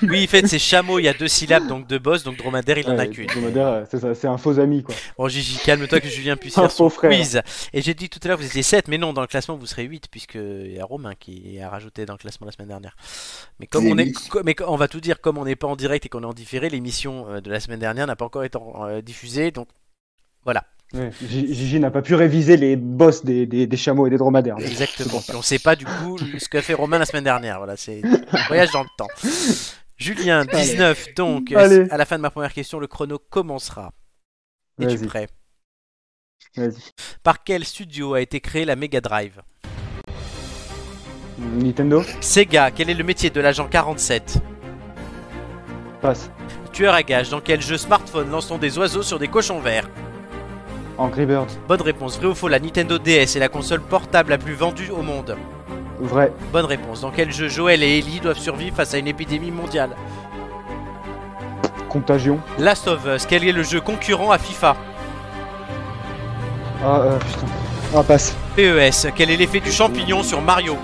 Oui, en fait, c'est chameau, il y a deux syllabes, donc deux bosses, donc dromadaire, il en a Ouais, qu'une. Dromadaire, euh, c'est ça. C'est un faux ami, quoi. Bon, Gigi, calme-toi que Julien puisse Un faire son faux frère. quiz. Et j'ai dit tout à l'heure que vous étiez 7, mais non, dans le classement, vous serez 8, puisque il y a Romain qui a rajouté dans le classement la semaine dernière. Mais comme Et on est, oui. co- mais on va tout dire, comme on n'est pas en direct et qu'on est en différé, l'émission euh, de la semaine dernière n'a pas encore été en- euh, diffusée, donc Ouais, G- Gigi n'a pas pu réviser les bosses des, des, des chameaux et des dromadaires. Exactement. pour ça. Puis on sait pas du coup ce qu'a fait Romain la semaine dernière. Voilà, c'est un voyage dans le temps. Julien, 19. Donc, Allez. à la fin de ma première question, le chrono commencera. Es-tu Vas-y. prêt Vas-y. Par quel studio a été créée la Mega Drive Nintendo, Sega, quel est le métier de l'agent 47 passe. Tueur à gage, dans quel jeu smartphone lançons des oiseaux sur des cochons verts Angry Bird, Bonne réponse. Vrai ou faux, la Nintendo DS est la console portable la plus vendue au monde vrai. Bonne réponse. Dans quel jeu Joël et Ellie doivent survivre face à une épidémie mondiale Contagion. Last of Us, quel est le jeu concurrent à FIFA Ah, euh, putain. Ah, passe. PES, E quel est l'effet du champignon sur Mario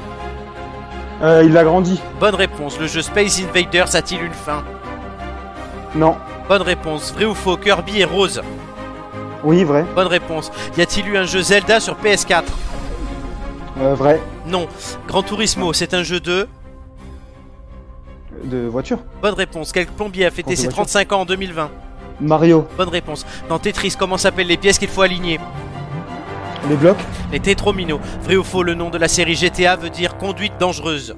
Euh, il l'a grandi. Bonne réponse, le jeu Space Invaders a-t-il une fin Non. Bonne réponse, vrai ou faux, Kirby et Rose Oui, vrai. Bonne réponse, y a-t-il eu un jeu Zelda sur PS4 Euh, vrai. Non. Gran Turismo, c'est un jeu de... de voiture. Bonne réponse. Quel plombier a Quand fêté je ses vois ça. 35 ans en 2020 Mario, Bonne réponse. Dans Tetris, comment s'appellent les pièces qu'il faut aligner les blocs, Les tétrominos. Vrai ou faux, le nom de la série GTA veut dire conduite dangereuse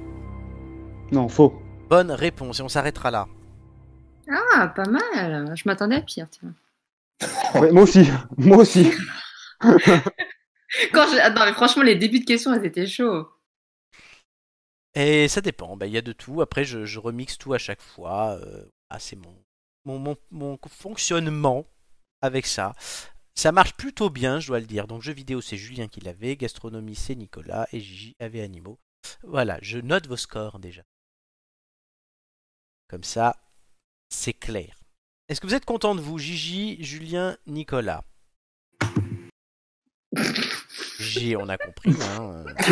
non, faux. Bonne réponse. Et on s'arrêtera là. Ah, pas mal. Je m'attendais à pire. tu vois. Ouais, moi aussi, moi aussi. Quand je- Attends, mais franchement, les débuts de questions, elles étaient chauds. Et ça dépend, bah, il y a de tout. Après, je, je remixe tout à chaque fois. euh, ah, c'est mon, mon, mon, mon fonctionnement avec ça. Ça marche plutôt bien, je dois le dire. Donc, jeux vidéo, c'est Julien qui l'avait. Gastronomie, c'est Nicolas. Et Gigi avait animaux. Voilà, je note vos scores déjà. Comme ça, c'est clair. Est-ce que vous êtes content de vous, Gigi, Julien, Nicolas Gigi, on a compris. hein, euh. Ah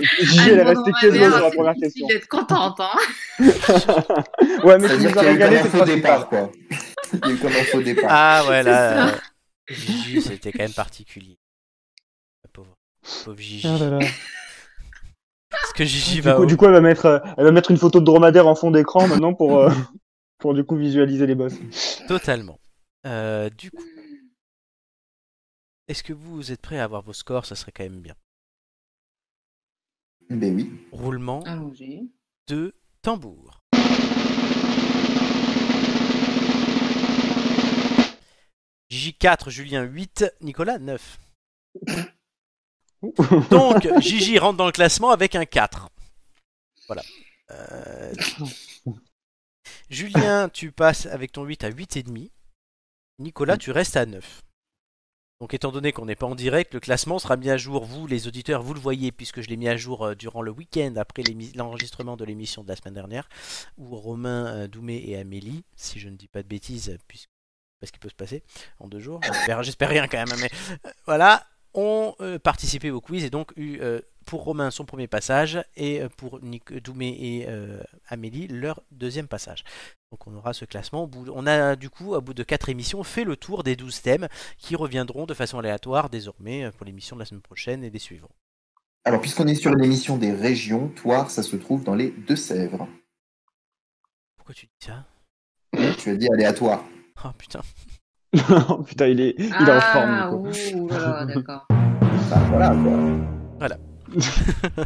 Gigi, elle est restée pieuse sur la première question. d'être contente, hein. Ouais, mais C'est-à-dire tu nous as qu'il y a eu comme régalé, un c'est faux le principal. départ, quoi. Il y a eu comme un faux départ. Ah ouais, là, ça. euh, Gigi, c'était quand même particulier. La pauvre, pauvre Gigi. Ah là là. Parce que Gigi Du va coup, au- du coup, elle va mettre, euh, elle va mettre une photo de dromadaire en fond d'écran maintenant pour, euh, pour du coup visualiser les boss. totalement. Euh, du coup, est-ce que vous êtes prêts à avoir vos scores Ça serait quand même bien. Ben oui. Roulement Allongé. de tambour. Gigi 4, Julien 8, Nicolas 9. Donc, Gigi rentre dans le classement avec un 4. Voilà. Euh, Julien, tu passes avec ton 8 à 8,5. Nicolas, tu restes à 9. Donc, étant donné qu'on n'est pas en direct, le classement sera mis à jour. Vous, les auditeurs, vous le voyez, puisque je l'ai mis à jour euh, durant le week-end après l'émi- l'enregistrement de l'émission de la semaine dernière, où Romain, euh, Doumé et Amélie, si je ne dis pas de bêtises, euh, puisque parce qu'il peut se passer en deux jours, j'espère- j'espère rien quand même, mais euh, voilà, ont euh, participé au quiz et donc eu euh, pour Romain son premier passage et euh, pour Nic- Doumé et euh, Amélie leur deuxième passage. Donc on aura ce classement. au bout- On a du coup, à bout de quatre émissions, fait le tour des 12 thèmes qui reviendront de façon aléatoire désormais euh, pour l'émission de la semaine prochaine et des suivants. Alors, puisqu'on est sur une émission des régions, Toire, ça se trouve dans les Deux-Sèvres. Pourquoi tu dis ça Tu as dit aléatoire. Oh putain. Oh, Putain, il est, il est en forme. Ah, Nico. ouh, là, d'accord. Bah, voilà, quoi.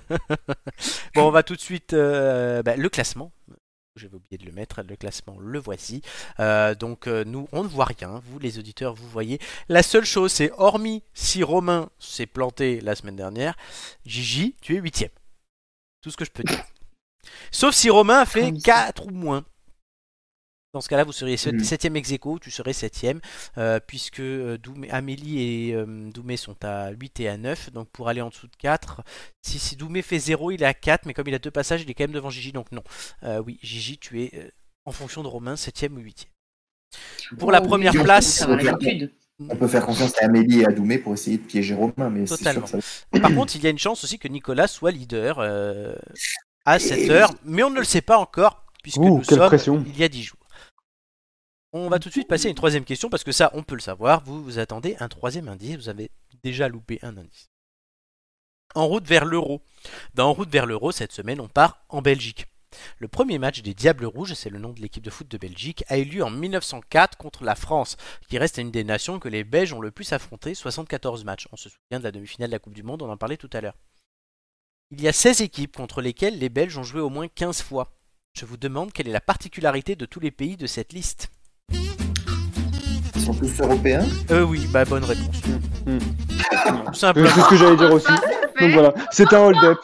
bon, on va tout de suite euh, bah, le classement. J'avais oublié de le mettre, le classement, le voici. Euh, donc euh, nous, on ne voit rien, vous les auditeurs, vous voyez. La seule chose, c'est hormis si Romain s'est planté la semaine dernière, Gigi, tu es huitième. Tout ce que je peux dire. Sauf si Romain a fait Hormis ça. Hmm. 4 ou moins. Dans ce cas-là, vous seriez Mhm. 7ème ex aequo, tu serais 7ème, euh, puisque euh, Doumé- Amélie et euh, Doumé sont à 8 et à 9, donc pour aller en dessous de 4, si, si Doumé fait 0, il est à 4, mais comme il a deux passages, il est quand même devant Gigi, donc non. Euh, oui, Gigi, tu es euh, en fonction de Romain, 7 ou 8 Pour la Oh, première oui, place- Ça va l'habitude. On peut faire confiance à Amélie et à Doumé pour essayer de piéger Romain, mais c'est sûr Totalement. que ça va- Par contre, il y a une chance aussi que Nicolas soit leader euh, à 7 heures, mais on ne le sait pas encore, puisque Ouh, nous quelle sommes pression. il y a 10 jours. On va tout de suite passer à une troisième question, parce que ça, on peut le savoir. Vous vous attendez un troisième indice, vous avez déjà loupé un indice. En route vers l'euro. Dans En route vers l'euro, cette semaine, on part en Belgique. Le premier match des Diables Rouges, c'est le nom de l'équipe de foot de Belgique, a eu lieu en 1904 contre la France, qui reste une des nations que les Belges ont le plus affronté, 74 matchs. On se souvient de la demi-finale de la Coupe du Monde, on en parlait tout à l'heure. Il y a 16 équipes contre lesquelles les Belges ont joué au moins 15 fois. Je vous demande quelle est la particularité de tous les pays de cette liste. Ils sont tous européens. Euh oui, bah bonne réponse. Mm. Tout simple. Euh, C'est ce que j'allais dire aussi. Ça, Donc voilà, c'est un hold-up.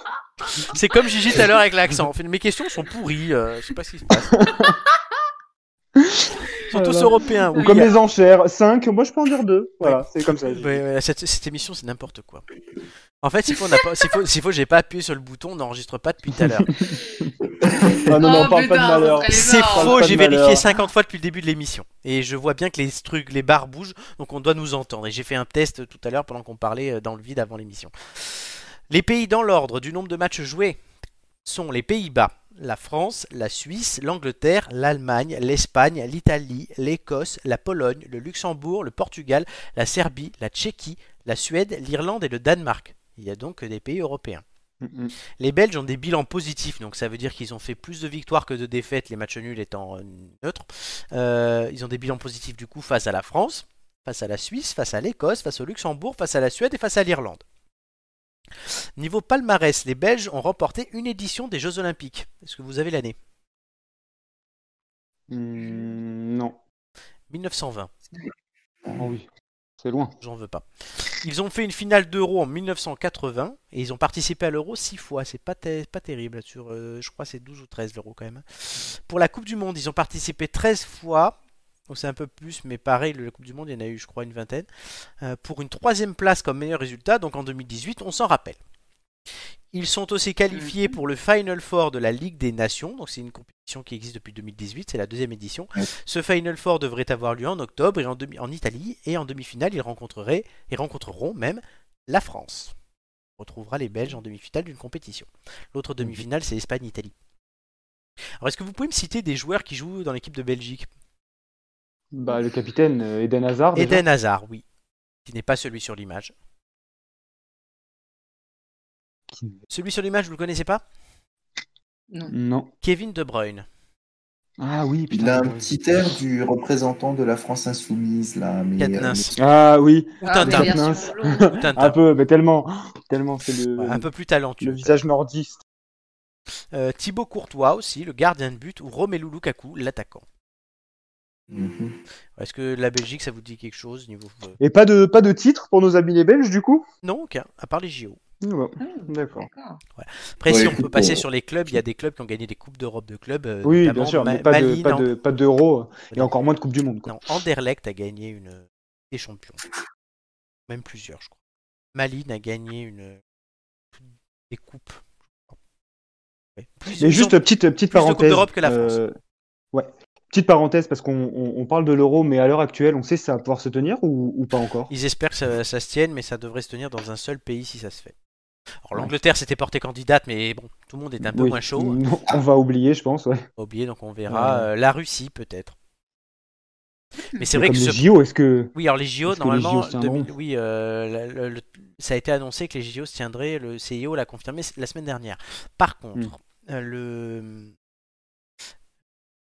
C'est comme Gigi tout à l'heure avec l'accent. En fait, mes questions sont pourries, euh, je sais pas ce qui se passe. Ils sont tous Voilà. européens, Ou oui. comme les enchères, 5, moi je peux en dire 2. Voilà, c'est comme ça. Ouais, ouais, cette, cette émission, c'est n'importe quoi. En fait, s'il faut, on n'a pas- s'il faut, s'il faut, j'ai pas appuyé sur le bouton, on n'enregistre pas depuis tout à l'heure. Ah non, non, Oh, parle pas putain, de malheur. ça serait- C'est énorme. faux, Pas de j'ai malheur. vérifié 50 fois depuis le début de l'émission. Et je vois bien que les trucs, les barres bougent, donc on doit nous entendre. Et j'ai fait un test euh, tout à l'heure pendant qu'on parlait euh, dans le vide avant l'émission. Les pays dans l'ordre du nombre de matchs joués sont les Pays-Bas, la France, la Suisse, l'Angleterre, l'Allemagne, l'Espagne, l'Italie, l'Écosse, la Pologne, le Luxembourg, le Portugal, la Serbie, la Tchéquie, la Suède, l'Irlande et le Danemark. Il y a donc que euh, des pays européens. Mm, mm. Les Belges ont des bilans positifs, donc ça veut dire qu'ils ont fait plus de victoires que de défaites, les matchs nuls étant euh, neutres. Euh, ils ont des bilans positifs du coup face à la France, face à la Suisse, face à l'Écosse, face au Luxembourg, face à la Suède et face à l'Irlande. Niveau palmarès, les Belges ont remporté une édition des Jeux Olympiques. Est-ce que vous avez l'année Mm, non. 1920. Oh oui. C'est loin. J'en veux pas. Ils ont fait une finale d'Euro en 1980 et ils ont participé à l'Euro 6 fois. C'est pas, ter- pas terrible. Sur, euh, je crois que c'est 12 ou 13 l'Euro quand même. Pour la Coupe du Monde, ils ont participé 13 fois. Donc c'est un peu plus, mais pareil, la Coupe du Monde, il y en a eu, je crois, une vingtaine. Euh, pour une troisième place comme meilleur résultat, donc en 2018, on s'en rappelle. Ils sont aussi qualifiés pour le Final Four de la Ligue des Nations. Donc c'est une compétition qui existe depuis 2018, c'est la deuxième édition. Ce Final Four devrait avoir lieu en octobre et en, demi- en Italie et en demi-finale ils rencontreraient et rencontreront même la France. On retrouvera les Belges en demi-finale d'une compétition. L'autre demi-finale c'est Espagne-Italie. Alors est-ce que vous pouvez me citer des joueurs qui jouent dans l'équipe de Belgique Bah, le capitaine euh, Eden Hazard. déjà. Eden Hazard, oui, qui n'est pas celui sur l'image. Qui- Celui sur l'image vous le connaissez pas Non. Kevin De Bruyne. Ah oui, putain. Il a un ouais. petit air du représentant de la France insoumise, là. Mais, euh, Katnins. Ah oui, Tintin. mais version Mince. longue. Tintin. un peu, mais tellement, tellement c'est le, Ouais, un peu plus le talentueux. visage nordiste. Euh, Thibaut Courtois aussi, le gardien de but, ou Romelu Lukaku, l'attaquant. Mhm. Est-ce que la Belgique, ça vous dit quelque chose niveau euh, Et pas de, pas de titre pour nos amis les Belges du coup Non, aucun, à part les JO. Ah bah, Ah, D'accord. D'accord. Après, Ouais, si on peut écoute, passer euh, sur les clubs, il y a des clubs qui ont gagné des coupes d'Europe de clubs. euh, Oui, bien notamment sûr, Ma- hein. mais pas de, Mali, pas non, de, pas d'euro et encore moins de Coupe du Monde. Quoi. Non, Anderlecht a gagné une euh, des champions. Même plusieurs, je crois. Mali a gagné une des coupes. Ouais. Plus- Mais ils juste ont- Euh, petite petite de Coupe parenthèse. d'Europe que la France. euh, ouais. Petite parenthèse parce qu'on on, on parle de l'euro, mais à l'heure actuelle, on sait si ça va pouvoir se tenir ou, ou pas encore. Ils espèrent que ça, ça se tienne, mais ça devrait se tenir dans un seul pays si ça se fait. Alors Ouais. l'Angleterre s'était portée candidate, mais bon, tout le monde est un peu Oui. moins chaud. hein. Mm, On va oublier, je pense. Ouais. Pas oublié, donc on verra. Ouais. Euh, la Russie peut-être. Mais c'est vrai Comme que les ce JO, est-ce que Oui, alors les JO, Parce que les normalement, JO se 2000 tiendront. oui, euh, la- le- le- ça a été annoncé que les JO se tiendraient, le CIO l'a confirmé la semaine dernière. Par contre, Hmm. euh, le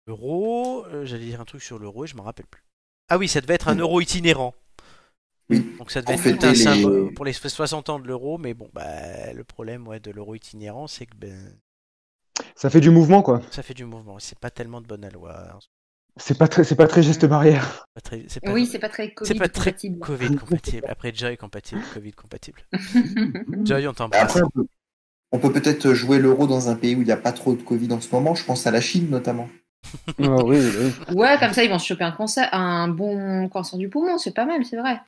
l'euro, euh, j'allais dire un truc sur l'euro et je m'en rappelle plus. Ah oui, ça devait être un Hmm. Mm. euro itinérant. Oui, Donc ça devait pour être tout un fêter les- symbole pour les 60 ans de l'euro, mais bon, bah, le problème ouais, de l'euro itinérant, c'est que ben, ça fait du mouvement quoi ça fait du mouvement, et c'est pas tellement de bonne loi. hein. C'est pas très, c'est pas très Mm. geste barrière. Pas très- c'est pas- Oui, c'est pas très Covid c'est pas très compatible. Ah, Covid compatible. Après Joy compatible, Covid compatible. Joy, on t'embrasse. Après, on peut- on peut peut-être jouer l'euro dans un pays où il n'y a pas trop de Covid en ce moment. Je pense à la Chine, notamment. Ah oui, oui. ouais, comme ça, ils vont se choper un, cancer, un bon cancer du poumon, c'est pas mal, c'est vrai.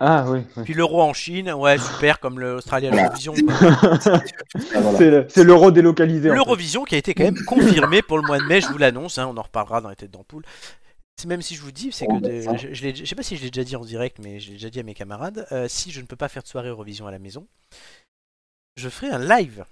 Ah oui. oui. Puis l'euro en Chine, ouais, super, comme l'Australie à l'Eurovision. quoi. Ah, voilà. C'est, le- c'est l'euro délocalisé. en fait. L'Eurovision qui a été quand même confirmée pour le mois de mai, je vous l'annonce, hein, on en reparlera dans les têtes d'ampoule. C'est- Même si je vous dis, c'est que de- je, je l'ai- je sais pas si je l'ai déjà dit en direct, mais je l'ai déjà dit à mes camarades, euh, si je ne peux pas faire de soirée Eurovision à la maison, je ferai un live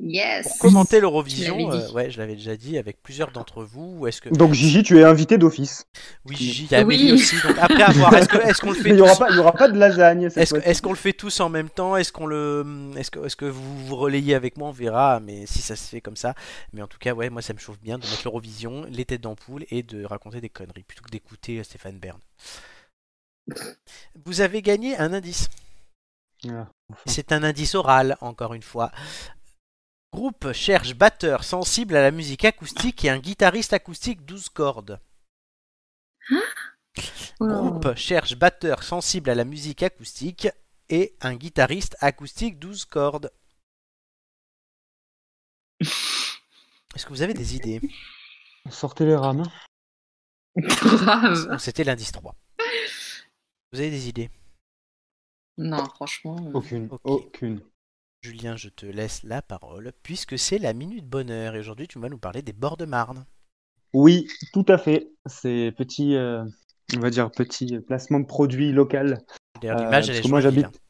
Yes. pour commenter Tu l'Eurovision. l'avais dit. euh, ouais, je l'avais déjà dit avec plusieurs d'entre vous. Ou est-ce que Donc Gigi, tu es invité d'office. oui, Gigi, il y a Oui. Amélie aussi. Donc après avoir, est-ce que- est-ce qu'on le Mais fait il y aura tous- pas, il y aura pas de lasagne. cette Est-ce que- fois-ci. est-ce qu'on le fait tous en même temps Est-ce qu'on le, hum, est-ce que, est-ce que vous vous relayez avec moi On verra, mais si ça se fait comme ça. Mais en tout cas, ouais, moi ça me chauffe bien de mettre l'Eurovision, les têtes d'ampoule et de raconter des conneries plutôt que d'écouter euh, Stéphane Bern. Vous avez gagné un indice. Ah, C'est un indice oral, encore une fois. Groupe cherche batteur sensible à la musique acoustique et un guitariste acoustique 12 cordes. Groupe cherche batteur sensible à la musique acoustique et un guitariste acoustique 12 cordes. Est-ce que vous avez des idées Sortez les rames. hein Grave. Euh. Non, C'était l'indice 3. Vous avez des idées Non, franchement. euh, Aucune. Ok. Aucune. Julien, je te laisse la parole puisque c'est la minute bonheur et aujourd'hui tu vas nous parler des bords de Marne. Oui, tout à fait. C'est petit, euh, on va dire petit placement de produit local. D'ailleurs, Euh, l'image elle parce est que moi jolie, j'habite. là.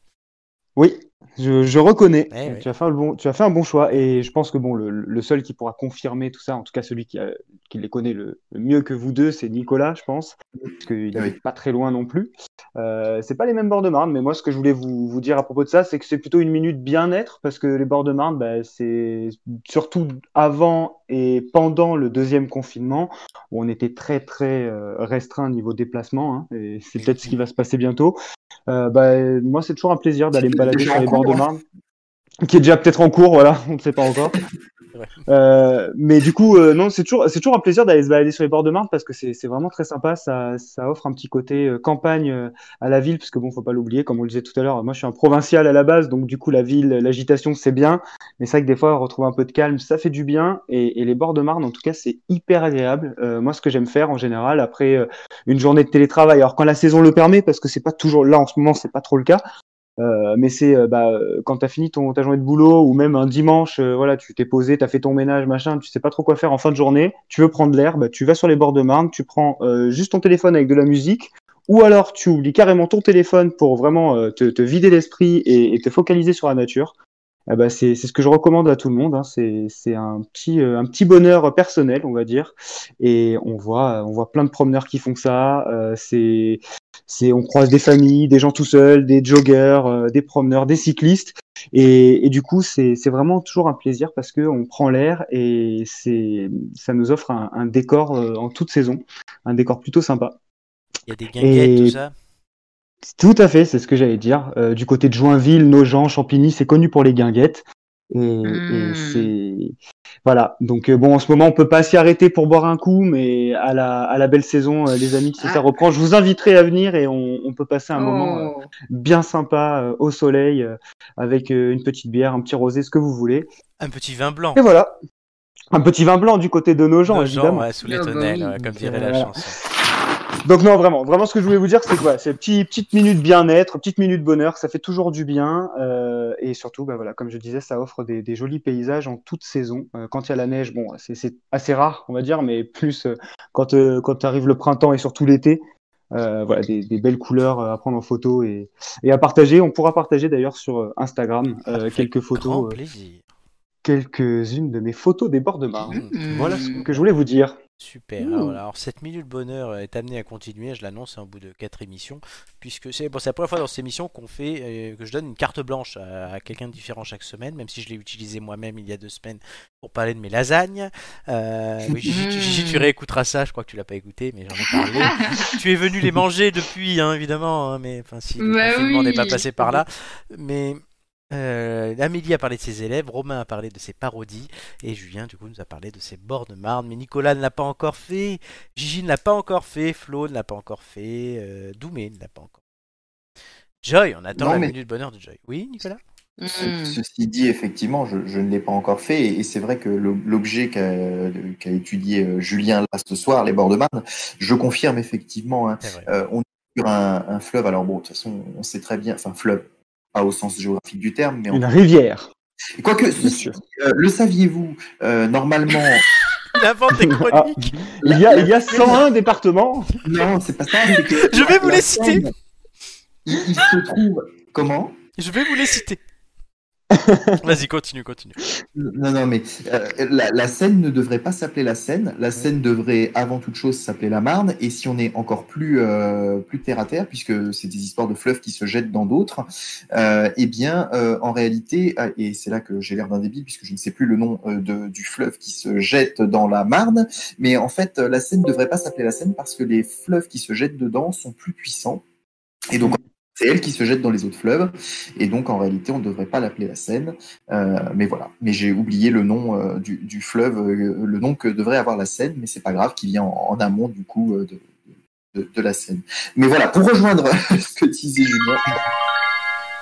Oui, Je, je reconnais. Eh oui. tu, as fait un bon, tu as fait un bon choix. Et je pense que bon, le, le seul qui pourra confirmer tout ça, en tout cas celui qui, a- qui les connaît le, le mieux que vous deux, c'est Nicolas, je pense. Parce qu'il Ah oui. n'est pas très loin non plus. Euh, c'est pas les mêmes bords de Marne, mais moi, ce que je voulais vous, vous dire à propos de ça, c'est que c'est plutôt une minute bien-être, parce que les bords de Marne, bah, c'est surtout avant et pendant le deuxième confinement, où on était très, très euh, restreint niveau déplacement. hein, et c'est peut-être ce qui va se passer bientôt. Euh, bah, moi, c'est toujours un plaisir d'aller me balader Déjà sur les en bords de cours, hein. Marne, qui est déjà peut-être en cours, voilà, on ne sait pas encore. Ouais. Euh, mais du coup, euh, non, c'est toujours, c'est toujours un plaisir d'aller se balader sur les bords de Marne parce que c'est c'est vraiment très sympa. Ça, ça offre un petit côté euh, campagne euh, à la ville, parce que bon, faut pas l'oublier, comme on le disait tout à l'heure, moi je suis un provincial à la base, donc du coup, la ville, l'agitation, c'est bien. Mais c'est vrai que des fois, retrouver un peu de calme, ça fait du bien. Et, et les bords de Marne, en tout cas, c'est hyper agréable. Euh, moi, ce que j'aime faire en général, après euh, une journée de télétravail, alors quand la saison le permet, parce que c'est pas toujours là en ce moment, c'est pas trop le cas. Euh, mais c'est euh, bah, euh, quand t'as fini ton, ta journée de boulot ou même un dimanche, euh, voilà, tu t'es posé, t'as fait ton ménage, machin, tu sais pas trop quoi faire en fin de journée, tu veux prendre l'air, bah, tu vas sur les bords de Marne, tu prends euh, juste ton téléphone avec de la musique, ou alors tu oublies carrément ton téléphone pour vraiment euh, te, te vider l'esprit et, et te focaliser sur la nature. Eh ben, c'est c'est ce que je recommande à tout le monde. hein. C'est c'est un petit euh, un petit bonheur personnel, on va dire. Et on voit on voit plein de promeneurs qui font ça. Euh, c'est c'est on croise des familles, des gens tout seuls, des joggers, euh, des promeneurs, des cyclistes. Et, et du coup, c'est c'est vraiment toujours un plaisir parce que on prend l'air et c'est ça nous offre un, un décor euh, en toute saison, un décor plutôt sympa. hein. Il y a des guinguettes, Et- tout ça. Tout à fait, c'est ce que j'allais dire. Euh, du côté de Joinville, Nogent, Champigny, c'est connu pour les guinguettes. Et, et Mm. c'est voilà. Donc euh, bon, en ce moment, on peut pas s'y arrêter pour boire un coup, mais à la à la belle saison, euh, les amis, si ça Ah. reprend, je vous inviterai à venir et on, on peut passer un moment euh, Oh. bien sympa euh, au soleil euh, avec euh, une petite bière, un petit rosé, ce que vous voulez. Un petit vin blanc. Et voilà. Un petit vin blanc du côté de Nogent, Nos gens, évidemment. ouais, sous les Ah bah tonnelles, oui. ouais, comme dirait la Voilà. chanson. Donc non, vraiment, vraiment, ce que je voulais vous dire, c'est que voilà, c'est petit, petite minute bien-être, petite minute bonheur, ça fait toujours du bien, euh, et surtout, bah voilà, comme je disais, ça offre des, des jolis paysages en toute saison. Euh, quand il y a la neige, bon, c'est c'est assez rare, on va dire, mais plus euh, quand euh, quand arrive le printemps et surtout l'été, euh, voilà, des, des belles couleurs euh, à prendre en photo et, et à partager. On pourra partager d'ailleurs sur euh, Instagram euh, Avec quelques Grand photos, euh, plaisir. quelques-unes de mes photos des bords de Marne. Mmh, Mm. Voilà ce que je voulais vous dire. Super. Ouh. Alors, alors, cette minute bonheur euh, est amenée à continuer, je l'annonce en bout de quatre émissions, puisque c'est bon, c'est la première fois dans cette émission qu'on fait, euh, que je donne une carte blanche à, à quelqu'un de différent chaque semaine, même si je l'ai utilisé moi-même il y a deux semaines pour parler de mes lasagnes. Euh, oui, Gigi, tu- Gigi, tu réécouteras ça, je crois que tu l'as pas écouté, mais j'en ai parlé. tu es venu les manger depuis, hein, évidemment, hein, mais enfin, si le Bah confinement oui. n'est pas passé par là. Mais euh, Amélie a parlé de ses élèves, Romain a parlé de ses parodies, et Julien, du coup, nous a parlé de ses bords de Marne. Mais Nicolas ne l'a pas encore fait, Gigi ne l'a pas encore fait, Flo ne l'a pas encore fait, euh, Doumé ne l'a pas encore fait. Joy, on attend Non, la mais- minute bonheur de Joy. Oui, Nicolas Mm. Hmm. Ce- Ceci dit, effectivement, je, je ne l'ai pas encore fait, et, et c'est vrai que l'o- l'objet qu'a qu'a étudié euh, Julien là ce soir, les bords de Marne, je confirme effectivement, hein, C'est vrai. euh, on est sur un, un fleuve, alors bon, de toute façon, on sait très bien, enfin fleuve, pas au sens géographique du terme, mais on... Une rivière, quoique, bien ceci sûr. dit, euh, le saviez-vous, euh, normalement, Il invente Ah. des chroniques Il y a, il y a 101 départements. non, c'est pas ça, c'est que- Je vais vous la les citer. Seine, Il, il se trouve, comment Je vais vous les citer. Vas-y, continue, continue. Non, non, mais euh, la, la Seine ne devrait pas s'appeler la Seine. La Seine devrait avant toute chose s'appeler la Marne. Et si on est encore plus, euh, plus terre à terre, puisque c'est des histoires de fleuves qui se jettent dans d'autres, euh, eh bien, euh, en réalité, euh, et c'est là que j'ai l'air d'un débile, puisque je ne sais plus le nom euh, de, du fleuve qui se jette dans la Marne, mais en fait, euh, la Seine ne devrait pas s'appeler la Seine parce que les fleuves qui se jettent dedans sont plus puissants. Et donc, c'est elle qui se jette dans les autres fleuves. Et donc, en réalité, on ne devrait pas l'appeler la Seine. Euh, mais voilà. Mais j'ai oublié le nom euh, du, du fleuve, euh, le nom que devrait avoir la Seine, mais c'est pas grave, qui vient en, en amont du coup euh, de, de- de la Seine. Mais voilà, pour rejoindre ce que disait Julien.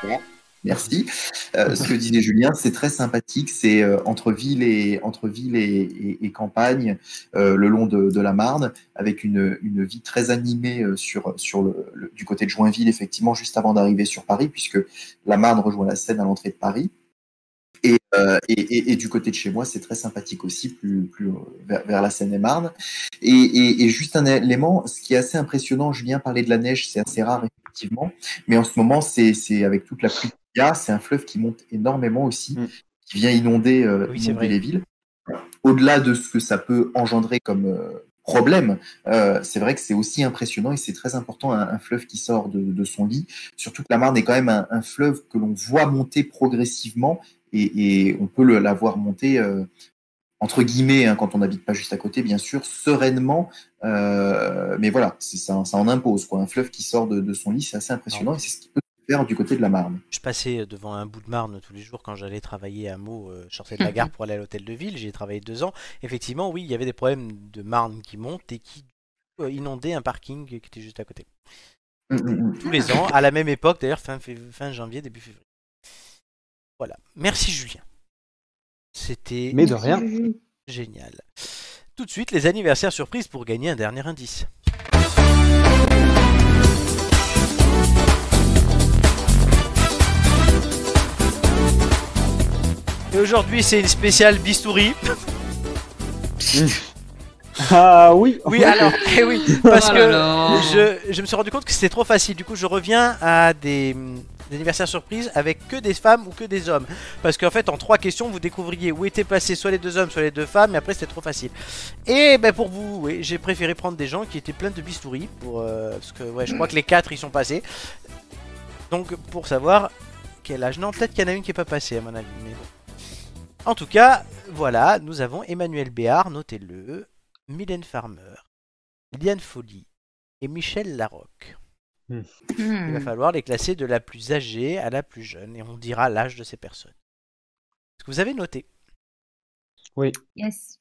Voilà, Merci. Euh, ce que disait Julien, c'est très sympathique. C'est euh, entre ville et entre ville et, et- et campagne, euh, le long de, de la Marne, avec une, une vie très animée euh, sur sur le, le- du côté de Joinville, effectivement, juste avant d'arriver sur Paris, puisque la Marne rejoint la Seine à l'entrée de Paris. Et, euh, et, et- et du côté de chez moi, c'est très sympathique aussi, plus, plus euh, vers, vers la Seine-et-Marne. Et, et- et juste un élément, ce qui est assez impressionnant, Julien parlait de la neige, c'est assez rare effectivement, mais en ce moment, c'est c'est avec toute la pluie qu'il Volga, c'est un fleuve qui monte énormément aussi, Mm. qui vient inonder, euh, Oui, c'est vrai. inonder les villes. Au-delà de ce que ça peut engendrer comme euh, problème, euh, c'est vrai que c'est aussi impressionnant et c'est très important un, un fleuve qui sort de, de son lit. Surtout que la Marne est quand même un, un fleuve que l'on voit monter progressivement et, et on peut le- la voir monter. euh, entre guillemets, hein, quand on n'habite pas juste à côté, bien sûr, sereinement. euh, mais voilà, c'est- ça, ça en impose. Quoi. Un fleuve qui sort de, de son lit, c'est assez impressionnant et c'est ce qui peut se faire du côté de la Marne. Je passais devant un bout de Marne tous les jours quand j'allais travailler à Meaux. euh, je sortais de la gare pour aller à l'hôtel de ville. J'y ai travaillé deux ans. Effectivement, oui, il y avait des problèmes de Marne qui montent et qui euh, inondaient un parking qui était juste à côté. Tous les ans, à la même époque, d'ailleurs, fin, fév- fin janvier, début février. Voilà. Merci Julien. C'était Mais de rien. génial. Tout de suite, les anniversaires surprises pour gagner un dernier indice. Et aujourd'hui, c'est une spéciale bistouri. Ah oui. Oui, alors, eh oui, parce Oh que là là. je, je me suis rendu compte que c'était trop facile. Du coup, je reviens à des, mm, des anniversaires surprises avec que des femmes ou que des hommes. Parce qu'en fait, en trois questions, vous découvriez où étaient passés soit les deux hommes, soit les deux femmes, et après, c'était trop facile. Et ben, pour vous, oui, j'ai préféré prendre des gens qui étaient pleins de bistouris. Pour, euh, parce que ouais, je crois que les quatre ils sont passés. Donc, pour savoir quel âge. Non, peut-être qu'il y en a une qui est pas passée, à mon avis. Mais bon. En tout cas, voilà, nous avons Emmanuel Béard, notez-le, Mylène Farmer. Liane Folly et Michel Larocque. Il Hmm. va falloir les classer de la plus âgée à la plus jeune et on dira l'âge de ces personnes. Ce que vous avez noté, Yes.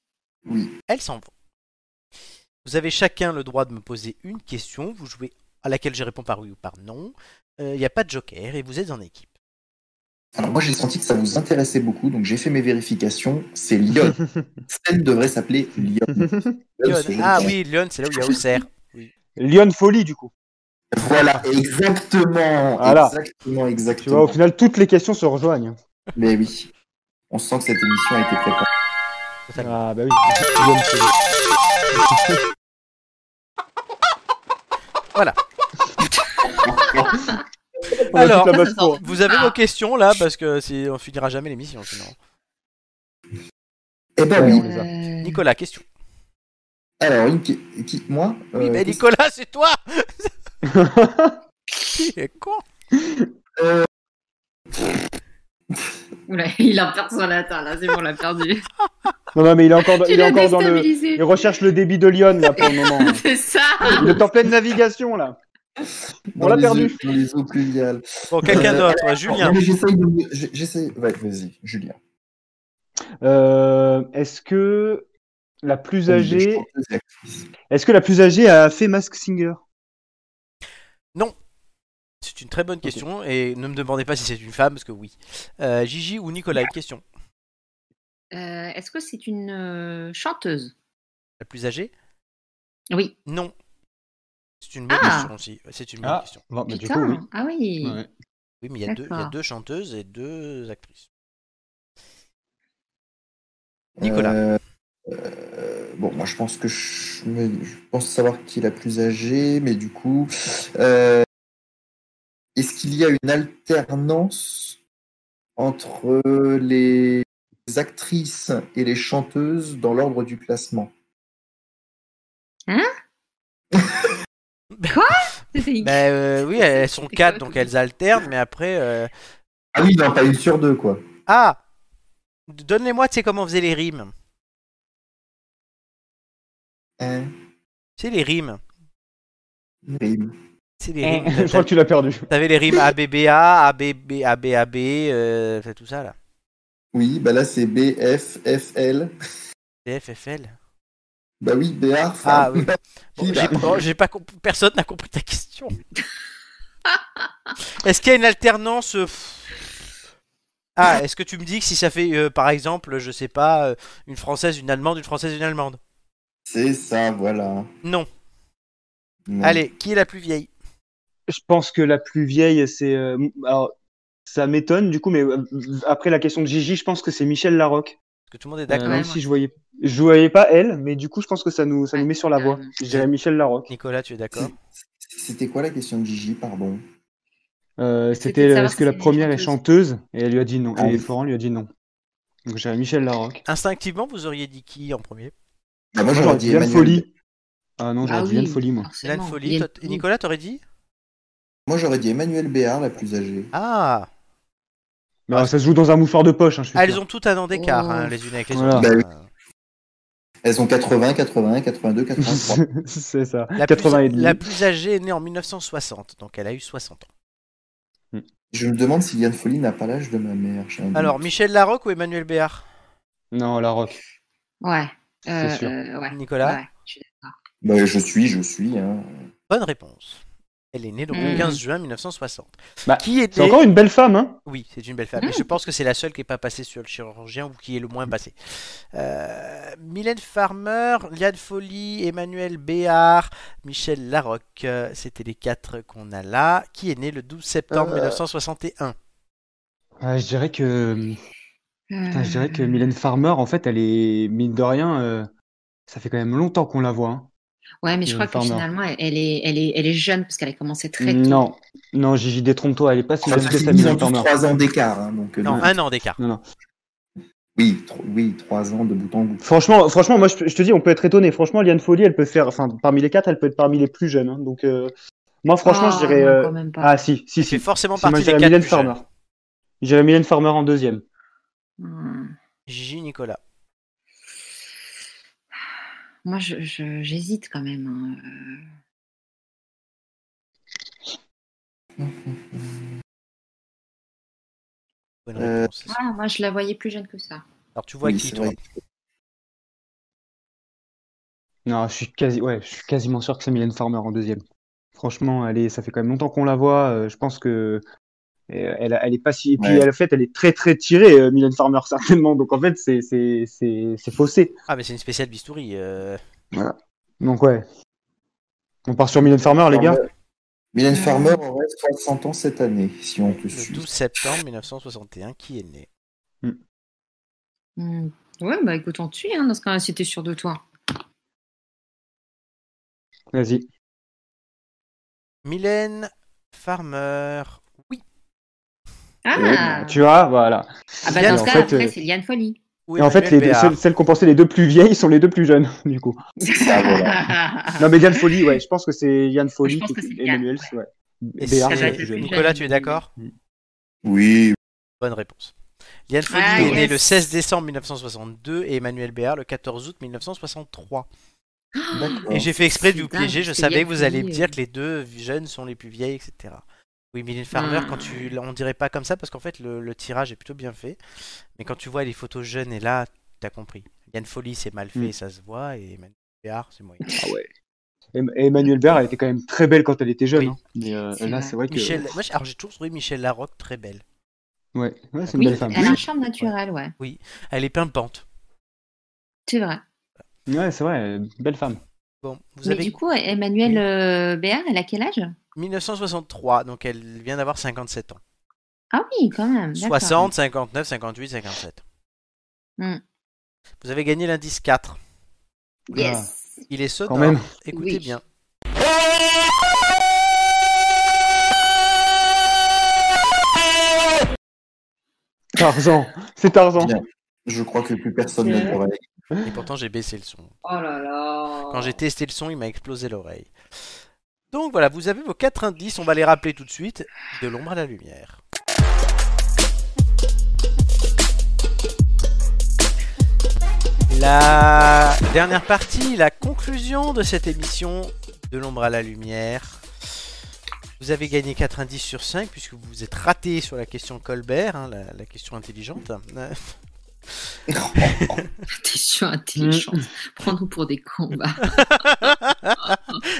elles s'en vont. Vous avez chacun le droit de me poser une question, vous jouez à laquelle je réponds par oui ou par non. Euh, Il n'y a pas de joker et vous êtes en équipe. Alors moi j'ai senti que ça vous intéressait beaucoup, donc j'ai fait mes vérifications. C'est Lyon. Scène devrait s'appeler Lyon. Lyon. Ah oui, Lyon, c'est là où il y a Auxerre. Lyon Folie du coup. Voilà, exactement. Voilà. Exactement, Tu vois, au exactement. final, toutes les questions se rejoignent. Mais oui. On sent que cette émission a été préparée. Totalement. Ah bah oui. Lyon Folie. On a Alors, toute la base pour. Vous avez vos questions là parce que c'est- on finira jamais l'émission sinon. Eh ben oui. Ouais. Hmm. Nicolas, question. Alors, une qui... qui- Moi Oui, Euh, ben Nicolas, c'est toi Il est con Oula, il a perdu son latin, là, c'est bon, on l'a perdu. Non, non, mais il est encore, dans- Tu il est l'as encore dans le. déstabilisé. Il recherche le débit de Lyon là pour le moment. C'est ça Il est en pleine navigation là. dans on l'a les perdu. eaux- dans les eaux pluviales. Bon, quelqu'un d'autre, Julien. Non, mais J'essaye de... j'- J'essaye... Ouais, vas-y, Julien. Euh, est-ce que la plus Je âgée, pense que c'est actrice. est-ce que la plus âgée a fait Mask Singer C'est une très bonne question et ne me demandez pas si c'est une femme parce que oui. Euh, Gigi ou Nicolas, une question. Euh, Est-ce que c'est une euh, chanteuse La plus âgée Oui. Non. C'est une bonne Ah. question aussi. C'est une bonne Ah. question. Bon, bah, du coup, Putain, oui. ah oui. Ouais. Oui, mais il y, a deux, il y a D'accord. deux chanteuses et deux actrices. Nicolas. Euh, euh, bon, moi, je pense que je, me- je pense savoir qui est la plus âgée, mais du coup, euh, est-ce qu'il y a une alternance entre les actrices et les chanteuses dans l'ordre du classement C'était- Bah, Ben, euh, oui, elles sont c'est quatre quoi, donc comme- elles alternent, mais après. euh, Ah oui, non, pas une sur deux, quoi. Ah Donne-les-moi, tu sais comment on faisait les rimes. Hein, C'est les rimes. une rime. C'est les rimes. Je crois que tu l'as perdu. T'avais les rimes ABBA, ABB, ABAB, euh, fait tout ça là. Oui, bah là, c'est B, F, F, L. DFFL. Bah oui, B, A, Ah femme. oui. Bon, Qui, j'ai- bah bon, j'ai pas comp- Personne n'a compris ta question. est-ce qu'il y a une alternance euh, pff Ah, est-ce que tu me dis que si ça fait, euh, par exemple, je sais pas, euh, une française, une allemande, une française, une allemande C'est ça, voilà. Non. Non. Allez, qui est la plus vieille Je pense que la plus vieille, c'est. euh, alors, ça m'étonne du coup, mais euh, après la question de Gigi, je pense que c'est Michel Larocque. Parce que tout le monde est Euh, d'accord. même Ouais, si moi. je voyais, je voyais pas elle, mais du coup, je pense que ça nous, ça nous Ouais, Euh, met sur la voie. carrément. Je dirais Michel Larocque. Nicolas, tu es d'accord C'était quoi la question de Gigi, pardon Euh, C'était de C'était savoir est-ce que si la c'est une première est chanteuse et elle lui a dit non. Ah et oui. Florent lui a dit non. Donc j'avais Michel Larocque. Instinctivement, vous auriez dit qui en premier Ah, moi, J'aurais j'aurais dit dit Yann Emmanuel. Folie. Ah non, j'aurais Ah dit oui, Yann Folie, moi. forcément. Hélène Il y Folie. a- toi- Et Nicolas, t'aurais dit Moi, j'aurais dit Emmanuel Béard, la plus âgée. Ah, Mais alors, ça se joue dans un mouchoir de poche, hein, je suis Ah, sûr. Elles ont toutes un an d'écart, Oh. hein, les unes avec les Voilà. autres. Bah oui. Euh, Elles ont 80, 81, 82, 83. C'est ça. La, 80 plus, et demi. la plus âgée est née en 1960, donc elle a eu 60 ans. Je me demande si Yann Folie n'a pas l'âge de ma mère. j'ai un doute. Alors, Michel Larocque ou Emmanuel Béard Non, Larocque. Ouais. Euh, sûr. euh, ouais. Nicolas Ouais, je suis d'accord. Bah, je suis, je suis. hein. Bonne réponse. Elle est née donc le Mm. 15 juin 1960. Bah, qui était... C'est encore une belle femme, hein Oui, c'est une belle femme. Mais Mm. je pense que c'est la seule qui n'est pas passée sur le chirurgien ou qui est le moins passée. Euh, Mylène Farmer, Liane Folly, Emmanuel Béard, Michel Larocque. euh, C'était les quatre qu'on a là. Qui est né le 12 septembre Euh. 1961 Ah, je dirais que. Putain, je dirais que Euh, Mylène Farmer, en fait, elle est mine de rien. euh, Ça fait quand même longtemps qu'on la voit. hein. Ouais, mais Mylène je crois que Farmer. finalement, elle elle est, elle est, elle est jeune parce qu'elle a commencé très tôt. Non, non, Gigi, détrompe-toi, elle est pas si Enfin, jeune que ça, ils ont Mylène tous Farmer. 3 ans d'écart. hein, donc, euh, Non, donc, un an d'écart. oui, tro- oui, 3 ans de bout en bout. Franchement, franchement, moi, je, je te dis, on peut être étonné. Franchement, Liane Folly, elle peut faire, enfin, parmi les quatre, elle peut être parmi les plus jeunes. hein. Donc, euh, moi, franchement, je Oh, dirais. non, euh, quand même pas. Ah, si, si, Il fait si. forcément C'est moi, partie je des dirais quatre Mylène plus jeunes. Farmer. Je dirais Mylène Farmer en deuxième. Hmm. Gigi Nicolas. Moi, je- je- j'hésite quand même. hein. Bonne Euh, réponse. Euh, ouais, moi, je la voyais plus jeune que ça. Alors tu vois Oui, qui c'est toi vrai. Non, je suis quasi, ouais, je suis quasiment sûr que c'est Mylène Farmer en deuxième. Franchement, elle est, ça fait quand même longtemps qu'on la voit. euh, je pense que euh, elle, a- elle est pas si. Et puis, Ouais. elle, en fait, elle est très très tirée, euh, Mylène Farmer certainement. Donc, en fait, c'est c'est c'est c'est faussé. Ah mais c'est une spéciale bistouri. euh. Donc ouais. On part sur Mylène Farmer, les gars. Farmer- Mylène Farmer aurait 60 ans cette année, si on te Euh. Le suit. 12 septembre 1961, qui est né Hmm. Ouais, bah écoute, on te suit hein, dans ce cas-là, si t'es sûr de toi. Vas-y. Mylène Farmer. Ah, bah, Tu vois, voilà. Ah, bah Et dans en ce cas, fait, après, euh, c'est Liane Folly. Ou Et en fait, Emmanuel les deux- Béard. celles, celles qu'on pensait les deux plus vieilles sont les deux plus jeunes, du coup. Ah, Ça, voilà. Non, mais Yann Folly, ouais, je pense que c'est Yann Folly, Ah. pense que c'est Yann, Emmanuel, ouais. Et Béard, c'est- euh, c'est doit la être plus le jeune. plus Nicolas, jeune. tu es d'accord Oui, Bonne réponse. Liane Folly Ah, est yes. née le 16 décembre 1962 et Emmanuel Béard le 14 août 1963. Oh. d'accord. Ah, et j'ai fait exprès de c'est vous dingue, piéger, je parce que savais Liane que vous allez me Folly, dire euh, que les deux jeunes sont les plus vieilles, etc. Oui, Mylène Farmer, Ah. quand tu, là, on dirait pas comme ça parce qu'en fait le, le tirage est plutôt bien fait. Mais quand tu vois les photos jeunes et là, t'as compris. Yann Folly, c'est mal fait, Mm. ça se voit, et Emmanuel Béard, c'est moyen. Em- Emmanuel Béard, elle était quand même très belle quand elle était Oui. jeune. hein. Mais euh, C'est là, vrai. c'est vrai que. Michel... Moi, j'ai- alors j'ai toujours trouvé Michel Larocque très belle. Ouais, ouais, c'est une Oui, belle femme. elle a un charme naturel, ouais. Elle est pimpante. C'est vrai. Ouais, c'est vrai, euh, belle femme. Bon, vous Mais avez du coup, Emmanuel euh, Béard, elle a quel âge 1963, donc elle vient d'avoir 57 ans. Ah oui, quand même. d'accord. 60, 59, 58, 57. Mm. Vous avez gagné l'indice 4. Yes. Il est sonore. Quand même. Écoutez Oui. bien. Tarzan, c'est Tarzan. Bien. Je crois que plus personne ne pourrait. Et pourtant, j'ai baissé le son. Oh là là. Quand j'ai testé le son, il m'a explosé l'oreille. Donc voilà, vous avez vos 4 indices. On va les rappeler tout de suite. De l'ombre à la lumière. La dernière partie, la conclusion de cette émission de l'ombre à la lumière. Vous avez gagné 4 indices sur 5 puisque vous vous êtes raté sur la question Colbert, hein, la, la question intelligente. Euh, Ah. T'es sûr, intelligente. Mm. Prends-nous pour des cons. va.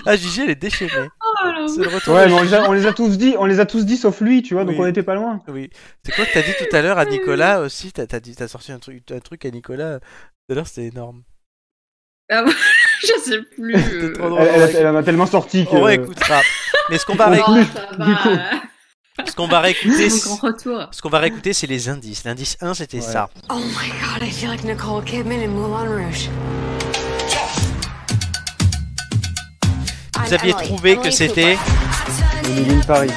ah Gigi, elle est déchaînée. Oh là C'est le retour Ouais, de mais on les, a, on les a tous dit, on les a tous dit sauf lui, tu vois, donc Oui. on était pas loin. Oui. C'est quoi que t'as dit tout à l'heure à Nicolas aussi T'as as dit, t'as sorti un truc, un truc à Nicolas. euh, Tout à l'heure, c'était énorme. Je sais plus. euh. trop drôle. Elle, elle a- elle m'a tellement sorti que. On réécoutera. Mais ce qu'on va, On Oh, rééc- écoute, ça du va. coup. euh, ce qu'on va réécouter, Mon c'est- grand retour. ce qu'on va réécouter, c'est les indices. L'indice 1, c'était Ouais. ça. Oh my god, I feel like Nicole Kidman in Moulin Rouge. Vous aviez trouvé que c'était Emily in Paris.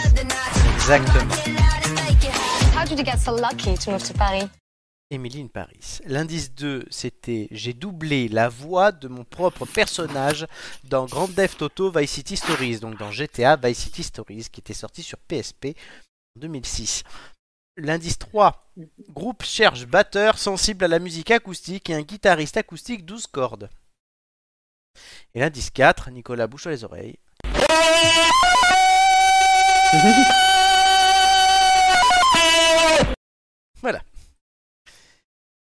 Exactement. How did you get so lucky to move to Paris? Emily in Paris. L'indice 2, c'était j'ai doublé la voix de mon propre personnage dans Grand Theft Auto Vice City Stories, donc dans GTA Vice City Stories, qui était sorti sur PSP en 2006. L'indice 3, groupe cherche batteur sensible à la musique acoustique et un guitariste acoustique 12 cordes. Et l'indice 4, Nicolas bouche les oreilles. Voilà.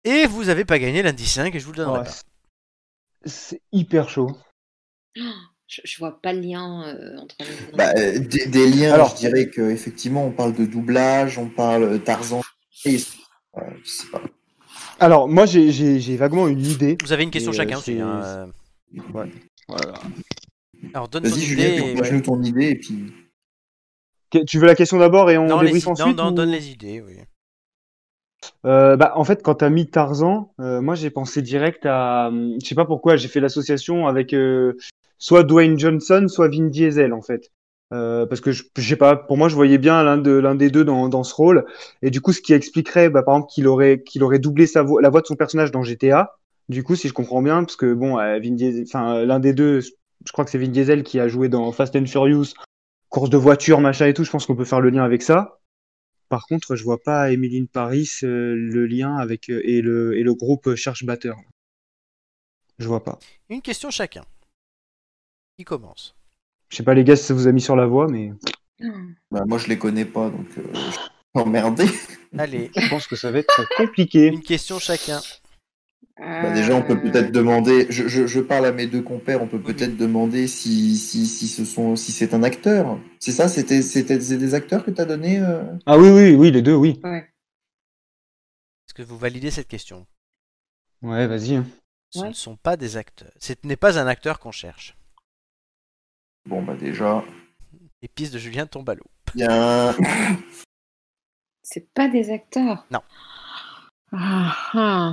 Et vous avez pas gagné l'indice 5 et je vous le donnerai Ouais, pas. c'est- C'est hyper chaud. Je, je vois pas le lien euh, entre les Bah, euh, des, des liens, Alors- Alors, je dirais qu'effectivement, on parle de doublage, on parle d'Arzan. et- euh, je sais pas. Alors, moi, j'ai- j'ai j'ai vaguement une idée. Vous avez une question Et, euh, chacun aussi. c'est- hein, euh. Voilà. Alors donne ton Vas-y, Julien, idée. puis et- on nous ton idée et puis. Que- Tu veux la question d'abord et on Non, les... débriefe non, ensuite non, ou- donne les idées. Oui. Euh, bah, en fait, quand t'as mis Tarzan, euh, moi j'ai pensé direct à, hum, je sais pas pourquoi, j'ai fait l'association avec euh, soit Dwayne Johnson, soit Vin Diesel en fait, Euh, parce que je, je sais pas, pour moi je voyais bien l'un de l'un des deux dans, dans ce rôle, et du coup ce qui expliquerait, bah, par exemple qu'il aurait qu'il aurait doublé sa voix, la voix de son personnage dans GTA, du coup si je comprends bien, parce que bon, euh, Vin Diesel, enfin euh, l'un des deux, je crois que c'est Vin Diesel qui a joué dans Fast and Furious, course de voiture, machin et tout, je pense qu'on peut faire le lien avec ça. Par contre, je vois pas Emily in Paris euh, le lien avec euh, et le et le groupe euh, Cherche Batteur. Je vois pas. Une question chacun. Qui commence Je sais pas les gars si ça vous a mis sur la voie, mais Bah, moi, je les connais pas, donc euh, je suis emmerdé. Euh, Allez, je pense que ça va être compliqué. une question chacun. Ah. Bah, déjà, on peut peut-être demander. Je, je- je parle à mes deux compères. On peut peut-être demander si, si, si ce sont si c'est un acteur. C'est ça. C'était c'était c'est des acteurs que t'as donné. euh Ah oui oui oui les deux oui. Est-ce que vous validez cette question Ouais vas-y. hein. Ce Ouais. ne sont pas des acteurs. Ce n'est pas un acteur qu'on cherche. Bon bah déjà. Les pistes de Julien tombent à l'eau. Il y a un- C'est pas des acteurs. Non. Ah, ah,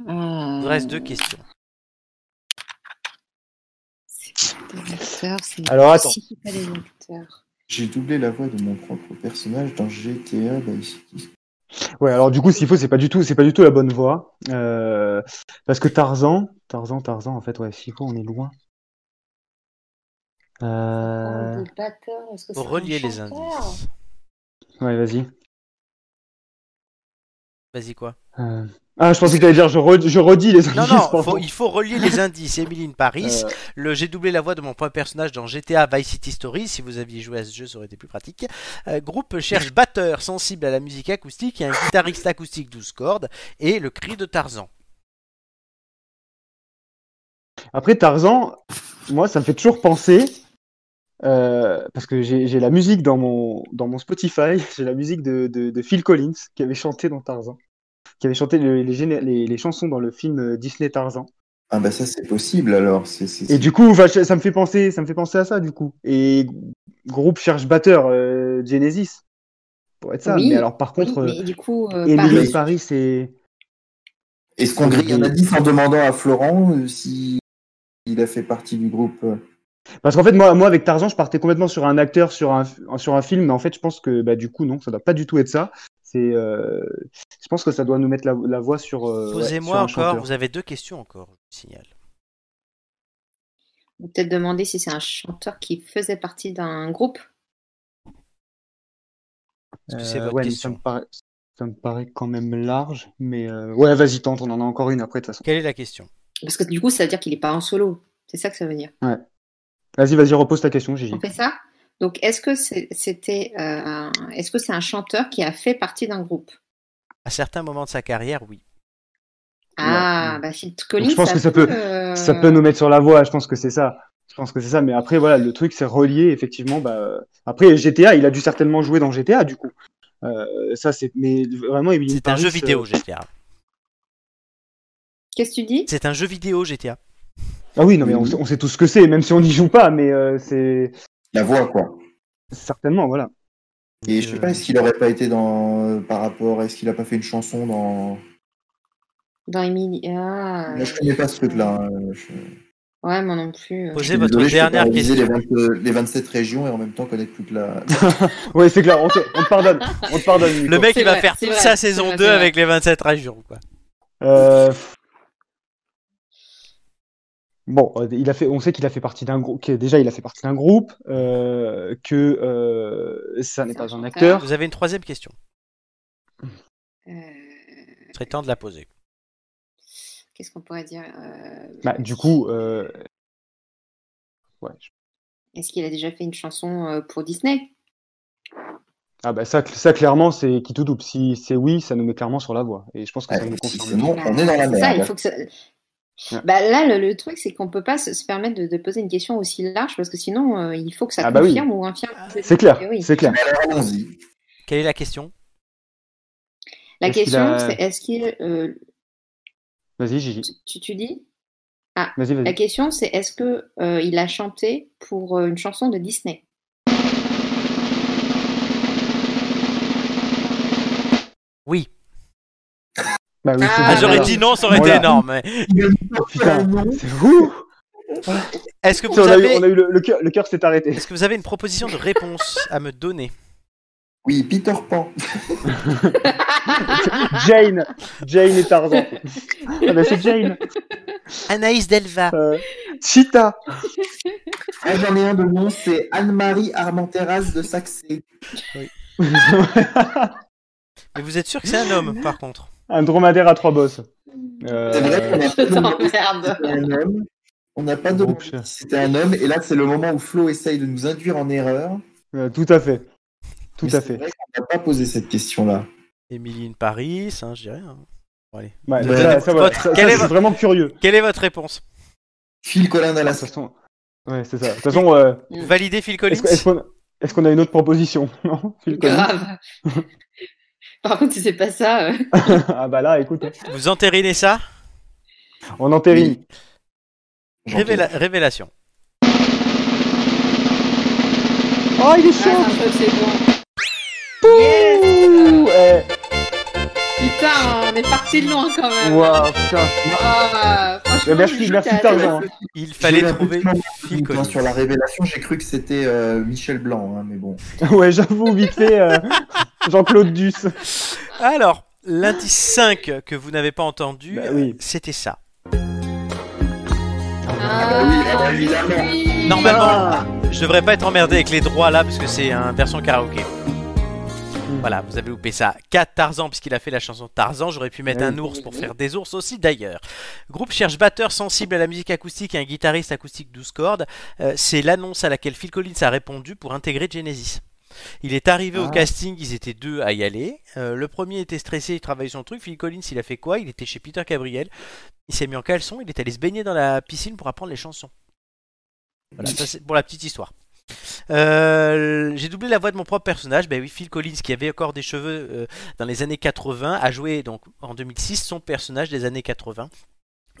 Il ah. vous reste deux questions. C'est pas des acteurs. c'est- Alors, attends. Si, c'est pas des acteurs. J'ai doublé la voix de mon propre personnage dans GTA. Bah, ici. Ouais alors du coup s'il faut c'est pas du tout c'est pas du tout la bonne voie Euh, parce que Tarzan Tarzan Tarzan en fait ouais s'il faut on est loin. Euh, Oh, des batteurs, est-ce que Vous c'est un reliez les chanteur indices. Ouais vas-y. Vas-y quoi Euh, Ah je pensais que t'allais dire je, re- je redis les Non, indices, non, pardon. faut- il faut relier les indices. Emily in Paris, Euh, le j'ai doublé la voix de mon propre personnage dans GTA Vice City Stories. Si vous aviez joué à ce jeu, ça aurait été plus pratique. Euh, groupe cherche batteur sensible à la musique acoustique et un guitariste acoustique 12 cordes et le cri de Tarzan. Après, Tarzan, moi, ça me fait toujours penser, euh, parce que j'ai j'ai la musique dans mon, dans mon Spotify, j'ai la musique de, de, de Phil Collins, qui avait chanté dans Tarzan, qui avait chanté le- les, géné- les, les chansons dans le film euh, Disney Tarzan. Ah bah ça c'est possible alors. C'est c'est- Et du coup, enfin, je- ça me fait penser, ça me fait penser à ça, du coup. Et groupe cherche batteur, euh, Genesis, pour être ça. Oui, mais alors, par Oui, contre, euh, mais du coup, euh, Emily pareil. in Paris, c'est... Est-ce qu'on grille un indice en demandant à Florent euh, si il a fait partie du groupe euh, Parce qu'en fait, moi, moi, avec Tarzan, je partais complètement sur un acteur, sur un, sur un film, mais en fait, je pense que bah, du coup, non, ça doit pas du tout être ça. C'est, euh, je pense que ça doit nous mettre la, la voix sur. euh, ouais, sur Posez-moi un encore, chanteur. vous avez deux questions encore, je vous signale. On peut peut-être demander si c'est un chanteur qui faisait partie d'un groupe. Est-ce que c'est Euh, votre ouais, mais question ça, me paraît, ça me paraît quand même large, mais euh, ouais, vas-y, tente, on en a encore une après, de toute façon. Quelle est la question Parce que du coup, ça veut dire qu'il n'est pas en solo. C'est ça que ça veut dire. Vas-y, vas-y, repose ta question, Gigi. On fait ça Donc, est-ce que c'est- c'était, euh, un- est-ce que c'est un chanteur qui a fait partie d'un groupe À certains moments de sa carrière, oui. Ah, bah Phil Collins. je pense que ça peut- euh, Ça peut nous mettre sur la voie, je pense que c'est ça. Je pense que c'est ça, mais après, voilà, le truc, c'est relié, effectivement. Bah, euh, après, GTA, il a dû certainement jouer dans GTA, du coup. Euh, ça, c'est. Mais vraiment, Emily in C'est un Paris, jeu euh, vidéo GTA. Qu'est-ce que tu dis C'est un jeu vidéo GTA. Ah oui, non, mais on sait, on sait tous ce que c'est, même si on n'y joue pas, mais euh, c'est la voix quoi certainement, voilà. Et euh, je sais pas, est-ce qu'il aurait pas été dans euh, par rapport, est-ce qu'il a pas fait une chanson dans Dans Emilia. Moi, je connais pas ce truc-là. hein, je- Ouais, moi non plus. euh. Posez suis votre désolé, je peux pas dernière réviser question. les, 20 les 27 régions et en même temps connaître toute la. Oui, c'est clair, on te, on te pardonne. On te pardonne, Nico. Le mec, C'est il va vrai, faire c'est toute vrai, sa c'est saison vrai, 2 c'est vrai. avec les 27 régions. Quoi. Euh, pff. Bon, euh, il a fait, on sait qu'il a fait partie d'un groupe. Déjà, il a fait partie d'un groupe. euh, que euh, ça n'est C'est pas un un chanteur. acteur. Vous avez une troisième question. Euh, Il serait temps de la poser. Qu'est-ce qu'on pourrait dire euh, Bah, du coup, euh, ouais. je- Est-ce qu'il a déjà fait une chanson euh, pour Disney Ah bah ça, cl- ça clairement, c'est qui tout double. Si c'est oui, ça nous met clairement sur la voie. Et je pense que ça Ouais, nous si confirme. c'est non, on est dans la C'est ça, il merde. faut que ça- Bah, là, le, le truc, c'est qu'on peut pas se, se permettre de, de poser une question aussi large parce que sinon, euh, il faut que ça Ah bah oui. confirme ou infirme. C'est clair, Eh oui. c'est clair. Allons-y. Quelle est la question La Est-ce qu'il question, a- c'est est-ce qu'il. euh, Vas-y, Gigi. tu, tu dis Vas-y, La vas-y. question, c'est est-ce que euh, il a chanté pour euh, une chanson de Disney Oui. Bah oui, c'est Ah, Ah, bon, J'aurais voilà. dit non, ça aurait Voilà. été énorme. mais- Putain, c'est fou. Est-ce que, vous On a eu, avez... on a eu le, le cœur, le cœur s'est arrêté. Est-ce que vous avez une proposition de réponse à me donner Oui, Peter Pan. Jane, Jane et Tarzan. ah bah c'est Jane. Anaïs Delva. Euh, Cheetah. Ah, j'en ai un de nom, c'est Anne-Marie Armenteras de Euh, Saxé. Mais vous êtes sûr que c'est un homme, par contre Un dromadaire à trois bosses. C'est vrai qu'on Euh, n'a pas demandé si Merde. c'était un homme. On n'a pas demandé si c'était un homme. Et là, c'est le moment où Flo essaye de nous induire en erreur. euh, tout à fait. Tout Mais à c'est fait. vrai qu'on n'a pas posé cette question-là. Émilie in Paris, hein, je dirais. hein. Ouais, Vous ça, avez- ça, voilà. Votre- Ça- ça, quelle est je suis votre- vraiment curieux. Quelle est votre réponse Phil Colin De toute d'Alaska. façon, ouais, c'est ça. De toute façon, euh, Mm. Validez Phil Collins est-ce que- est-ce qu'on est-ce qu'on a une autre proposition Non, Phil Collins Grave. Par contre, si c'est pas ça, euh, Ah bah là, écoute, Vous entérinez ça on entérine. Révéla- Révélation. Oh, il est ah, c'est chaud un peu, c'est bon. Ouh, eh, Putain, on est parti de loin quand même. Waouh, putain. Ah, franchement, Eh, Merci, je- merci t'as- Tarzan. hein. Il fallait trouver Phil Putain, sur Collins. la révélation, j'ai cru que c'était euh, Michel Blanc, hein, mais bon. Ouais, j'avoue, vite fait, euh, Jean-Claude Duss. Alors, l'indice 5 que vous n'avez pas entendu, Bah oui. euh, c'était ça. Ah, oui, oui. Normalement, je devrais pas être emmerdé avec les droits là parce que c'est un version karaoké. Voilà, vous avez loupé ça. 4 Tarzan, puisqu'il a fait la chanson Tarzan. J'aurais pu mettre Oui. un ours pour faire des ours aussi, d'ailleurs. Groupe cherche batteur sensible à la musique acoustique et un guitariste acoustique 12 cordes. Euh, c'est l'annonce à laquelle Phil Collins a répondu pour intégrer Genesis. Il est arrivé au Ah. casting, ils étaient deux à y aller. Euh, le premier était stressé, il travaillait son truc. Phil Collins, il a fait quoi Il était chez Peter Gabriel. Il s'est mis en caleçon, il est allé se baigner dans la piscine pour apprendre les chansons. Voilà, ça c'est pour la petite histoire. Euh, j'ai doublé la voix de mon propre personnage. Ben oui, Phil Collins, qui avait encore des cheveux euh, dans les années 80, a joué donc en 2006 son personnage des années 80,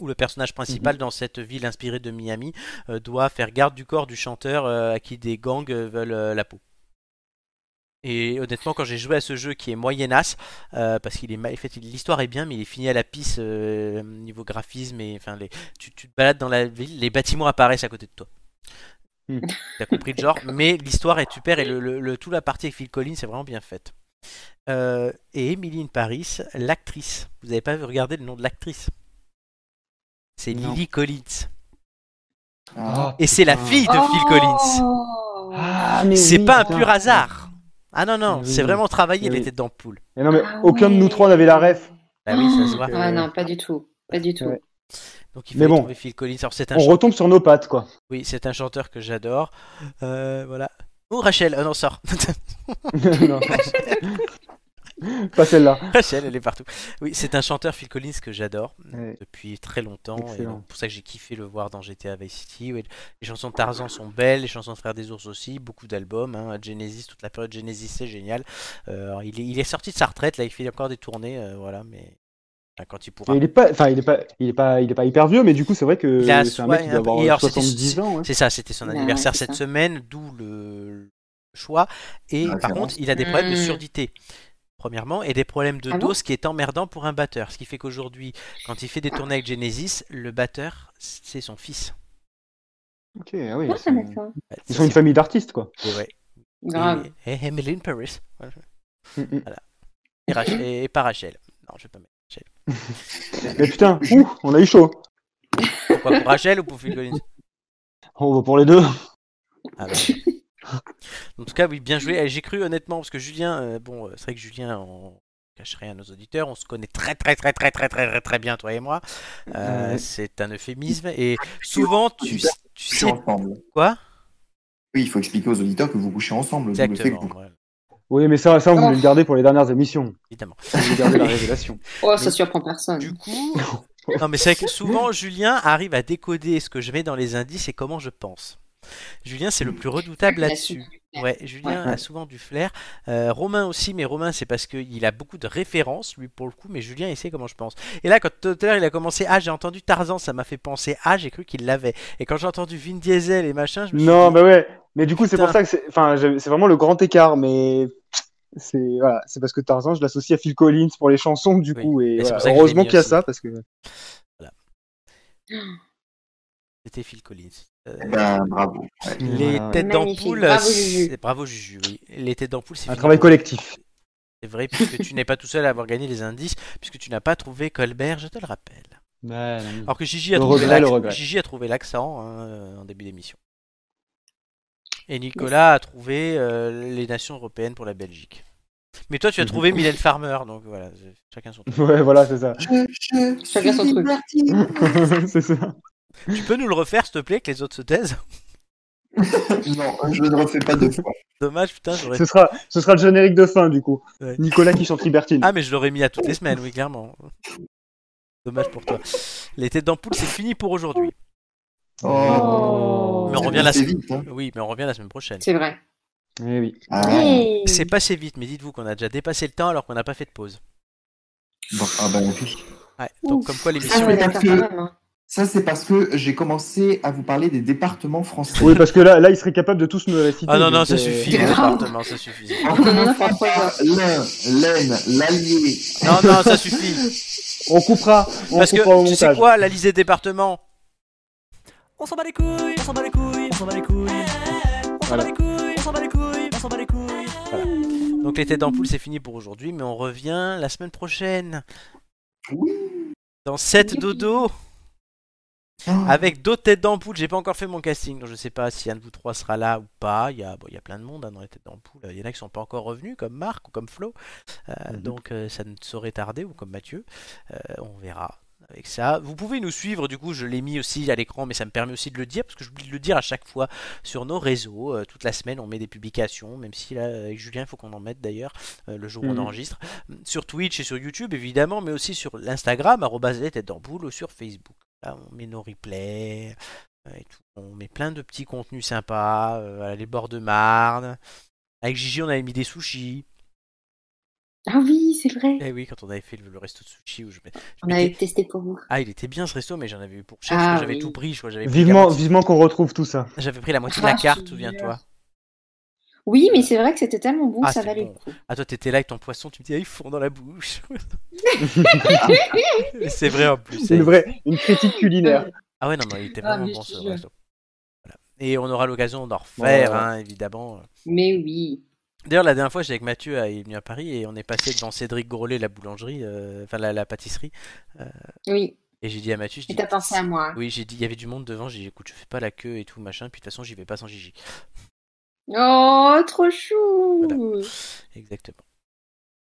où le personnage principal dans cette ville inspirée de Miami euh, doit faire garde du corps du chanteur euh, à qui des gangs euh, veulent euh, la peau. Et honnêtement, quand j'ai joué à ce jeu qui est moyenasse, euh, parce qu'il est mal, en fait, il- l'histoire est bien, mais il est fini à la pisse euh, niveau graphisme et enfin les, tu, tu te balades dans la ville, les bâtiments apparaissent à côté de toi. Hmm. T'as compris le genre, mais l'histoire est super et le, le- le- tout la partie avec Phil Collins c'est vraiment bien faite. Euh, et Emily in Paris, l'actrice. Vous n'avez pas regardé le nom de l'actrice C'est Non. Lily Collins. Ah. Et c'est la fille de Oh Phil Collins. Oh. Ah, mais C'est oui, pas un putain. pur hasard. Ah non, non, Mais c'est oui. vraiment travaillé, Mais elle oui. était dans le poule. Et non, mais Ah aucun de ouais. nous trois n'avait la ref. Bah oui, ça se voit. Donc, Ah euh, non, pas du tout. Pas du tout. Ouais. Donc il Mais fallait bon. trouver Phil Collins. Alors c'est un On retombe sur nos pattes, quoi. Oui, c'est un chanteur que j'adore. Euh, voilà. Oh, Rachel, on en sort. Non. pas celle-là. Rachel, elle est partout. Oui, c'est un chanteur, Phil Collins, que j'adore euh, Ouais. depuis très longtemps. Et Excellent. donc, pour ça que j'ai kiffé le voir dans GTA Vice City. Ouais, les chansons de Tarzan sont belles, les chansons de Frères des Ours aussi, beaucoup d'albums. hein. Genesis, toute la période Genesis, c'est génial. Euh, alors, il, est, il est sorti de sa retraite, là, il fait encore des tournées, euh, voilà, mais enfin, quand il pourra. Et il est pas, enfin, il est pas, il est pas, il est pas hyper vieux, mais du coup, c'est vrai que Ah. Il a hein. c'est un so- mec ouais, qui un- doit avoir et alors, c'était- 70 ans. ouais. C'est ça, c'était son Bah ouais, anniversaire c'est cette ça. semaine, d'où le choix. Et Ah, La par référence. contre, il a des problèmes de Hmm. surdité, premièrement, et des problèmes de Ah dos, bon ce qui est emmerdant pour un batteur. Ce qui fait qu'aujourd'hui, quand il fait des tournées avec Genesis, le batteur, c'est son fils. Ok, ah oui. Ouais, c'est- mais ça. Ouais, Ils sont une famille d'artistes, quoi. Et ouais. Grave. Et, et Emily in Paris. Voilà. Mm, mm. Et, Rachel, et, et pas Rachel. Non, je vais pas mettre. Mais putain, ouh, on a eu chaud. Pourquoi pour Rachel ou pour Phil Collins On va pour les deux. Ah bah. En tout cas, oui, bien joué. Eh, J'ai cru honnêtement, parce que Julien, euh, bon, euh, c'est vrai que Julien, on cache rien à nos auditeurs, on se connaît très très très très très très très, très bien, toi et moi. Euh, Ouais. C'est un euphémisme. Et souvent, tu, tu coucher sais ensemble. quoi Oui, il faut expliquer aux auditeurs que vous couchez ensemble. d'où le fait que Exactement, vous- voilà, Oui, mais ça, Ah. ça, on voulait Oh. le garder pour les dernières émissions. évidemment. On voulait garder la révélation. Oh, ça surprend personne. Du coup, non, mais c'est vrai que souvent, Julien arrive à décoder ce que je mets dans les indices et comment je pense. Julien, c'est le plus redoutable Il a là-dessus. su- Ouais, Julien a souvent du flair. Euh, Romain aussi, mais Romain, c'est parce qu'il a beaucoup de références, lui, pour le coup, mais Julien, il sait comment je pense. Et là, quand tout à l'heure, il a commencé, ah, j'ai entendu Tarzan, ça m'a fait penser, ah, j'ai cru qu'il l'avait. Et quand j'ai entendu Vin Diesel et machin, je me suis Non, dit, Ah, bah ouais. Mais du coup, c'est Putain. pour ça que c'est, enfin, j'ai- c'est vraiment le grand écart. Mais c'est voilà, c'est parce que Tarzan, je l'associe à Phil Collins pour les chansons, du Oui. coup. Et, Et c'est voilà. pour ça que je l'ai heureusement mis qu'il y a aussi. ça, parce que c'était Phil Collins. Euh, Eh ben, bravo. Ouais. les Voilà, ouais. têtes Magnifique. d'ampoule, Bravo, c'est- Juju. bravo Juju, oui. Les têtes d'ampoule, c'est un Phil travail Collins. collectif. C'est vrai, puisque tu n'es pas tout seul à avoir gagné les indices, puisque tu n'as pas trouvé Colbert, je te le rappelle. Alors que Gigi a, Le trouvé regret, le l'acc- regret. Gigi a trouvé l'accent hein, euh, en début d'émission. Et Nicolas a trouvé euh, les nations européennes pour la Belgique. Mais toi, tu as trouvé Mylène Farmer, donc voilà, c'est- chacun son truc. Ouais, voilà, c'est ça. Je, je Chacun son suis truc. parti. c'est ça. Tu peux nous le refaire, s'il te plaît, que les autres se taisent non, je ne refais pas deux fois. Dommage, putain, j'aurais. Ce sera, ce sera le générique de fin, du coup. Ouais. Nicolas qui chante Libertine. Ah, mais je l'aurais mis à toutes les semaines, oui, clairement. Dommage pour toi. Les têtes d'ampoule, c'est fini pour aujourd'hui. Oh. Mais on revient la C'est semaine. vite, hein. Oui, mais on revient la semaine prochaine. C'est vrai. Eh oui. Ah, Hey C'est passé vite, mais dites-vous qu'on a déjà dépassé le temps alors qu'on n'a pas fait de pause. bon, ah ben, oui. Ouais, donc Ouf. comme quoi Ah l'émission ouais, est- d'accord, quand même. hein. Ça, c'est parce que j'ai commencé à vous parler des départements français. Oui, parce que là, là, il serait capable de tous me réciter. Ah non, non, donc, ça euh, suffit, les départements, ça suffit. En On en a commençant pour trois par heures. l'Ain, l'Aisne, l'Allier. Non, non, ça suffit. On coupera. On Parce coupera au que tu sais montage. quoi, la liste des départements On s'en bat les couilles, on s'en bat les couilles, on s'en bat les couilles. On s'en bat Voilà. les couilles, on s'en bat les couilles, on s'en bat les couilles. Donc les têtes d'ampoule, c'est fini pour aujourd'hui, mais on revient la semaine prochaine. Dans 7 dodo Oh. Ah. avec d'autres têtes d'ampoule. J'ai pas encore fait mon casting, donc je sais pas si un de vous trois sera là ou pas. Il y a, bon, il y a plein de monde hein, dans les têtes d'ampoule. Il y en a qui sont pas encore revenus, comme Marc ou comme Flo. Euh, Mhm. Donc euh, ça ne saurait tarder, ou comme Mathieu. Euh, on verra. Avec ça, vous pouvez nous suivre. Du coup, je l'ai mis aussi à l'écran, mais ça me permet aussi de le dire parce que j'oublie de le dire à chaque fois sur nos réseaux. Euh, toute la semaine, on met des publications, même si là, avec Julien, il faut qu'on en mette d'ailleurs euh, le jour où on Mhm. enregistre. Sur Twitch et sur YouTube, évidemment, mais aussi sur l'Instagram, arrobase les têtes d'ampoule, ou sur Facebook. Là, on met nos replays euh, et tout. On met plein de petits contenus sympas. euh, voilà, les bords de Marne. Avec Gigi, on avait mis des sushis. Ah oui, c'est vrai. Eh oui, quand on avait fait le, le resto de sushis, où je, met- je On mettais- avait testé pour vous. Ah, il était bien ce resto, mais j'en avais eu pour cher. Ah, parce que j'avais oui. tout pris. Je crois que j'avais pris la Vivement, moitié- vivement qu'on retrouve tout ça. J'avais pris la moitié de la Ah, carte, c'est souviens-toi. Oui, mais c'est vrai que c'était tellement bon, Ah, ça c'est valait bon. le coup. Ah, toi, t'étais là avec ton poisson, tu me dis, ah, ils font dans la bouche. Mais c'est vrai en plus. ça y est. Une vraie, une critique culinaire. Ah ouais, non, non, il était Ah, vraiment mais bon je ce te jure. resto. Voilà. Et on aura l'occasion d'en refaire, Ouais. hein, évidemment. Mais oui. D'ailleurs, la dernière fois, j'étais avec Mathieu, à- il est venu à Paris et on est passé devant Cédric Grolet, la boulangerie, euh, enfin la, la pâtisserie. Oui. Et j'ai dit à Mathieu, je Et dis, t'as pensé à moi. hein. oui, j'ai dit, il y avait du monde devant, j'ai dit, écoute, je fais pas la queue et tout, machin, puis de toute façon, j'y vais pas sans Gigi. Oh, trop chou. Exactement.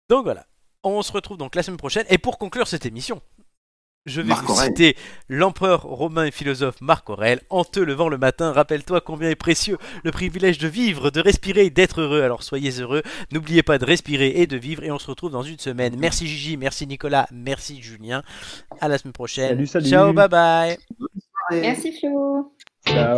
Donc voilà, on se retrouve donc la semaine prochaine. Et pour conclure cette émission, je vais Marc vous Aurèle. citer l'empereur romain et philosophe Marc Aurèle. En te levant le matin, rappelle-toi combien est précieux le privilège de vivre, de respirer et d'être heureux. Alors soyez heureux, n'oubliez pas de respirer et de vivre. Et on se retrouve dans une semaine. Merci Gigi, merci Nicolas, merci Julien. À la semaine prochaine. Salut, salut. Ciao, bye bye. Ah, Merci Flo. Ciao.